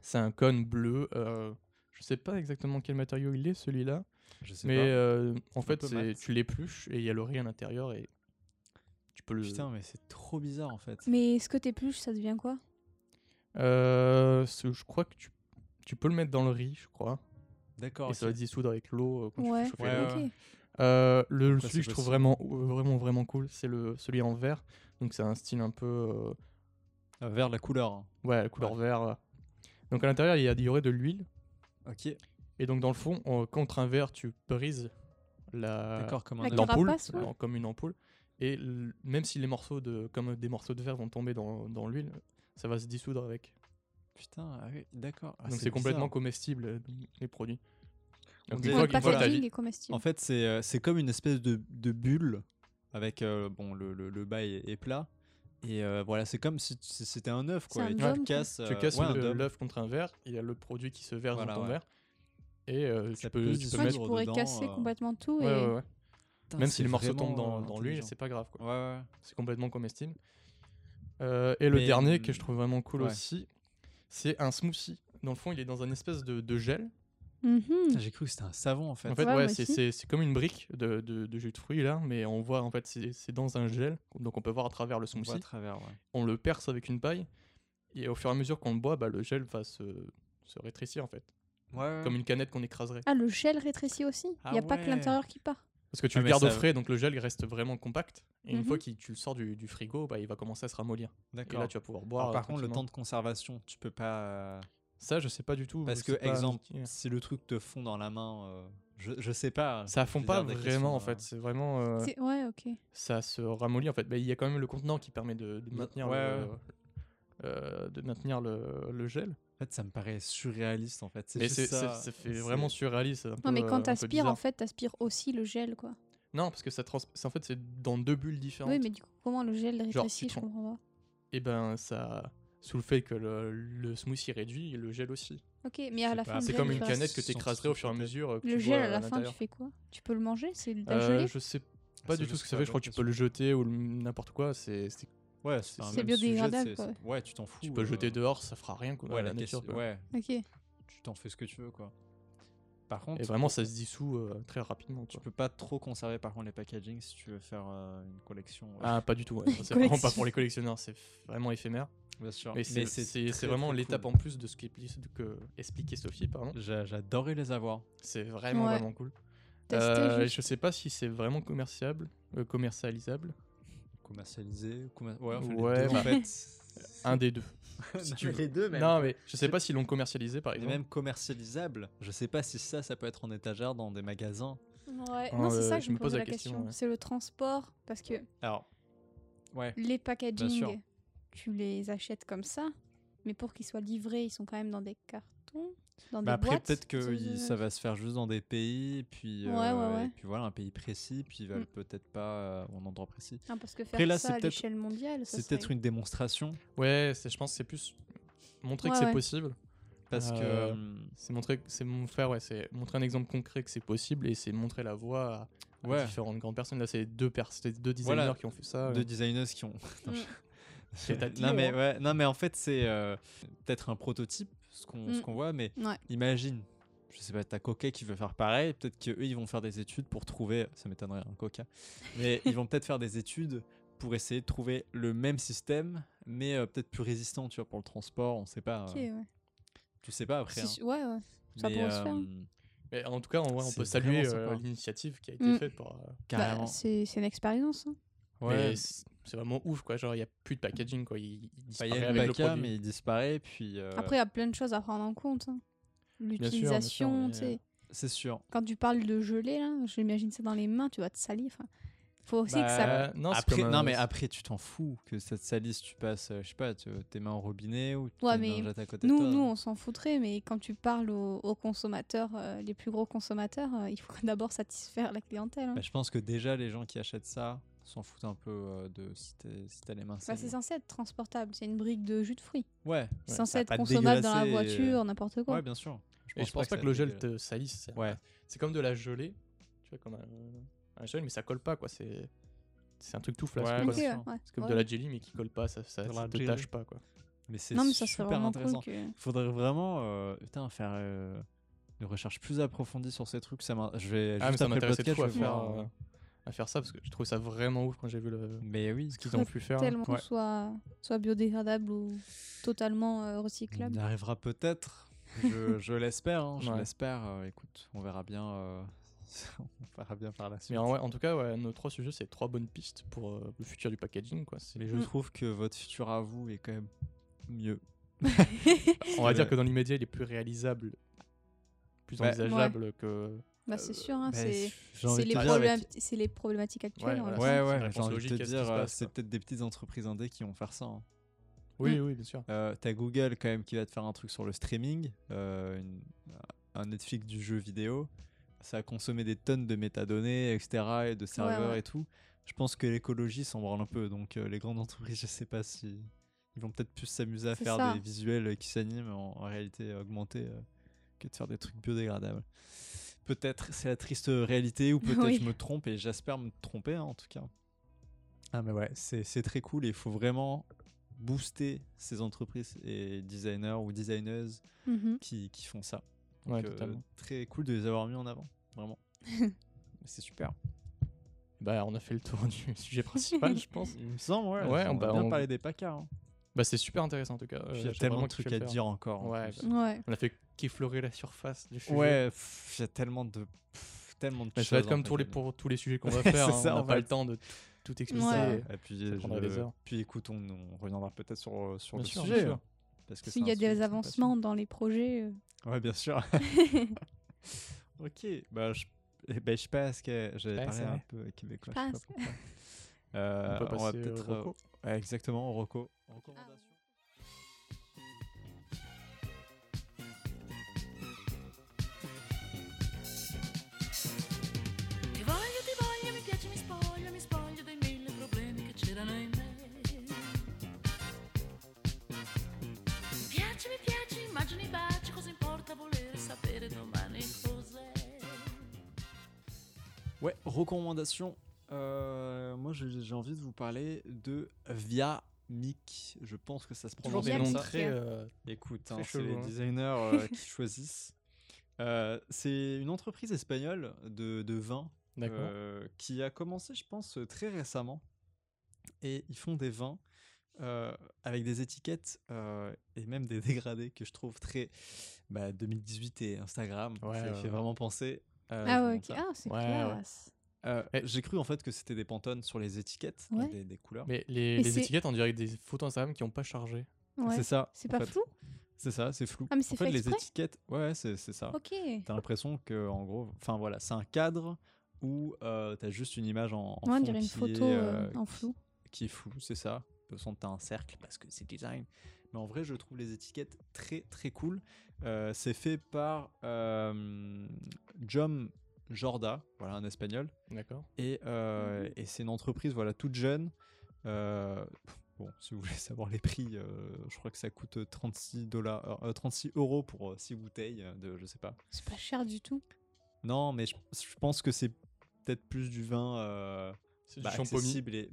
Speaker 2: c'est un cône bleu. euh, je sais pas exactement quel matériau il est celui-là.
Speaker 1: Je sais
Speaker 2: Mais euh, en fait,
Speaker 1: peu
Speaker 2: c'est-
Speaker 1: mat.
Speaker 2: tu l'épluches et il y a le riz à l'intérieur et tu peux
Speaker 1: pas.
Speaker 2: le.
Speaker 1: Putain, mais c'est trop bizarre en fait.
Speaker 3: Mais ce que t'épluches, ça devient quoi
Speaker 2: Euh, ce- je crois que tu, tu peux le mettre dans le riz, je crois.
Speaker 1: D'accord.
Speaker 2: et ça va
Speaker 1: ok.
Speaker 2: se dissoudre avec l'eau euh, quand
Speaker 3: Ouais.
Speaker 2: tu fais chauffer
Speaker 1: Ouais,
Speaker 2: l'eau.
Speaker 1: ouais.
Speaker 3: Ok.
Speaker 2: Euh, le
Speaker 1: c'est
Speaker 2: celui que je trouve
Speaker 1: possible.
Speaker 2: vraiment, vraiment, vraiment cool, c'est le celui en vert. Donc c'est un style un peu. euh,
Speaker 1: Ah, Vers la couleur. hein.
Speaker 2: ouais, la couleur vert. euh. Donc à l'intérieur, il y a il y aurait de l'huile. Euh,
Speaker 1: Ok.
Speaker 2: Et donc dans le fond, euh, contre un verre, tu brises la,
Speaker 1: D'accord, comme un.
Speaker 3: La
Speaker 1: œuf.
Speaker 2: l'ampoule,
Speaker 3: carapace, ouais.
Speaker 2: alors, comme une ampoule. Et l- même si les morceaux de, comme euh, des morceaux de verre vont tomber dans, dans l'huile, ça va se dissoudre avec.
Speaker 1: Putain, ah oui, d'accord. Ah,
Speaker 2: Donc c'est
Speaker 1: bizarre.
Speaker 2: complètement comestible euh, les produits.
Speaker 1: On
Speaker 2: Donc,
Speaker 1: dirait-
Speaker 2: une fois
Speaker 3: Ouais, le
Speaker 1: Ouais,
Speaker 2: qu'une fois que t'as
Speaker 3: packaging
Speaker 2: vi-
Speaker 3: est comestible.
Speaker 1: En fait, c'est euh, c'est comme une espèce de, de bulle avec euh, bon le, le, le bas est, est plat et euh, voilà, c'est comme si tu- si c'était un œuf quoi.
Speaker 3: C'est
Speaker 1: et
Speaker 3: un
Speaker 1: tu
Speaker 3: dôme,
Speaker 1: le
Speaker 3: quoi.
Speaker 1: casses.
Speaker 2: tu
Speaker 1: euh,
Speaker 2: casses
Speaker 1: ouais, un
Speaker 2: le-
Speaker 1: dôme.
Speaker 2: l'œuf contre un verre, il y a le produit qui se verse
Speaker 1: Voilà,
Speaker 2: dans ton
Speaker 1: ouais.
Speaker 2: verre. Et euh,
Speaker 1: Ça
Speaker 2: tu
Speaker 1: peut
Speaker 2: peux,
Speaker 1: se
Speaker 2: tu
Speaker 1: dissoudre
Speaker 2: peux
Speaker 3: Ouais, tu
Speaker 2: mettre.
Speaker 3: pourrais
Speaker 1: dedans,
Speaker 3: casser
Speaker 1: euh,
Speaker 3: complètement tout et
Speaker 2: Ouais, ouais, ouais.
Speaker 1: Putain,
Speaker 2: Même
Speaker 1: c'est
Speaker 2: si les morceaux
Speaker 1: vraiment,
Speaker 2: tombent dans,
Speaker 1: euh,
Speaker 2: dans l'huile,
Speaker 1: intelligent.
Speaker 2: c'est pas grave. quoi.
Speaker 1: Ouais, ouais.
Speaker 2: C'est complètement comestible. Euh, et le
Speaker 1: Mais,
Speaker 2: dernier que
Speaker 1: hum,
Speaker 2: je trouve vraiment cool
Speaker 1: ouais.
Speaker 2: aussi, c'est un smoothie. Dans le fond, il est dans un espèce de- de gel.
Speaker 3: Mhm.
Speaker 1: Putain, J'ai cru que c'était un savon en fait.
Speaker 2: En fait,
Speaker 3: Ouais,
Speaker 2: ouais,
Speaker 3: moi
Speaker 2: c'est-
Speaker 3: aussi.
Speaker 2: c'est c'est comme une brique de, de- de jus de fruits, là, mais on voit, en fait, c'est c'est dans un gel, donc on peut voir à travers le
Speaker 1: on voit à
Speaker 2: smoothie.
Speaker 1: travers. ouais.
Speaker 2: On le perce avec une paille, et au fur et à mesure qu'on le boit, bah, le gel va se, se rétrécir, en fait.
Speaker 1: Ouais, ouais.
Speaker 2: Comme une canette qu'on écraserait.
Speaker 3: Ah, le gel rétrécit aussi. Il
Speaker 1: Ah
Speaker 3: n'y a pas que
Speaker 1: ouais.
Speaker 3: l'intérieur qui part.
Speaker 2: Parce que tu
Speaker 1: Ah,
Speaker 2: le
Speaker 1: mais
Speaker 2: gardes au
Speaker 1: ça-
Speaker 2: frais, donc le gel il reste vraiment compact, et une
Speaker 3: Mhm.
Speaker 2: fois que tu le sors du, du frigo, bah, il va commencer à se ramollir. Et
Speaker 1: D'accord.
Speaker 2: là, tu vas pouvoir boire.
Speaker 1: Alors,
Speaker 2: euh,
Speaker 1: par contre, le
Speaker 2: tranquillement.
Speaker 1: temps de conservation, tu peux pas. euh,
Speaker 2: Ça, je sais pas du tout.
Speaker 1: Parce
Speaker 2: je
Speaker 1: que,
Speaker 2: sais pas
Speaker 1: exemple,
Speaker 2: indiquer.
Speaker 1: si le truc te fond dans la main, euh, je, je sais pas.
Speaker 2: Ça fond pas
Speaker 1: bizarre, des
Speaker 2: vraiment, en
Speaker 1: questions,
Speaker 2: fait. C'est vraiment. euh,
Speaker 3: C'est- Ouais, ok.
Speaker 2: ça se ramollit en fait. Mais il y a quand même le contenant qui permet de, de
Speaker 1: Ma-
Speaker 2: maintenir,
Speaker 1: ouais,
Speaker 2: le,
Speaker 1: ouais.
Speaker 2: euh, de maintenir le, le gel.
Speaker 1: hein. En fait, ça me paraît surréaliste en fait.
Speaker 2: Mais
Speaker 1: juste
Speaker 2: c'est,
Speaker 1: ça.
Speaker 2: c'est- ça fait
Speaker 1: C'est-
Speaker 2: vraiment surréaliste.
Speaker 3: Non, mais quand t'aspires, en fait, t'aspires aussi le gel, quoi.
Speaker 2: Non, parce que ça trans... c'est- en fait, c'est dans deux bulles différentes.
Speaker 3: Oui, mais du coup, comment le gel
Speaker 2: Genre, tu
Speaker 3: rétrécit, je
Speaker 2: prends-
Speaker 3: comprends pas.
Speaker 2: Et ben, ça. sous le fait que le, le smoothie réduit et le gel aussi.
Speaker 3: Ok, mais à la
Speaker 1: pas-
Speaker 3: fin,
Speaker 1: c'est
Speaker 2: C'est
Speaker 3: le
Speaker 2: comme
Speaker 3: gel,
Speaker 2: une
Speaker 3: tu
Speaker 2: canette que
Speaker 1: Sans-
Speaker 2: t'écraserais au fur et à mesure euh, que
Speaker 3: vois. Le
Speaker 2: tu bois
Speaker 3: gel
Speaker 2: à,
Speaker 3: à la fin, tu
Speaker 2: l'intérieur.
Speaker 3: fais quoi Tu peux le manger C'est de la
Speaker 2: Euh,
Speaker 3: gelée
Speaker 2: je sais pas du tout ce que ça fait, je crois que tu peux le jeter ou le- n'importe quoi, c'est c'est-
Speaker 1: Ouais, c'est un
Speaker 3: c'est
Speaker 1: même sujet,
Speaker 3: biodégradable,
Speaker 1: c'est-
Speaker 3: quoi,
Speaker 1: c'est- Ouais, tu t'en fous.
Speaker 2: tu peux le
Speaker 1: euh,
Speaker 2: jeter dehors, ça fera rien quoi, à
Speaker 1: Ouais, la
Speaker 2: la nature,
Speaker 1: caisse-
Speaker 2: quoi.
Speaker 1: ouais,
Speaker 3: Ok.
Speaker 1: tu t'en fais ce que tu veux, quoi. Par contre,
Speaker 2: Et vraiment ça se dissout euh, très rapidement.
Speaker 1: tu
Speaker 2: quoi.
Speaker 1: peux pas trop conserver par contre les packagings si tu veux faire euh, une collection. euh,
Speaker 2: Ah pas du tout, ouais, c'est vraiment pas pour les collectionneurs, c'est vraiment éphémère.
Speaker 1: bien sûr.
Speaker 2: Mais c'est- c'est c'est
Speaker 1: très,
Speaker 2: vraiment
Speaker 1: très
Speaker 2: l'étape
Speaker 1: cool.
Speaker 2: en plus de ce qu'expliquait Sophie, pardon.
Speaker 1: J'a- J'adorais les avoir.
Speaker 2: C'est vraiment
Speaker 3: Ouais.
Speaker 2: vraiment cool.
Speaker 3: Tester
Speaker 2: Euh,
Speaker 3: juste.
Speaker 2: je sais pas si c'est vraiment commerciable, euh, commercialisable.
Speaker 1: Commercialisé. commer- Ouais, enfin, les
Speaker 2: Ouais,
Speaker 1: deux, en
Speaker 2: bah,
Speaker 1: fait.
Speaker 2: Un des deux. si tu veux.
Speaker 1: les deux, même.
Speaker 2: Non mais je sais pas s'ils l'ont commercialisé par
Speaker 1: Et
Speaker 2: exemple.
Speaker 1: même commercialisable. Je sais pas si ça, ça peut être en étagère dans des magasins.
Speaker 3: Ouais.
Speaker 2: Ah,
Speaker 3: non, c'est
Speaker 2: euh,
Speaker 3: ça que
Speaker 2: je
Speaker 3: je me
Speaker 2: me pose
Speaker 3: posais
Speaker 2: la
Speaker 3: la
Speaker 2: question,
Speaker 3: question.
Speaker 2: ouais.
Speaker 3: C'est le transport, parce que
Speaker 1: Alors, ouais.
Speaker 3: les
Speaker 1: sûr.
Speaker 3: packaging, tu les achètes comme ça, mais pour qu'ils soient livrés, ils sont quand même dans des cartons, dans
Speaker 1: Bah
Speaker 3: des
Speaker 1: après,
Speaker 3: boîtes.
Speaker 1: peut-être que
Speaker 3: tu-
Speaker 1: il- ça va se faire juste dans des pays, puis,
Speaker 3: Ouais,
Speaker 1: euh,
Speaker 3: ouais, ouais.
Speaker 1: et puis voilà, un pays précis, puis ils veulent
Speaker 3: Mm.
Speaker 1: peut-être pas euh, un endroit précis.
Speaker 3: Ah, parce que faire
Speaker 1: Après, là, c'est
Speaker 3: ça à
Speaker 1: peut-être-
Speaker 3: l'échelle mondiale, ça
Speaker 1: C'est peut-être
Speaker 3: serait-
Speaker 1: une démonstration,
Speaker 2: Ouais, c'est- je pense que c'est plus montrer que
Speaker 3: Ouais,
Speaker 2: c'est
Speaker 3: ouais.
Speaker 2: possible.
Speaker 1: parce que
Speaker 2: Euh,
Speaker 1: euh,
Speaker 2: C'est montrer, c'est mon frère, ouais, c'est montrer un exemple concret que c'est possible et c'est montrer la voie à, à
Speaker 1: Ouais.
Speaker 2: différentes grandes personnes. Là, c'est deux pers, c'est deux designers
Speaker 1: Voilà.
Speaker 2: qui ont fait ça.
Speaker 1: deux designers qui ont.
Speaker 3: Mm.
Speaker 1: Non, je-
Speaker 2: C'est à
Speaker 1: non
Speaker 2: dire,
Speaker 1: mais
Speaker 2: hein.
Speaker 1: ouais, non mais en fait c'est euh, peut-être un prototype ce qu'on ce
Speaker 3: Mm.
Speaker 1: qu'on voit, mais
Speaker 3: Ouais.
Speaker 1: imagine, je sais pas, t'as Coca qui veut faire pareil, peut-être qu'eux ils vont faire des études pour trouver, ça m'étonnerait un Coca, mais ils vont peut-être faire des études pour essayer de trouver le même système, mais euh, peut-être plus résistant, tu vois, pour le transport, on sait pas.
Speaker 3: Ok,
Speaker 1: euh,
Speaker 3: ouais.
Speaker 1: Tu sais pas après.
Speaker 3: Si-
Speaker 1: hein.
Speaker 3: ouais, ouais. Bah, Ça
Speaker 1: Mais, euh,
Speaker 3: pourrait se faire.
Speaker 2: Mais en tout cas, en vrai, on
Speaker 1: C'est
Speaker 2: peut
Speaker 1: vraiment
Speaker 2: saluer euh,
Speaker 1: sympa.
Speaker 2: l'initiative qui a été
Speaker 3: Mm.
Speaker 2: faite. Pour, euh,
Speaker 3: Bah,
Speaker 1: Carrément.
Speaker 3: c'est c'est une expérience. hein.
Speaker 1: ouais.
Speaker 2: mais c'est c'est vraiment ouf, quoi. Genre, il n'y a plus de packaging, quoi. Il, il
Speaker 1: Bah,
Speaker 2: disparaît
Speaker 1: il y a le
Speaker 2: avec le
Speaker 1: Paca,
Speaker 2: produit.
Speaker 1: mais il disparaît, puis. euh,
Speaker 3: Après, il y a plein de choses à prendre en compte. hein.
Speaker 2: bien sûr,
Speaker 3: L'utilisation,
Speaker 2: mais,
Speaker 3: tu
Speaker 1: euh.
Speaker 3: sais.
Speaker 1: c'est sûr.
Speaker 3: Quand tu parles de gelée, là, j'imagine ça dans les mains, tu vas te salir. enfin. Faut aussi que ça.
Speaker 1: Bah,
Speaker 2: Euh, non, c'est
Speaker 1: après,
Speaker 2: comme,
Speaker 1: non,
Speaker 2: euh,
Speaker 1: mais
Speaker 2: c'est-
Speaker 1: après, tu t'en fous que ça te salisse, tu passes, euh, je sais pas, tu- tes mains au robinet ou tes
Speaker 3: Ouais,
Speaker 1: mains
Speaker 3: mais
Speaker 1: jettes à côté de
Speaker 3: Nous,
Speaker 1: toi.
Speaker 3: nous, on s'en foutrait, mais quand tu parles aux, aux consommateurs, euh, les plus gros consommateurs, euh, il faut d'abord satisfaire la clientèle. hein.
Speaker 1: Bah, je pense que déjà, les gens qui achètent ça s'en foutent un peu euh, de si t'es- si t'as les mains
Speaker 3: Bah,
Speaker 1: sales.
Speaker 3: c'est censé être transportable, c'est une brique de jus de fruits.
Speaker 1: Ouais,
Speaker 3: C'est
Speaker 2: Ouais,
Speaker 3: censé
Speaker 1: ça va
Speaker 3: être
Speaker 1: pas te
Speaker 3: consommable dans la
Speaker 1: dégueulasser, euh,
Speaker 3: voiture, n'importe quoi.
Speaker 1: ouais, bien sûr.
Speaker 2: Et je pense pas que, le
Speaker 1: ça
Speaker 2: gel
Speaker 1: dégueule.
Speaker 2: te salisse. c'est-
Speaker 1: Ouais.
Speaker 2: C'est comme de la gelée, tu vois, comme un, un gel, mais ça colle pas, quoi. C'est c'est un truc tout flasque.
Speaker 1: Ouais,
Speaker 2: quoi.
Speaker 3: Ok,
Speaker 1: bien
Speaker 3: ouais,
Speaker 1: sûr.
Speaker 3: euh, ouais.
Speaker 2: C'est comme
Speaker 3: Ouais.
Speaker 2: de la jelly, mais qui colle pas, ça, ça,
Speaker 1: De
Speaker 2: ça
Speaker 1: la
Speaker 2: te
Speaker 1: jelly.
Speaker 2: tâche pas, quoi. Ah,
Speaker 1: Mais c'est
Speaker 3: Non, mais ça serait
Speaker 1: super
Speaker 3: vraiment
Speaker 1: intéressant.
Speaker 3: cool que.
Speaker 1: Faudrait vraiment euh, putain, faire euh, une recherche plus approfondie sur ces trucs. Ça m'in- je vais
Speaker 2: Ah, mais
Speaker 1: juste après
Speaker 2: ça
Speaker 1: le
Speaker 2: m'intéressait
Speaker 1: podcast,
Speaker 2: de fou
Speaker 1: je
Speaker 2: à
Speaker 1: vais
Speaker 2: faire,
Speaker 1: faire.
Speaker 2: euh,
Speaker 1: euh,
Speaker 2: à faire ça parce que je trouvais ça vraiment ouf quand j'ai vu le,
Speaker 1: Mais oui,
Speaker 2: ce qu'ils ont
Speaker 3: serait
Speaker 2: pu faire.
Speaker 3: tellement
Speaker 1: Ouais.
Speaker 3: soit, soit biodégradable ou totalement euh, recyclable.
Speaker 1: On y arrivera peut-être. Je, je l'espère. hein, je
Speaker 2: Ouais.
Speaker 1: l'espère. Euh, écoute, on verra bien. euh, on verra bien par la suite.
Speaker 2: Mais en, ouais, en tout cas, ouais, nos trois sujets, c'est trois bonnes pistes pour euh, le futur du packaging. Quoi. C'est-
Speaker 1: Mais je
Speaker 3: Mm.
Speaker 1: trouve que votre futur à vous est quand même mieux.
Speaker 2: On va
Speaker 1: que-
Speaker 2: dire que dans l'immédiat, il est plus réalisable, plus
Speaker 1: Ouais.
Speaker 2: envisageable que.
Speaker 3: Bah, c'est sûr, hein,
Speaker 1: Ben,
Speaker 3: c'est
Speaker 1: j'ai envie
Speaker 3: c'est
Speaker 1: de
Speaker 3: les,
Speaker 1: te dire avec-
Speaker 3: problémati- c'est les problématiques
Speaker 2: Ouais,
Speaker 3: actuelles.
Speaker 2: voilà,
Speaker 3: on le
Speaker 2: c'est-
Speaker 1: Ouais,
Speaker 3: sent.
Speaker 2: la
Speaker 1: ouais, j'ai
Speaker 2: réponse
Speaker 1: envie de te
Speaker 2: logique à ce qui se
Speaker 1: dire, euh,
Speaker 2: passe,
Speaker 1: c'est
Speaker 2: quoi.
Speaker 1: peut-être des petites entreprises indées qui vont faire ça. hein.
Speaker 2: Oui,
Speaker 3: Mm.
Speaker 2: oui, bien sûr.
Speaker 1: Euh, T'as Google quand même qui va te faire un truc sur le streaming, euh, une- un Netflix du jeu vidéo. Ça a consommé des tonnes de métadonnées, etc., et de serveurs
Speaker 3: ouais.
Speaker 1: et tout. Je pense que l'écologie s'en branle un peu, donc euh, les grandes entreprises, je sais pas si ils vont peut-être plus s'amuser à
Speaker 3: C'est
Speaker 1: faire
Speaker 3: ça.
Speaker 1: des visuels qui s'animent en, en réalité augmentée euh, que de faire des trucs biodégradables. Peut-être c'est la triste réalité, ou peut-être
Speaker 3: Oui.
Speaker 1: je me trompe et j'espère me tromper hein, en tout cas. Ah mais ouais, c'est c'est très cool et il faut vraiment booster ces entreprises et designers ou designeuses
Speaker 3: Mhm.
Speaker 1: qui, qui font ça.
Speaker 2: Ouais,
Speaker 1: Donc, euh,
Speaker 2: totalement.
Speaker 1: très cool de les avoir mis en avant, vraiment. c'est super.
Speaker 2: Bah, on a fait le tour du sujet principal, je pense.
Speaker 1: Il me semble, ouais.
Speaker 2: Ouais,
Speaker 1: on
Speaker 2: bah,
Speaker 1: va bien
Speaker 2: on-
Speaker 1: parler des pacards. hein.
Speaker 2: Bah, c'est super intéressant en tout cas.
Speaker 1: Puis
Speaker 2: Euh,
Speaker 1: Il y a
Speaker 2: j'ai
Speaker 1: tellement
Speaker 2: vraiment
Speaker 1: de trucs
Speaker 2: kiffé
Speaker 1: à
Speaker 2: le faire.
Speaker 1: dire encore. hein, en
Speaker 2: Ouais, bah,
Speaker 1: plus.
Speaker 3: Ouais.
Speaker 2: On a fait qu'effleurer la surface du sujet.
Speaker 1: ouais. pff, Il y a tellement de, pff, tellement de
Speaker 2: Mais
Speaker 1: choses.
Speaker 2: ça va être
Speaker 1: en
Speaker 2: comme
Speaker 1: fait,
Speaker 2: pour les,
Speaker 1: à
Speaker 2: pour tous les sujets qu'on va
Speaker 1: C'est
Speaker 2: faire. hein.
Speaker 1: ça,
Speaker 2: on
Speaker 1: en
Speaker 2: n'a pas
Speaker 1: fait.
Speaker 2: le temps de t- tout
Speaker 1: dire.
Speaker 2: expliquer.
Speaker 3: Ouais.
Speaker 1: Ça,
Speaker 3: Ouais.
Speaker 1: Et puis, euh,
Speaker 2: Ça
Speaker 1: je-
Speaker 2: prendrait des heures.
Speaker 1: puis écoute, on, on reviendra peut-être sur, sur
Speaker 2: Bien
Speaker 1: le
Speaker 2: sûr, bien
Speaker 1: sujet.
Speaker 2: sûr.
Speaker 1: hein, Parce que
Speaker 3: S'il
Speaker 1: c'est un
Speaker 3: y a
Speaker 1: sujet qui
Speaker 3: des
Speaker 1: me
Speaker 3: avancements dans les projets. euh,
Speaker 1: Ouais, bien sûr. ok, bah je, eh ben, je pense que j'avais
Speaker 2: Passe,
Speaker 1: parlé un
Speaker 2: ouais.
Speaker 1: peu québécois.
Speaker 3: Je
Speaker 1: Bah, je sais
Speaker 3: passe.
Speaker 1: pas pourquoi. Euh,
Speaker 2: on peut
Speaker 1: on, va
Speaker 2: passer euh,
Speaker 1: peut-être. euh,
Speaker 2: reco.
Speaker 1: ouais, exactement, Rocco.
Speaker 4: Ti voglio, ti voglio, mi piace, mi spoglio, mi spoglio dei mille problemi che c'erano in me. piaci, mi piaci, immagini baci, cosa importa voler sapere domani cos'è?
Speaker 1: Ouais, recommandations. Euh, moi, j'ai j'ai envie de vous parler de Via Mic. Je pense que ça se
Speaker 2: Toujours
Speaker 1: prononce
Speaker 2: des
Speaker 1: comme
Speaker 2: noms
Speaker 1: ça.
Speaker 2: très. euh,
Speaker 1: Écoute,
Speaker 2: Très
Speaker 1: hein, c'est les
Speaker 2: chelou, hein.
Speaker 1: designers euh, qui choisissent. Euh, c'est une entreprise espagnole de, de vin
Speaker 2: D'accord.
Speaker 1: euh, qui a commencé, je pense, euh, très récemment. Et ils font des vins euh, avec des étiquettes euh, et même des dégradés que je trouve très bah, 2018 et Instagram.
Speaker 2: Ouais,
Speaker 1: ça
Speaker 2: ouais,
Speaker 1: fait
Speaker 2: ouais.
Speaker 1: vraiment penser. à
Speaker 3: Ah
Speaker 1: ce
Speaker 3: ouais, ok.
Speaker 1: monde-là.
Speaker 3: Ah, c'est
Speaker 2: Ouais, ouais.
Speaker 3: classe.
Speaker 1: Euh,
Speaker 2: Eh.
Speaker 1: J'ai cru en fait que c'était des pantones sur les étiquettes,
Speaker 3: Ouais.
Speaker 1: des, des couleurs.
Speaker 2: Mais les,
Speaker 3: Mais
Speaker 2: les
Speaker 3: c'est-
Speaker 2: étiquettes, on dirait des photos Instagram qui n'ont pas chargé.
Speaker 3: Ouais.
Speaker 1: C'est ça.
Speaker 3: C'est
Speaker 1: en
Speaker 3: pas
Speaker 1: fait.
Speaker 3: flou
Speaker 1: C'est ça, c'est flou.
Speaker 3: Ah, mais c'est
Speaker 1: en fait,
Speaker 3: fait
Speaker 1: les
Speaker 3: exprès
Speaker 1: étiquettes, ouais, c'est c'est ça.
Speaker 3: Ok.
Speaker 1: T'as l'impression que, en gros, enfin voilà, c'est un cadre où euh, t'as juste une image en, en
Speaker 3: Moi, on
Speaker 1: fond
Speaker 3: dirait une
Speaker 1: qui
Speaker 3: photo
Speaker 1: est,
Speaker 3: euh,
Speaker 1: euh,
Speaker 3: en flou.
Speaker 1: qui est flou, c'est ça. De toute façon, t'as un cercle parce que c'est design. Mais en vrai, je trouve les étiquettes très très cool. Euh, c'est fait par euh, Jom Jorda, voilà, un espagnol.
Speaker 2: D'accord.
Speaker 1: Et,
Speaker 3: Mhm.
Speaker 1: euh, et c'est une entreprise voilà, toute jeune. Euh, pff, bon, si vous voulez savoir les prix, euh, je crois que ça coûte 36, dollars, euh, 36 euros pour 6 bouteilles euh, de, je sais pas.
Speaker 3: C'est pas cher du tout.
Speaker 1: Non, mais je, je pense que c'est peut-être plus du vin euh,
Speaker 2: C'est
Speaker 1: bah,
Speaker 2: du champomis.
Speaker 1: accessible et-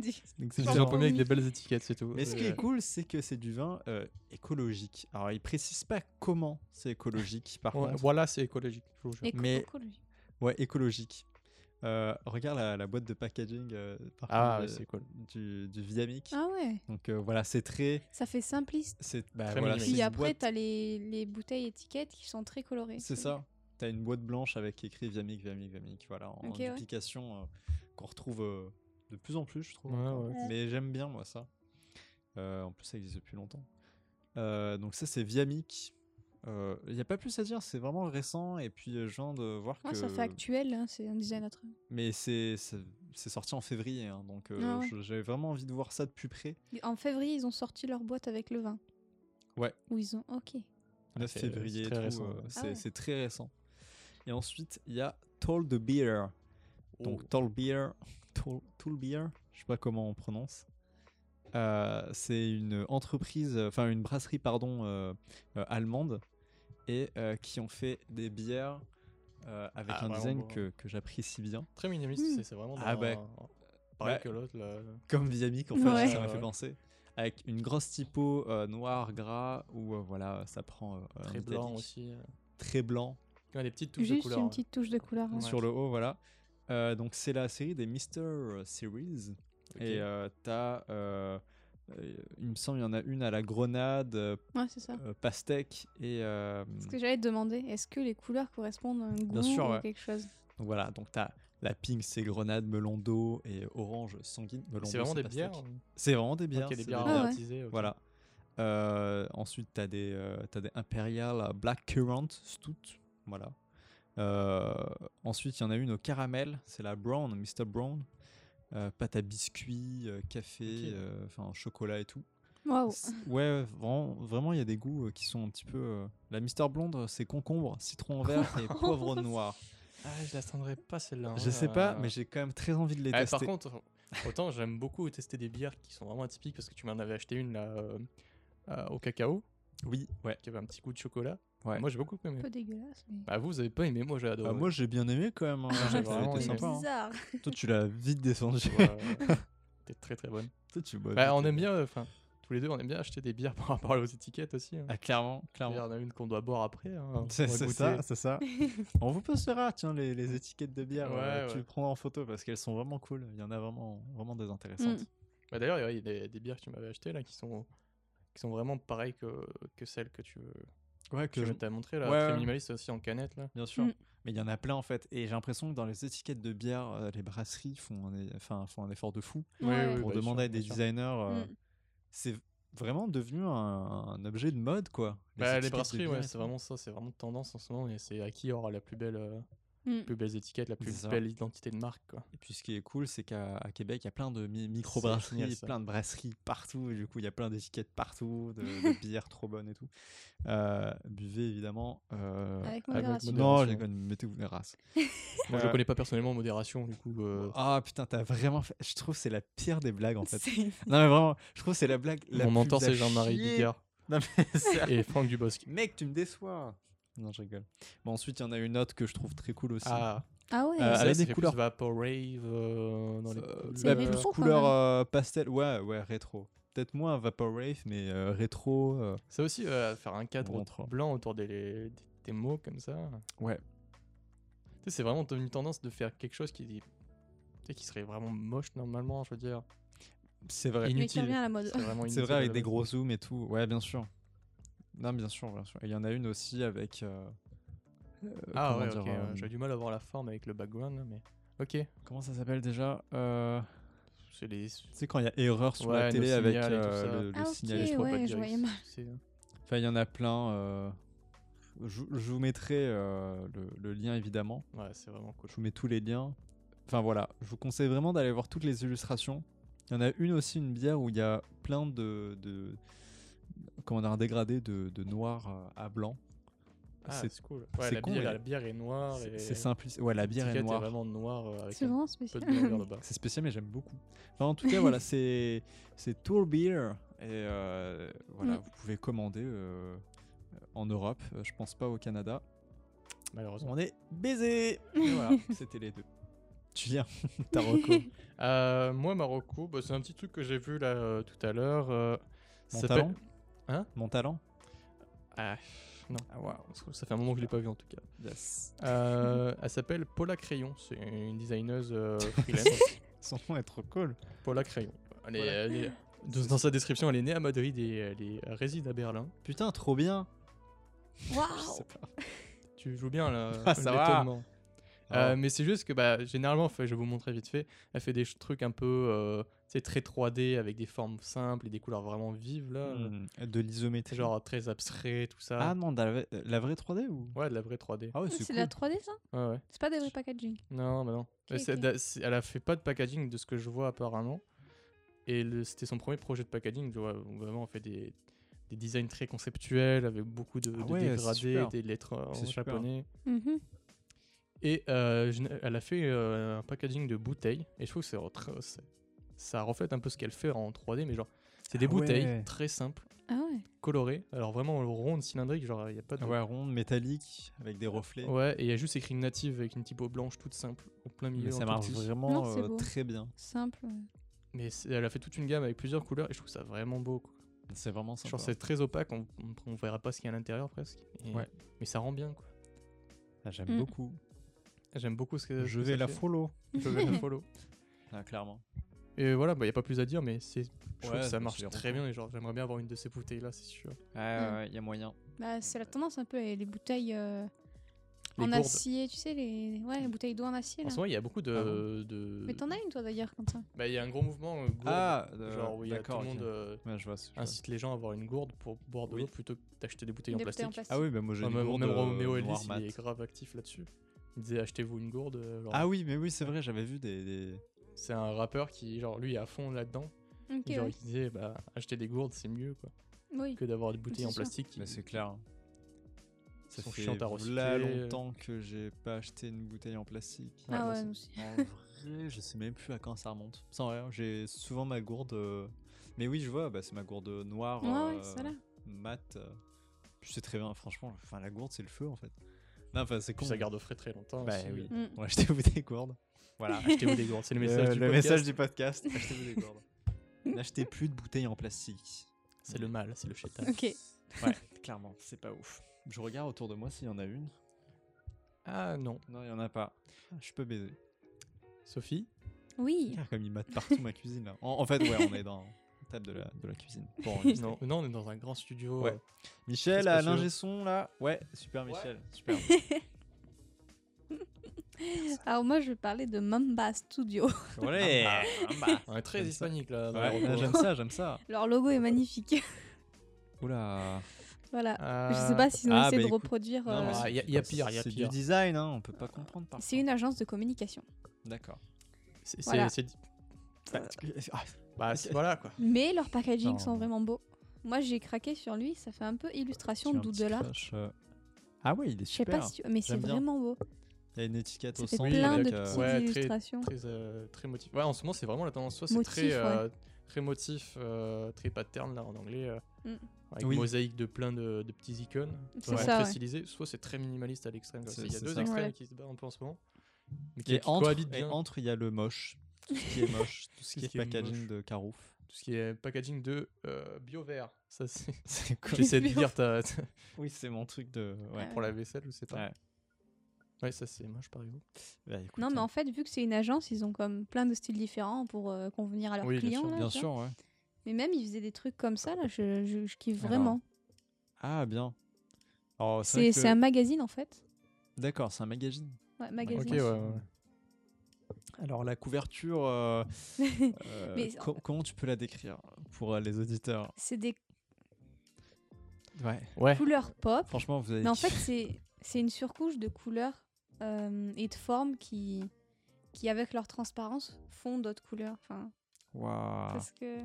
Speaker 3: Du-
Speaker 2: C'est du
Speaker 3: Champomis.
Speaker 2: champomis avec des belles étiquettes, c'est tout.
Speaker 1: Mais ce qui
Speaker 2: Euh,
Speaker 1: est cool, c'est que c'est du vin euh, écologique. Alors, il précise pas comment c'est écologique, par
Speaker 2: ouais,
Speaker 1: contre.
Speaker 2: Voilà, c'est écologique. je vous jure.
Speaker 3: Et
Speaker 1: Mais-
Speaker 3: coco, lui.
Speaker 1: Ouais, écologique. Euh, regarde la, la boîte de packaging euh, par
Speaker 2: Ah, ouais,
Speaker 1: contre, de-
Speaker 2: c'est cool.
Speaker 1: du, du Viamic.
Speaker 3: Ah ouais,
Speaker 1: Donc euh, voilà, c'est très,
Speaker 3: ça fait simpliste.
Speaker 1: c'est bah,
Speaker 2: Très
Speaker 1: voilà,
Speaker 2: minimaliste.
Speaker 1: c'est
Speaker 3: Puis
Speaker 1: une
Speaker 3: après,
Speaker 1: boîte-
Speaker 3: t'as les, les bouteilles étiquettes qui sont très colorées.
Speaker 1: c'est ça. T'as une boîte blanche avec écrit Viamic, Viamic, Viamic. Voilà, en
Speaker 3: Ok, ouais.
Speaker 1: duplication euh, qu'on retrouve euh, de plus en plus, je trouve.
Speaker 2: Ouais,
Speaker 1: encore.
Speaker 2: ouais.
Speaker 1: Mais j'aime bien moi ça. Euh, en plus, ça existe depuis longtemps. Euh, donc ça, c'est Viamic. Il n'y a pas plus à dire, c'est vraiment récent. Et puis, euh, je viens de voir
Speaker 3: Ouais,
Speaker 1: que.
Speaker 3: ça fait actuel, hein, c'est un design à truc.
Speaker 1: Mais c'est c'est- c'est sorti en février, hein, donc euh,
Speaker 3: Ah ouais.
Speaker 1: je- j'avais vraiment envie de voir ça de plus près.
Speaker 3: En février, ils ont sorti leur boîte avec le vin.
Speaker 1: Ouais.
Speaker 3: Où ils ont. Ok.
Speaker 1: 9
Speaker 2: c'est-
Speaker 1: février,
Speaker 2: c'est
Speaker 1: et
Speaker 2: très
Speaker 1: tout,
Speaker 2: récent,
Speaker 1: euh,
Speaker 2: ouais.
Speaker 1: c'est
Speaker 3: Ah ouais.
Speaker 1: c'est très récent. Et ensuite, il y a Tall the Beer. Donc
Speaker 2: Oh.
Speaker 1: Tall Beer, Tall, Tall Beer, je sais pas comment on prononce. Euh, c'est une entreprise, euh, enfin une brasserie pardon euh, euh, allemande et euh, qui ont fait des bières euh, avec
Speaker 2: Ah,
Speaker 1: un
Speaker 2: vraiment
Speaker 1: design
Speaker 2: beau, hein.
Speaker 1: que, que j'apprécie bien.
Speaker 2: Très minimaliste,
Speaker 3: Hmm.
Speaker 2: c'est- c'est vraiment.
Speaker 1: Ah,
Speaker 2: dans
Speaker 1: bah,
Speaker 2: un- Pareil
Speaker 1: bah,
Speaker 2: que l'autre, là.
Speaker 1: Comme Viamic en fait,
Speaker 3: Ouais.
Speaker 1: ça m'a fait
Speaker 2: Ouais.
Speaker 1: penser. Avec une grosse typo euh, noir gras où euh, voilà ça prend euh, un
Speaker 2: Très
Speaker 1: italique
Speaker 2: blanc aussi. euh.
Speaker 1: très blanc
Speaker 2: Ouais, des petites touches de
Speaker 3: Juste
Speaker 2: couleur. hein.
Speaker 3: une
Speaker 2: ouais.
Speaker 3: petite touche de couleur. hein. ouais.
Speaker 2: Ouais.
Speaker 1: sur le haut voilà. Euh, donc c'est la série des Mister euh, Series.
Speaker 2: Ok.
Speaker 1: Et euh, t'as, euh, euh, il me semble, il y en a une à la grenade, euh,
Speaker 3: Ouais, c'est ça.
Speaker 1: euh, pastèque et euh,
Speaker 3: Ce que j'allais te demander, est-ce que les couleurs correspondent à un goût
Speaker 1: sûr,
Speaker 3: ou
Speaker 1: ouais.
Speaker 3: quelque chose
Speaker 1: donc voilà. Donc t'as la pink, c'est grenade, melon d'eau et orange sanguine. Melon d'eau,
Speaker 2: C'est vraiment des
Speaker 1: pastèque.
Speaker 2: bières. hein.
Speaker 1: C'est vraiment des bières.
Speaker 2: Ok, des
Speaker 1: c'est
Speaker 2: bières
Speaker 3: bières.
Speaker 2: aromatisées. ok.
Speaker 1: Voilà. Euh, ensuite t'as des, euh, t'as des impériales à black currant stout, voilà. Euh, ensuite il y en a une au caramel, c'est la brown, Mr Brown. Euh, pâte à biscuits, euh, café,
Speaker 2: Ok.
Speaker 1: euh, enfin chocolat et tout.
Speaker 3: Waouh.
Speaker 1: S- Ouais, vraiment, vraiment, il y a des goûts euh, qui sont un petit peu. euh, La Mister Blonde, c'est concombre, citron vert et poivre noir.
Speaker 2: Ah, je la sentirais pas celle-là. hein,
Speaker 1: Je sais pas,
Speaker 2: euh.
Speaker 1: mais j'ai quand même très envie de les
Speaker 2: Ah,
Speaker 1: tester.
Speaker 2: par contre, autant j'aime beaucoup tester des bières qui sont vraiment atypiques parce que tu m'en avais acheté une là, euh, euh, au cacao
Speaker 1: oui, ouais.
Speaker 2: qui avait un petit goût de chocolat.
Speaker 1: Ouais.
Speaker 2: Moi j'ai beaucoup
Speaker 3: Un
Speaker 2: aimé.
Speaker 3: peu dégueulasse. Mais...
Speaker 2: Bah, vous vous avez pas aimé, moi j'ai adoré.
Speaker 1: Ah, moi, j'ai bien aimé quand même. hein.
Speaker 2: Ah,
Speaker 1: Ça a
Speaker 2: vraiment
Speaker 1: été
Speaker 2: aimé.
Speaker 1: sympa. hein.
Speaker 3: bizarre.
Speaker 1: Toi, tu l'as vite descendu.
Speaker 2: Ouais, ouais, ouais. euh, T'es très très bonne.
Speaker 1: Toi, tu bois
Speaker 2: Bah,
Speaker 1: vite,
Speaker 2: on aime
Speaker 1: euh.
Speaker 2: bien, enfin, tous les deux on aime bien acheter des bières par rapport aux étiquettes aussi. hein.
Speaker 1: Ah, clairement,
Speaker 2: D'ailleurs,
Speaker 1: clairement.
Speaker 2: il y en a une qu'on doit boire après. hein, on
Speaker 1: C'est
Speaker 2: va
Speaker 1: c'est
Speaker 2: goûter.
Speaker 1: ça, c'est ça. on vous postera, tiens, les, les étiquettes de bière.
Speaker 2: Ouais,
Speaker 1: euh, Tu
Speaker 2: ouais.
Speaker 1: les prendras en photo parce qu'elles sont vraiment cool. Il y en a vraiment, vraiment des intéressantes.
Speaker 2: Bah, D'ailleurs, ouais, il y a des, des bières que tu m'avais achetées là qui sont, qui sont vraiment pareilles que, que celles que tu
Speaker 1: Ouais,
Speaker 2: que
Speaker 1: que je-
Speaker 2: je t'ai montré là.
Speaker 1: Ouais,
Speaker 2: très
Speaker 1: ouais.
Speaker 2: minimaliste aussi en canette là.
Speaker 1: Bien sûr.
Speaker 3: Mm.
Speaker 1: Mais il y en a plein en fait. Et j'ai l'impression que dans les étiquettes de bière, euh, les brasseries font un, é- enfin, font un effort de fou
Speaker 3: Ouais, ouais.
Speaker 2: Oui,
Speaker 1: pour
Speaker 2: bah, bien
Speaker 1: demander
Speaker 2: sûr,
Speaker 1: à des
Speaker 2: bien sûr.
Speaker 1: designers. euh,
Speaker 3: Mm.
Speaker 1: C'est vraiment devenu un, un objet de mode quoi.
Speaker 2: Bah, les
Speaker 1: étiquettes de
Speaker 2: brasseries,
Speaker 1: bière
Speaker 2: ouais,
Speaker 1: et
Speaker 2: c'est
Speaker 1: tout.
Speaker 2: vraiment ça, c'est vraiment tendance en ce moment. Et c'est à qui aura la plus belle, euh,
Speaker 3: Mm.
Speaker 2: plus belles étiquettes, la
Speaker 1: C'est
Speaker 2: plus
Speaker 1: ça.
Speaker 2: belle identité de marque, quoi.
Speaker 1: Et puis ce qui est cool, c'est qu'à à Québec, il y a plein de mi-
Speaker 2: génial,
Speaker 1: micro-brasseries,
Speaker 2: ça.
Speaker 1: plein de brasseries partout. Et du coup, il y a plein d'étiquettes partout, de, de bières trop bonnes et tout. Euh, buvez évidemment. euh,
Speaker 3: Avec modération.
Speaker 1: non, je déconne, mettez-vous des races.
Speaker 2: Moi, je
Speaker 1: Euh,
Speaker 2: le connais pas personnellement en modération, du coup. euh,
Speaker 1: Ah putain, t'as vraiment fait. Je trouve que c'est la pire des blagues en fait.
Speaker 3: C'est-
Speaker 1: Non mais vraiment, je trouve que c'est la blague. La
Speaker 2: mon
Speaker 1: plus
Speaker 2: mentor,
Speaker 1: à
Speaker 2: c'est Jean-Marie
Speaker 1: chier.
Speaker 2: Bigard.
Speaker 1: Non, mais c'est-
Speaker 2: et Franck Dubosc.
Speaker 1: Mec, tu me déçois. Non, je rigole. Bon, ensuite, il y en a une autre que je trouve très cool aussi.
Speaker 2: Ah,
Speaker 3: Ah ouais.
Speaker 1: Euh,
Speaker 2: ça,
Speaker 1: avec
Speaker 2: ça
Speaker 1: des
Speaker 2: fait plus
Speaker 1: couleurs.
Speaker 2: Vaporwave euh, dans les.
Speaker 1: Euh,
Speaker 3: C'est
Speaker 1: bah,
Speaker 3: rétro,
Speaker 1: plus
Speaker 3: quand
Speaker 1: couleur
Speaker 3: même.
Speaker 1: euh, pastel. Ouais, ouais, rétro. Peut-être moins Vaporwave, mais euh, rétro. euh,
Speaker 2: C'est aussi euh, faire un cadre
Speaker 1: On rentre.
Speaker 2: blanc autour des, des, des mots comme ça.
Speaker 1: Ouais.
Speaker 2: Tu sais, c'est vraiment une tendance de faire quelque chose qui, tu sais, qui serait vraiment moche normalement, je veux dire.
Speaker 1: C'est vrai.
Speaker 3: Mais qui
Speaker 2: Inutile.
Speaker 3: revient à la mode.
Speaker 2: C'est vraiment
Speaker 1: C'est
Speaker 2: inutile
Speaker 1: vrai,
Speaker 2: à
Speaker 1: avec
Speaker 2: la
Speaker 1: des
Speaker 2: base.
Speaker 1: gros zooms et tout. Ouais, bien sûr. Non, bien sûr, bien sûr. Et Il y en a une aussi avec. euh, euh,
Speaker 2: Ah
Speaker 1: comment
Speaker 2: ouais,
Speaker 1: dire,
Speaker 2: ok.
Speaker 1: euh,
Speaker 2: ouais, J'avais du mal à voir la forme avec le background, là, mais. Ok.
Speaker 1: Comment ça s'appelle déjà Euh,
Speaker 2: C'est les.
Speaker 1: Tu sais, quand il y a erreur sur la
Speaker 2: Ouais, nos
Speaker 1: télé avec
Speaker 2: signals et tout
Speaker 1: euh,
Speaker 2: ça.
Speaker 1: le, le
Speaker 3: Ah, ok,
Speaker 1: signal.
Speaker 3: Et
Speaker 2: pourrais pas
Speaker 3: ouais,
Speaker 2: te
Speaker 3: je
Speaker 2: dire
Speaker 3: voyais
Speaker 2: ici,
Speaker 3: mal.
Speaker 2: c'est-
Speaker 1: Enfin, il y en a plein. euh, Je, je vous mettrai euh, le- le lien, évidemment.
Speaker 2: Ouais, c'est vraiment cool.
Speaker 1: Je vous mets tous les liens. Enfin voilà, je vous conseille vraiment d'aller voir toutes les illustrations. Il y en a une aussi, une bière où il y a plein de. de comment dire, un dégradé de, de noir euh, à blanc.
Speaker 2: Ah,
Speaker 1: c'est-
Speaker 2: c'est cool. Ouais,
Speaker 1: c'est
Speaker 2: la,
Speaker 1: con,
Speaker 2: bière,
Speaker 1: mais-
Speaker 2: la bière est noire.
Speaker 1: C'est-
Speaker 2: et
Speaker 1: C'est simple. Ouais, la bière est
Speaker 2: Ah, l'étiquette
Speaker 1: noire.
Speaker 2: vraiment noire euh, avec
Speaker 3: C'est
Speaker 2: un
Speaker 3: vraiment
Speaker 2: peu
Speaker 3: spécial.
Speaker 2: de blanc vers le bas.
Speaker 1: C'est spécial, mais j'aime beaucoup. Enfin, en tout cas, voilà, c'est c'est Tour Beer. Et euh, voilà,
Speaker 3: Mm.
Speaker 1: vous pouvez commander euh, en Europe. Euh, Je pense pas au Canada.
Speaker 2: Malheureusement.
Speaker 1: On est baisé Voilà, c'était les deux. Julien, ta reco.
Speaker 2: Euh, moi, Marocco, bah, c'est un petit truc que j'ai vu là euh, tout à l'heure. euh,
Speaker 1: Mon
Speaker 2: ça
Speaker 1: talent
Speaker 2: Hein
Speaker 1: Mon talent
Speaker 2: Ah, non.
Speaker 1: Ah, waouh.
Speaker 2: Ça fait un moment que je l'ai pas vu en tout cas.
Speaker 1: Yes.
Speaker 2: Euh, elle s'appelle Paula Crayon. C'est une designeuse euh, freelance.
Speaker 1: Son nom est trop cool.
Speaker 2: Paula Crayon. Elle est-
Speaker 1: Paula.
Speaker 2: elle est- dans, dans sa description, elle est née à Madrid et elle est- elle réside à Berlin.
Speaker 1: Putain, trop bien. Je
Speaker 3: Waouh.
Speaker 1: sais pas.
Speaker 2: Tu joues bien là.
Speaker 1: Ah, ça va.
Speaker 2: l'étonnement. Euh, mais c'est juste que bah, généralement, enfin, je vais vous montrer vite fait, elle fait des ch- trucs un peu euh, tu sais, très 3D avec des formes simples et des couleurs vraiment vives là.
Speaker 1: Hmm, de
Speaker 2: C'est
Speaker 1: l'isométrie.
Speaker 2: genre très abstrait, tout ça.
Speaker 1: Ah non, de la, vraie- la vraie 3D ou
Speaker 2: Ouais, de la vraie 3D.
Speaker 1: Ah ouais,
Speaker 3: Oh, C'est
Speaker 1: c'est
Speaker 3: de la
Speaker 1: cool.
Speaker 3: 3D ça
Speaker 1: Ah.
Speaker 2: Ouais, ouais.
Speaker 3: C'est pas des vrais packaging.
Speaker 2: Non, bah non. Mais
Speaker 3: Ok,
Speaker 2: c'est-
Speaker 3: ok.
Speaker 2: da- c'est- Elle a fait pas de packaging de ce que je vois apparemment. Et le- c'était son premier projet de packaging. Tu vois, où vraiment, on fait des, des designs très conceptuels avec beaucoup de,
Speaker 1: Ah
Speaker 2: de
Speaker 1: ouais, c'est
Speaker 2: dégradés,
Speaker 1: super.
Speaker 2: des lettres en
Speaker 1: C'est super.
Speaker 2: japonais.
Speaker 1: Mm-hmm.
Speaker 3: Mhm.
Speaker 2: Et euh, je n'ai- elle a fait euh, un packaging de bouteilles. Et je trouve que c'est re- c'est- ça reflète un peu ce qu'elle fait en 3D, mais genre, c'est des
Speaker 1: Ah
Speaker 2: bouteilles
Speaker 1: ouais.
Speaker 2: très simples,
Speaker 3: Ah ouais.
Speaker 2: colorées. Alors vraiment rondes, cylindriques, genre, il n'y a pas de.
Speaker 1: Ouais, ronde, métallique, avec des reflets.
Speaker 2: Ouais, et il y a juste écrit native avec une typo blanche toute simple au plein milieu.
Speaker 1: Mais
Speaker 2: en
Speaker 1: ça
Speaker 2: tout
Speaker 1: marche
Speaker 2: petit.
Speaker 1: vraiment
Speaker 3: Non, c'est
Speaker 1: euh,
Speaker 3: beau.
Speaker 1: très bien.
Speaker 3: Simple.
Speaker 2: Mais c'est- elle a fait toute une gamme avec plusieurs couleurs et je trouve ça vraiment beau. quoi.
Speaker 1: C'est vraiment sympa.
Speaker 2: Genre c'est très opaque, on, on, on verra pas ce qu'il y a à l'intérieur presque. Et-
Speaker 1: Ouais.
Speaker 2: Mais ça rend bien quoi.
Speaker 1: Ah, J'aime
Speaker 3: Mm.
Speaker 1: beaucoup.
Speaker 2: J'aime beaucoup ce que ce
Speaker 1: Je
Speaker 2: que
Speaker 1: vais
Speaker 2: ça
Speaker 1: la
Speaker 2: fait.
Speaker 1: follow.
Speaker 2: Je vais la follow.
Speaker 1: Ah, clairement.
Speaker 2: Et voilà, il bah, y a pas plus à dire, mais bah, c'est, je trouve
Speaker 1: Ouais,
Speaker 2: que ça
Speaker 1: mais
Speaker 2: marche
Speaker 1: c'est les
Speaker 2: très bien et genre j'aimerais bien avoir une de ces bouteilles là, c'est sûr.
Speaker 1: Ouais,
Speaker 3: Mm.
Speaker 1: ouais, il y a moyen.
Speaker 3: Bah, c'est la tendance un peu, les les bouteilles euh,
Speaker 2: Les
Speaker 3: en
Speaker 2: gourdes.
Speaker 3: acier, tu sais, les, ouais,
Speaker 1: Mm.
Speaker 3: les bouteilles d'eau en acier.
Speaker 2: En
Speaker 3: Là.
Speaker 2: ce moment, il y a beaucoup de.
Speaker 1: Ah
Speaker 2: de-
Speaker 3: Mais t'en as une, toi, d'ailleurs, comme ça.
Speaker 2: Bah, il y a un gros mouvement euh, gourde.
Speaker 1: Ah, euh,
Speaker 2: genre où il y a tout le
Speaker 1: d'accord,
Speaker 2: monde
Speaker 1: ok. Ah
Speaker 2: euh,
Speaker 1: Ouais, je vois. ce- je vois.
Speaker 2: incite les gens à avoir une gourde pour boire de
Speaker 1: Oui.
Speaker 2: l'eau plutôt que d'acheter des bouteilles
Speaker 3: Des
Speaker 2: en
Speaker 3: bouteilles
Speaker 2: plastique.
Speaker 3: en plastique.
Speaker 1: Ah oui, bah moi j'ai
Speaker 2: Ouais,
Speaker 1: une
Speaker 2: même,
Speaker 1: gourde,
Speaker 2: même
Speaker 1: euh,
Speaker 2: Roméo
Speaker 1: noir
Speaker 2: Elvis,
Speaker 1: mat.
Speaker 2: il est grave actif là-dessus. Il disait achetez-vous une gourde. euh, genre,
Speaker 1: Ah oui, mais oui, c'est vrai, j'avais vu des. des-
Speaker 2: C'est un rappeur qui, genre, lui, est à fond là-dedans.
Speaker 3: Ok,
Speaker 2: genre,
Speaker 3: ouais.
Speaker 2: il disait, bah, acheter des gourdes, c'est mieux, quoi.
Speaker 3: oui.
Speaker 2: Que d'avoir des bouteilles
Speaker 3: C'est
Speaker 2: en
Speaker 3: sûr.
Speaker 2: plastique. qui-
Speaker 1: Mais Bah, c'est clair. Ça
Speaker 2: sont
Speaker 1: fait
Speaker 2: chiantes à
Speaker 1: v'là
Speaker 2: recycler.
Speaker 1: longtemps que j'ai pas acheté une bouteille en plastique.
Speaker 3: Ah
Speaker 2: moi,
Speaker 3: ouais,
Speaker 2: c'est-
Speaker 3: nous aussi.
Speaker 1: En vrai, je sais même plus à quand ça remonte. Sans rien, j'ai souvent ma gourde. euh, Mais oui, je vois, bah, c'est ma gourde noire,
Speaker 3: Ouais, ouais,
Speaker 1: euh,
Speaker 3: ça là.
Speaker 1: mat. euh, Je sais très bien, franchement, enfin, la gourde, c'est le feu en fait. Non, enfin, c'est
Speaker 2: Puis
Speaker 1: con.
Speaker 2: ça garde au frais très longtemps.
Speaker 1: Bah
Speaker 2: aussi.
Speaker 1: oui.
Speaker 3: Mm.
Speaker 1: On achetez-vous des gourdes. Voilà. Euh,
Speaker 2: Achetez-vous des gourdes, c'est le message du podcast.
Speaker 1: message du podcast. Achetez-vous des gourdes. N'achetez plus de bouteilles en plastique.
Speaker 2: C'est le mal, c'est le chétan.
Speaker 3: Ok.
Speaker 1: Ouais, clairement, c'est pas ouf. Je regarde autour de moi s'il y en a une.
Speaker 2: Ah non.
Speaker 1: Non, il y en a pas.
Speaker 3: Ah.
Speaker 1: Je peux baiser.
Speaker 2: Sophie
Speaker 3: Oui.
Speaker 1: Car comme ils matent partout ma cuisine là. En, en fait, ouais, on est dans la table de la, de la cuisine. Bon,
Speaker 2: non. non, on est dans un grand studio.
Speaker 1: Ouais.
Speaker 2: euh,
Speaker 1: Michel
Speaker 2: Très
Speaker 1: à
Speaker 2: spéciaux.
Speaker 1: l'ingé son là. Ouais, super Michel, super.
Speaker 3: Alors, Ah, moi, je vais parler de Mamba Studio.
Speaker 1: Ouais.
Speaker 2: Ah On est
Speaker 1: Ah, bah. Comme ça.
Speaker 2: très hispanique, là. dans
Speaker 1: Ouais,
Speaker 2: la
Speaker 1: j'aime
Speaker 2: reco.
Speaker 1: ça, j'aime ça.
Speaker 3: Leur logo est magnifique.
Speaker 1: Oula.
Speaker 3: voilà.
Speaker 2: Ah,
Speaker 3: Je sais pas s'ils ont
Speaker 1: Ah,
Speaker 3: essayé
Speaker 1: bah,
Speaker 3: de
Speaker 1: écoute.
Speaker 3: reproduire.
Speaker 1: Non, mais
Speaker 3: euh,
Speaker 2: Ah,
Speaker 1: c'est-
Speaker 2: y a- y a pire, y a
Speaker 1: C'est du
Speaker 2: pire.
Speaker 1: design, hein, on peut pas comprendre. parfois.
Speaker 3: C'est une agence de communication.
Speaker 1: D'accord.
Speaker 2: C'est,
Speaker 3: Voilà.
Speaker 2: c'est-
Speaker 1: Bah,
Speaker 2: Euh,
Speaker 1: ah,
Speaker 2: Bah, c'est- voilà, quoi.
Speaker 3: Mais leurs packaging
Speaker 1: Non.
Speaker 3: sont vraiment beaux. Moi, j'ai craqué sur lui. Ça fait un peu illustration
Speaker 1: tu as un petit
Speaker 3: doudela.
Speaker 1: crush, euh. Ah ouais, il est
Speaker 3: Je sais
Speaker 1: super.
Speaker 3: pas si tu... Mais c'est
Speaker 1: J'aime bien.
Speaker 3: vraiment beau.
Speaker 1: Il y a une étiquette au
Speaker 3: Ça fait
Speaker 1: centre.
Speaker 3: plein de
Speaker 1: avec,
Speaker 3: petites
Speaker 1: euh,
Speaker 2: Ouais, très-
Speaker 3: illustrations.
Speaker 2: Très, euh, très motif. Ouais, en ce moment, c'est vraiment la tendance. Soit c'est
Speaker 3: Motif,
Speaker 2: très,
Speaker 3: ouais.
Speaker 2: euh, très motif, euh, très pattern, là, en anglais. euh,
Speaker 3: Mm.
Speaker 2: avec
Speaker 1: Oui.
Speaker 2: mosaïque de plein de, de petits icônes,
Speaker 3: C'est
Speaker 2: vraiment
Speaker 3: ça,
Speaker 2: très
Speaker 3: ouais.
Speaker 2: stylisé. Soit c'est très minimaliste à l'extrême. quoi.
Speaker 1: C'est-
Speaker 2: Il y a
Speaker 1: c'est
Speaker 2: deux
Speaker 1: ça.
Speaker 2: extrêmes
Speaker 3: Ouais.
Speaker 2: qui se battent un peu en ce moment. Mais qui,
Speaker 1: Et
Speaker 2: qui
Speaker 1: entre,
Speaker 2: cohabitent
Speaker 1: et
Speaker 2: bien.
Speaker 1: entre, il y a le moche, tout ce qui est moche, tout ce qui est, packaging
Speaker 2: moche.
Speaker 1: de Carouf.
Speaker 2: Tout ce qui est packaging de euh, bio vert. Ça, c'est.
Speaker 1: C'est quoi
Speaker 2: J'essaie de
Speaker 3: Bio
Speaker 2: dire ta- ta-
Speaker 1: Oui, c'est mon truc de. Ouais.
Speaker 3: Ah
Speaker 2: pour la vaisselle, je sais pas.
Speaker 1: Ouais.
Speaker 2: Ouais, ça c'est moche par exemple.
Speaker 1: Bah, écoute,
Speaker 3: Non, mais
Speaker 1: hein.
Speaker 3: en fait, vu que c'est une agence, ils ont comme plein de styles différents pour euh, convenir à leurs
Speaker 2: Oui, bien
Speaker 3: clients.
Speaker 2: sûr.
Speaker 3: là,
Speaker 1: Bien
Speaker 3: tu
Speaker 1: sûr, ouais.
Speaker 3: vois. Mais même, ils faisaient des trucs comme ça, là, je, je- je kiffe
Speaker 1: Alors,
Speaker 3: vraiment.
Speaker 1: Ah, bien. Alors, c'est vrai
Speaker 3: C'est
Speaker 1: que-
Speaker 3: c'est un magazine, en fait.
Speaker 1: D'accord, c'est un magazine.
Speaker 3: Ouais,
Speaker 1: Ok,
Speaker 3: magazine.
Speaker 2: Ok, ouais, ouais.
Speaker 1: Alors, la couverture, euh, euh,
Speaker 3: Mais-
Speaker 1: co- comment tu peux la décrire pour euh, les auditeurs
Speaker 3: C'est des
Speaker 1: Ouais.
Speaker 2: Ouais,
Speaker 3: couleurs pop.
Speaker 1: Franchement, vous avez.
Speaker 3: Mais en fait, c'est- c'est une surcouche de couleurs euh, et de formes qui, qui, avec leur transparence, font d'autres couleurs. Enfin,
Speaker 2: Ah.
Speaker 1: Waouh.
Speaker 3: parce que...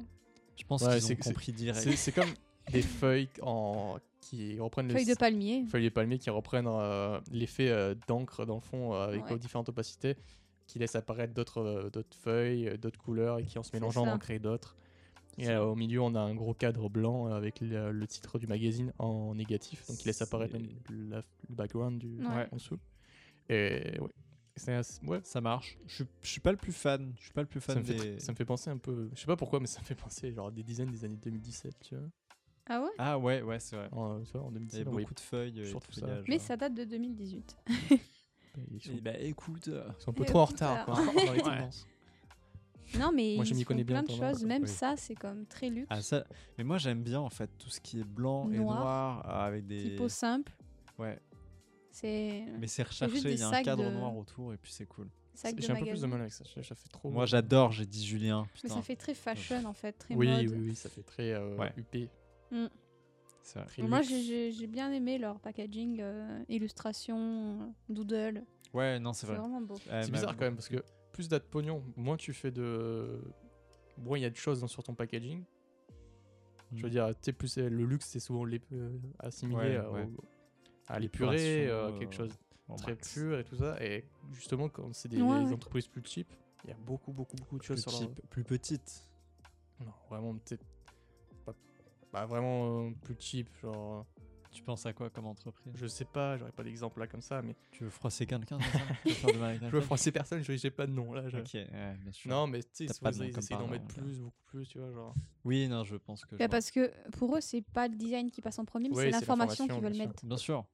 Speaker 1: Je pense
Speaker 2: Ouais,
Speaker 1: qu'ils
Speaker 2: c'est-
Speaker 1: ont compris direct.
Speaker 2: c'est c'est comme des feuilles en... qui reprennent les
Speaker 3: Feuilles de palmier.
Speaker 2: feuilles de palmier qui reprennent euh, l'effet euh, d'encre dans le fond euh, avec
Speaker 3: Ouais.
Speaker 2: aux différentes opacités qui laissent apparaître d'autres euh, d'autres feuilles, euh, d'autres couleurs et qui en se
Speaker 3: C'est
Speaker 2: mélangeant
Speaker 3: ça.
Speaker 2: en créent d'autres. Et euh, au milieu, on a un gros cadre blanc euh, avec le, le titre du magazine en négatif, donc il laisse apparaître
Speaker 1: C'est-
Speaker 2: même la- le background du
Speaker 3: Ouais. Ouais.
Speaker 2: en dessous. Et ouais, c'est assez- ouais,
Speaker 1: Ça marche. Je suis- je suis pas le plus fan. Je suis pas le plus
Speaker 2: ça
Speaker 1: fan
Speaker 2: me, fait,
Speaker 1: des.
Speaker 2: tr- ça me fait penser un peu, je sais pas pourquoi, mais ça me fait penser genre à des dizaines des années 2017, tu vois.
Speaker 3: Ah ouais
Speaker 1: Ah ouais, ouais, c'est vrai.
Speaker 2: En, tu vois, en
Speaker 1: Il y
Speaker 2: 2017,
Speaker 1: a
Speaker 2: on voyait
Speaker 1: beaucoup de feuilles. euh, et
Speaker 2: surtout
Speaker 1: de
Speaker 2: ça.
Speaker 1: feuillages,
Speaker 3: Mais
Speaker 1: hein.
Speaker 3: ça date de 2018.
Speaker 2: pas- ils sont,
Speaker 1: Eh bah écoute. euh,
Speaker 2: ils sont un peu
Speaker 3: Et
Speaker 2: trop en
Speaker 3: tout
Speaker 2: retard,
Speaker 3: à-
Speaker 2: quoi, dans les
Speaker 1: Ouais.
Speaker 2: tendances.
Speaker 3: Non, mais
Speaker 2: Moi, je
Speaker 3: ils
Speaker 2: m'y
Speaker 3: font
Speaker 2: connais bien
Speaker 3: plein
Speaker 2: en
Speaker 3: de
Speaker 2: tendance,
Speaker 3: choses. Même
Speaker 1: oui.
Speaker 3: ça, c'est comme très luxe.
Speaker 1: Ah, ça... Mais moi j'aime bien en fait tout ce qui est blanc et
Speaker 3: Noir.
Speaker 1: noir euh, avec des.
Speaker 3: Typo simple.
Speaker 1: Ouais.
Speaker 3: C'est
Speaker 1: Mais c'est
Speaker 3: juste
Speaker 1: recherché,
Speaker 3: des
Speaker 1: il y a un
Speaker 3: sacs
Speaker 1: cadre
Speaker 3: de-
Speaker 1: noir autour et puis c'est cool.
Speaker 3: sac de
Speaker 2: J'ai un peu plus de
Speaker 3: magasin.
Speaker 2: mal avec ça, ça ça fait trop.
Speaker 1: Moi j'adore, j'ai dit Julien.
Speaker 3: Oh. Mais
Speaker 1: Putain,
Speaker 3: ça fait très fashion, en fait, très
Speaker 2: Oui,
Speaker 3: mode.
Speaker 2: oui, oui, ça fait très euh,
Speaker 1: Ouais.
Speaker 2: huppé.
Speaker 1: c'est vrai.
Speaker 2: Très
Speaker 3: Moi,
Speaker 2: luxe.
Speaker 3: j'ai- j'ai j'ai bien aimé leur packaging, euh, illustration, euh, doodle.
Speaker 1: Ouais, non, c'est
Speaker 3: C'est
Speaker 1: vrai. Eh,
Speaker 3: vraiment beau.
Speaker 1: Ouais,
Speaker 2: C'est
Speaker 1: mais-
Speaker 2: bizarre quand même parce que plus t'as de pognon, moins tu fais de. Moins il y a de choses dans- sur ton packaging. Je veux
Speaker 1: Mm.
Speaker 2: dire, tu sais, plus c'est- le luxe, c'est souvent les, euh, assimilé
Speaker 1: Ouais,
Speaker 2: à, au-
Speaker 1: ouais.
Speaker 2: à l'épuré,
Speaker 1: L'épuration,
Speaker 2: euh, quelque
Speaker 1: euh,
Speaker 2: chose
Speaker 1: en
Speaker 2: de très
Speaker 1: max.
Speaker 2: pur et tout ça. Et justement, quand c'est des
Speaker 3: Ouais, ouais.
Speaker 2: entreprises plus cheap, il y a beaucoup, beaucoup, beaucoup de
Speaker 1: Plus,
Speaker 2: choses sur leur-
Speaker 1: cheap, plus petite.
Speaker 2: Non, vraiment, peut-être. Pas... bah, vraiment euh, plus cheap. Genre,
Speaker 1: Tu penses à quoi comme entreprise
Speaker 2: je sais pas, j'aurais pas d'exemple là comme ça, mais
Speaker 1: Tu veux froisser quelqu'un c'est ça Tu veux faire du mal à
Speaker 2: je veux
Speaker 1: quelqu'un
Speaker 2: froisser personne, je- j'ai pas de nom là. je-
Speaker 1: Ok, ouais, bien sûr.
Speaker 2: Non, mais tu sais,
Speaker 1: T'as
Speaker 2: souvent,
Speaker 1: pas de nom
Speaker 2: ils
Speaker 1: comme
Speaker 2: essayent
Speaker 1: par
Speaker 2: d'en
Speaker 1: nom,
Speaker 2: mettre
Speaker 1: ouais.
Speaker 2: plus, beaucoup plus, tu vois, genre.
Speaker 1: Oui, non, je pense que. je
Speaker 3: Bah,
Speaker 1: vois.
Speaker 3: parce que pour eux, c'est pas le design qui passe en premier, mais
Speaker 2: Oui,
Speaker 3: c'est
Speaker 2: c'est
Speaker 3: l'information qu'ils
Speaker 2: l'information,
Speaker 3: veulent
Speaker 2: bien sûr.
Speaker 3: mettre.
Speaker 1: Bien sûr.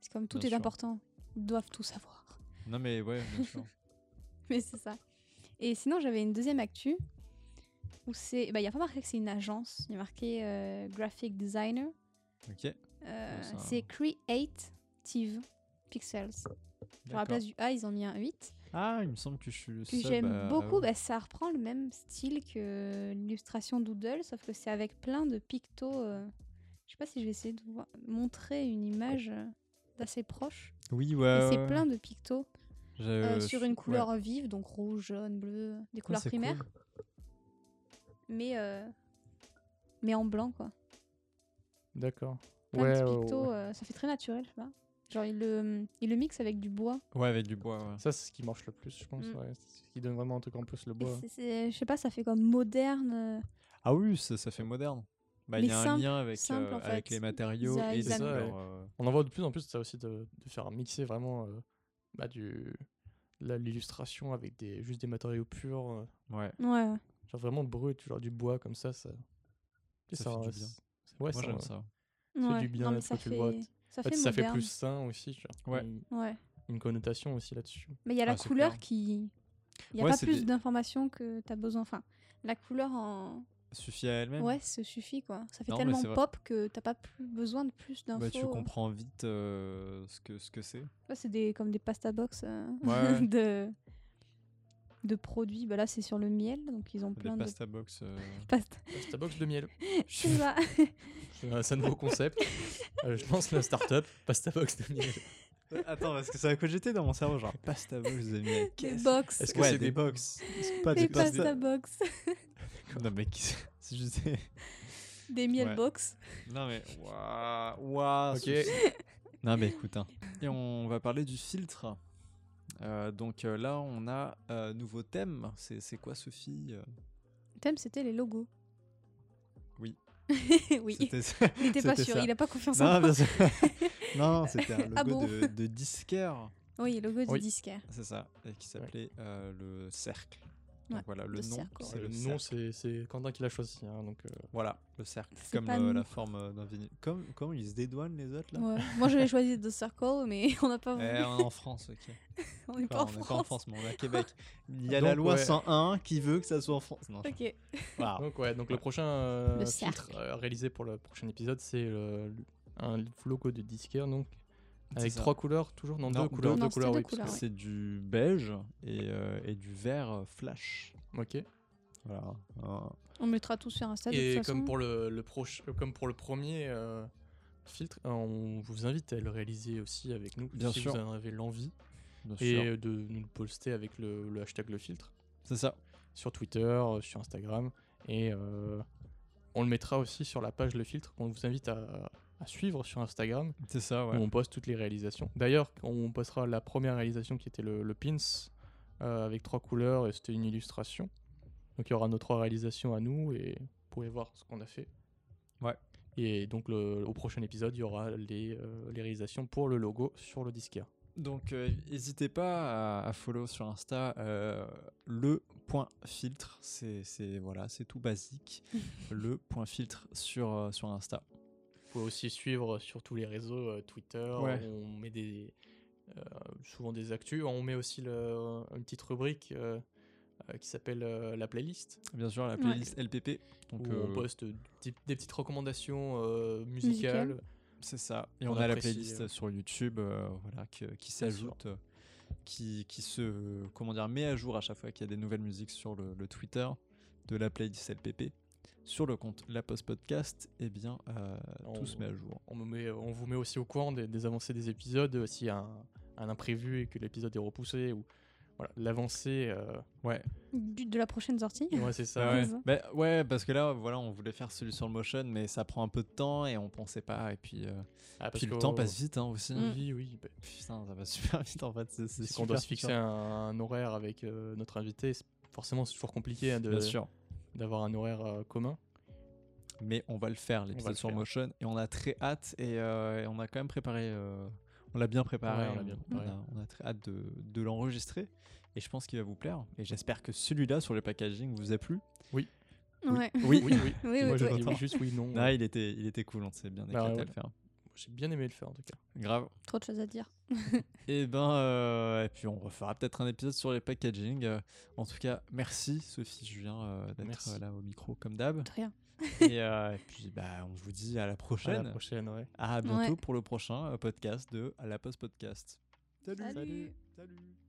Speaker 3: C'est comme tout
Speaker 1: Bien
Speaker 3: est
Speaker 1: sûr.
Speaker 3: important. Ils doivent tout savoir.
Speaker 1: Non, mais ouais, bien sûr.
Speaker 3: Mais c'est ça. Et sinon, j'avais une deuxième actu où c'est. Bah, il n'y a pas marqué que c'est une agence. Il y a marqué euh, graphic designer.
Speaker 1: Ok.
Speaker 3: Euh,
Speaker 1: ça-
Speaker 3: c'est Creative Pixels. Genre à la
Speaker 1: d'accord.
Speaker 3: place du A, ils ont mis un 8.
Speaker 1: Ah, il me semble que je suis le
Speaker 3: Que
Speaker 1: sub à-
Speaker 3: j'aime
Speaker 1: à
Speaker 3: beaucoup.
Speaker 1: vous.
Speaker 3: Bah, ça reprend le même style que l'illustration Doodle, sauf que c'est avec plein de pictos. euh, Je sais pas si je vais essayer de vous montrer une image euh, d'assez proche.
Speaker 1: Oui, ouais.
Speaker 2: Euh,
Speaker 3: Mais
Speaker 1: ouais,
Speaker 3: bah, c'est plein de pictos
Speaker 1: ouais.
Speaker 3: euh,
Speaker 1: Je-
Speaker 3: sur
Speaker 1: je-
Speaker 3: une
Speaker 1: ouais.
Speaker 3: couleur euh, vive, donc rouge, jaune, bleu, des
Speaker 1: Ouais,
Speaker 3: couleurs
Speaker 1: c'est
Speaker 3: primaires.
Speaker 1: cool.
Speaker 3: mais euh, mais en blanc quoi.
Speaker 2: D'accord.
Speaker 3: Plein de petits pictos, euh, ça fait très naturel, je sais pas. Genre il le il le mixe avec du bois.
Speaker 1: Ouais, avec du bois, ouais.
Speaker 2: Ça, c'est ce qui marche le plus, je pense.
Speaker 3: euh. Mm.
Speaker 2: Ouais. C'est Ce qui donne vraiment un truc en plus, le
Speaker 3: Et
Speaker 2: bois.
Speaker 3: c'est- c'est- je sais pas, ça fait comme moderne. euh,
Speaker 1: Ah oui, ça, ça fait moderne. Bah, il y
Speaker 3: Mais
Speaker 1: a un
Speaker 3: simple,
Speaker 1: lien avec,
Speaker 3: simple,
Speaker 1: euh,
Speaker 3: en fait.
Speaker 1: avec les matériaux
Speaker 3: Ils a-
Speaker 1: et
Speaker 3: ils
Speaker 1: les
Speaker 2: aiment-
Speaker 1: couleurs,
Speaker 2: Ouais.
Speaker 1: euh,
Speaker 2: On en voit de plus en plus, ça aussi, de, de faire mixer vraiment euh, bah, du la- l'illustration avec des juste des matériaux purs, euh,
Speaker 1: Ouais.
Speaker 3: Ouais.
Speaker 2: genre vraiment brut, genre du bois comme ça. Ça, Tu sais,
Speaker 1: Ça fait du
Speaker 2: c'est-
Speaker 1: bien.
Speaker 2: Ouais,
Speaker 1: Moi, j'aime
Speaker 2: ça.
Speaker 1: ça.
Speaker 3: ouais.
Speaker 2: du bien,
Speaker 3: Non, mais
Speaker 2: parce que
Speaker 3: ça
Speaker 2: tu
Speaker 3: fait
Speaker 2: le vois,
Speaker 3: ça
Speaker 2: En
Speaker 3: fait
Speaker 2: fait, Bah, ça fait
Speaker 3: moderne.
Speaker 2: plus sain aussi. genre,
Speaker 1: Ouais.
Speaker 2: Une,
Speaker 3: Ouais.
Speaker 2: une connotation aussi là-dessus.
Speaker 3: Mais il y a la
Speaker 1: Ah, c'est
Speaker 3: couleur
Speaker 1: clair.
Speaker 3: qui il y a
Speaker 1: Ouais,
Speaker 3: pas
Speaker 1: c'est
Speaker 3: plus
Speaker 1: des-
Speaker 3: d'informations que t'as besoin. Enfin, la couleur en
Speaker 1: Suffit à elle-même.
Speaker 3: ouais, ça suffit quoi. Ça fait
Speaker 1: Non, mais
Speaker 3: tellement
Speaker 1: c'est vrai.
Speaker 3: pop que t'as pas plus besoin de plus d'infos.
Speaker 1: Bah, tu comprends vite euh, ce que ce que c'est.
Speaker 3: Ouais, c'est des comme des pasta box euh,
Speaker 1: Ouais, ouais.
Speaker 3: de de produits. Bah là, c'est sur le miel, donc ils ont
Speaker 1: Des
Speaker 3: plein de
Speaker 1: pasta box. euh,
Speaker 3: pasta.
Speaker 2: Pasta box de miel.
Speaker 3: Je sais pas.
Speaker 2: C'est un- C'est un nouveau concept. Euh, je lance la startup Pasta Box de miel.
Speaker 1: Attends, parce que ça a cogité dans mon cerveau, genre pasta box de miel.
Speaker 3: Des
Speaker 1: qu'est-ce-
Speaker 3: box.
Speaker 2: Est-ce que
Speaker 1: Ouais,
Speaker 2: c'est
Speaker 1: des,
Speaker 2: des-
Speaker 1: box. C'est pas
Speaker 3: Des
Speaker 1: des pasta.
Speaker 3: pasta box.
Speaker 1: Non mais qui- c'est juste. des-
Speaker 3: Des miel
Speaker 1: Ouais.
Speaker 3: box.
Speaker 1: Non mais waouh, waouh.
Speaker 2: Ok.
Speaker 1: ce- Non mais écoute, hein. et on va parler du filtre. Euh, donc euh, là, on a euh, nouveau thème. C'est c'est quoi, Sophie Euh,
Speaker 3: Le thème, c'était les logos.
Speaker 1: Oui.
Speaker 3: oui,
Speaker 1: C'était ça.
Speaker 3: il n'était pas
Speaker 1: c'était
Speaker 3: sûr,
Speaker 1: ça.
Speaker 3: il n'a pas confiance en
Speaker 1: Non,
Speaker 3: moi.
Speaker 1: bien sûr. non, c'était un logo
Speaker 3: Ah bon
Speaker 1: de, de disquaire,
Speaker 3: Oui, le logo du
Speaker 2: Oui.
Speaker 3: disquaire.
Speaker 1: c'est ça, et qui s'appelait euh, le cercle.
Speaker 3: Ouais,
Speaker 1: Donc voilà, le
Speaker 3: le
Speaker 1: nom,
Speaker 3: cercle.
Speaker 1: c'est
Speaker 2: le
Speaker 1: le
Speaker 2: nom,
Speaker 1: cercle.
Speaker 2: c'est c'est Quentin qui l'a choisi. hein, donc, euh,
Speaker 1: Voilà, le cercle,
Speaker 3: C'est
Speaker 1: comme
Speaker 3: pas
Speaker 1: euh,
Speaker 3: nous.
Speaker 1: la forme euh, d'un vinyle. Comme, comment ils se dédouanent les autres là
Speaker 3: Ouais. Moi, j'avais choisi The Circle, mais on n'a pas voulu.
Speaker 1: Eh, on est en France, ok.
Speaker 3: on n'est pas,
Speaker 1: Enfin, on
Speaker 3: en
Speaker 1: n'est
Speaker 3: France.
Speaker 1: pas en France, mais on est à Québec. Il y a
Speaker 2: Donc,
Speaker 1: la loi
Speaker 2: ouais.
Speaker 1: 101 qui veut que ça soit en France. Non, je-
Speaker 3: Ok.
Speaker 1: Waouh.
Speaker 2: donc, ouais, donc le prochain euh,
Speaker 3: Le
Speaker 2: filtre
Speaker 3: cercle.
Speaker 2: euh, réalisé pour le prochain épisode, c'est euh, le- un logo de disquaire, donc
Speaker 1: C'est
Speaker 2: avec
Speaker 1: ça.
Speaker 2: trois couleurs, toujours non,
Speaker 1: Non,
Speaker 2: deux couleurs,
Speaker 3: deux. Non,
Speaker 2: deux
Speaker 3: c'était
Speaker 2: couleurs,
Speaker 3: deux
Speaker 2: oui, parce que
Speaker 3: couleurs,
Speaker 1: C'est du beige et, euh, et du vert euh, flash.
Speaker 2: Ok.
Speaker 1: Voilà. Hein, Un-
Speaker 3: On mettra tout sur Insta de toute
Speaker 2: Et
Speaker 3: façon.
Speaker 2: comme pour le, le proche, euh, comme pour le premier euh, filtre, euh, on vous invite à le réaliser aussi avec nous,
Speaker 1: Bien
Speaker 2: si
Speaker 1: sûr.
Speaker 2: vous en avez l'envie,
Speaker 1: bien sûr.
Speaker 2: et de nous le poster avec le, le hashtag le filtre
Speaker 1: C'est ça.
Speaker 2: sur Twitter, euh, sur Instagram, et euh, on le mettra aussi sur la page le filtre qu'on vous invite à, à suivre sur Instagram,
Speaker 1: C'est ça,
Speaker 2: où
Speaker 1: ouais.
Speaker 2: on poste toutes les réalisations. D'ailleurs, on postera la première réalisation qui était le, le pins euh, avec trois couleurs, et c'était une illustration. Donc il y aura nos trois réalisations à nous et vous pourrez voir ce qu'on a fait.
Speaker 1: Ouais.
Speaker 2: Et donc le- au prochain épisode, il y aura les, euh, les réalisations pour le logo sur le disquaire.
Speaker 1: Donc, euh, n'hésitez pas à, à follow sur Insta euh, le point filtre. C'est c'est- voilà, c'est tout basique. le point filtre sur euh, sur Insta.
Speaker 2: Vous pouvez aussi suivre sur tous les réseaux euh, Twitter.
Speaker 1: Ouais.
Speaker 2: On met des euh, souvent des actus. On met aussi le- une petite rubrique euh, euh, qui s'appelle euh, la playlist.
Speaker 1: Bien sûr, la
Speaker 3: Ouais.
Speaker 1: playlist LPP. Donc,
Speaker 2: où on
Speaker 1: euh,
Speaker 2: poste des, des petites recommandations euh, musicales.
Speaker 1: C'est ça. Et
Speaker 2: On
Speaker 1: on, a la
Speaker 2: apprécie,
Speaker 1: playlist
Speaker 2: euh.
Speaker 1: sur YouTube euh, voilà, que- qui
Speaker 2: Bien sûr.
Speaker 1: s'ajoute, euh, qui, qui se euh, comment dire, met à jour à chaque fois qu'il y a des nouvelles musiques sur le, le Twitter de la playlist LPP. Sur le compte La Post Podcast, eh bien, euh,
Speaker 2: On-
Speaker 1: tout se met à jour.
Speaker 2: On, me met- on vous met aussi au courant des, des avancées des épisodes euh, s'il y a un, un imprévu et que l'épisode est repoussé ou voilà l'avancée. euh,
Speaker 3: Du- de la prochaine sortie.
Speaker 2: ouais, c'est ça. hein.
Speaker 1: Ah ouais.
Speaker 3: c'est ça.
Speaker 1: Bah, ouais, parce que là, voilà, on voulait faire celui sur le motion, mais ça prend un peu de temps et on pensait pas. Et puis, euh,
Speaker 2: Ah, parce
Speaker 1: puis le
Speaker 2: que-
Speaker 1: temps passe vite hein, aussi.
Speaker 3: Mm.
Speaker 2: Oui, oui. bah,
Speaker 1: Putain, ça va super vite en fait. C'est, c'est
Speaker 2: si on doit
Speaker 1: super
Speaker 2: se fixer
Speaker 1: frustrant.
Speaker 2: un, un horaire avec euh, notre invité, c'est- forcément c'est toujours compliqué hein, de-
Speaker 1: Bien sûr.
Speaker 2: d'avoir un horaire euh, commun.
Speaker 1: mais on va le faire
Speaker 2: va
Speaker 1: l'épisode
Speaker 2: le
Speaker 1: sur
Speaker 2: faire.
Speaker 1: Motion et on a très hâte et, euh, et on a quand même préparé euh, on l'a bien préparé
Speaker 2: Ouais, on l'a bien préparé.
Speaker 1: a, on a très hâte de, de l'enregistrer et je pense qu'il va vous plaire et j'espère que celui-là sur le packaging vous a plu
Speaker 3: Ouais.
Speaker 1: oui,
Speaker 2: Oui, oui.
Speaker 3: Oui,
Speaker 2: Moi
Speaker 3: oui,
Speaker 2: je
Speaker 3: oui.
Speaker 2: dis oui, juste oui, non.
Speaker 1: Ah,
Speaker 2: ouais.
Speaker 1: il était il était cool on s'est bien
Speaker 2: Bah
Speaker 1: éclaté
Speaker 2: ouais.
Speaker 1: à le faire
Speaker 2: J'ai bien aimé le faire en tout cas.
Speaker 1: grave
Speaker 3: Trop de choses à dire.
Speaker 1: et ben euh, et puis on refera peut-être un épisode sur les packaging euh, en tout cas merci Sophie Julien euh, d'être
Speaker 2: Merci.
Speaker 1: euh, là au micro comme d'hab
Speaker 3: De rien.
Speaker 1: et, euh, et puis bah on vous dit à la
Speaker 2: À la
Speaker 1: prochaine
Speaker 2: prochaine, ouais.
Speaker 1: à bientôt
Speaker 3: Ouais.
Speaker 1: pour le prochain euh, podcast de la post podcast
Speaker 3: Salut.
Speaker 1: Salut.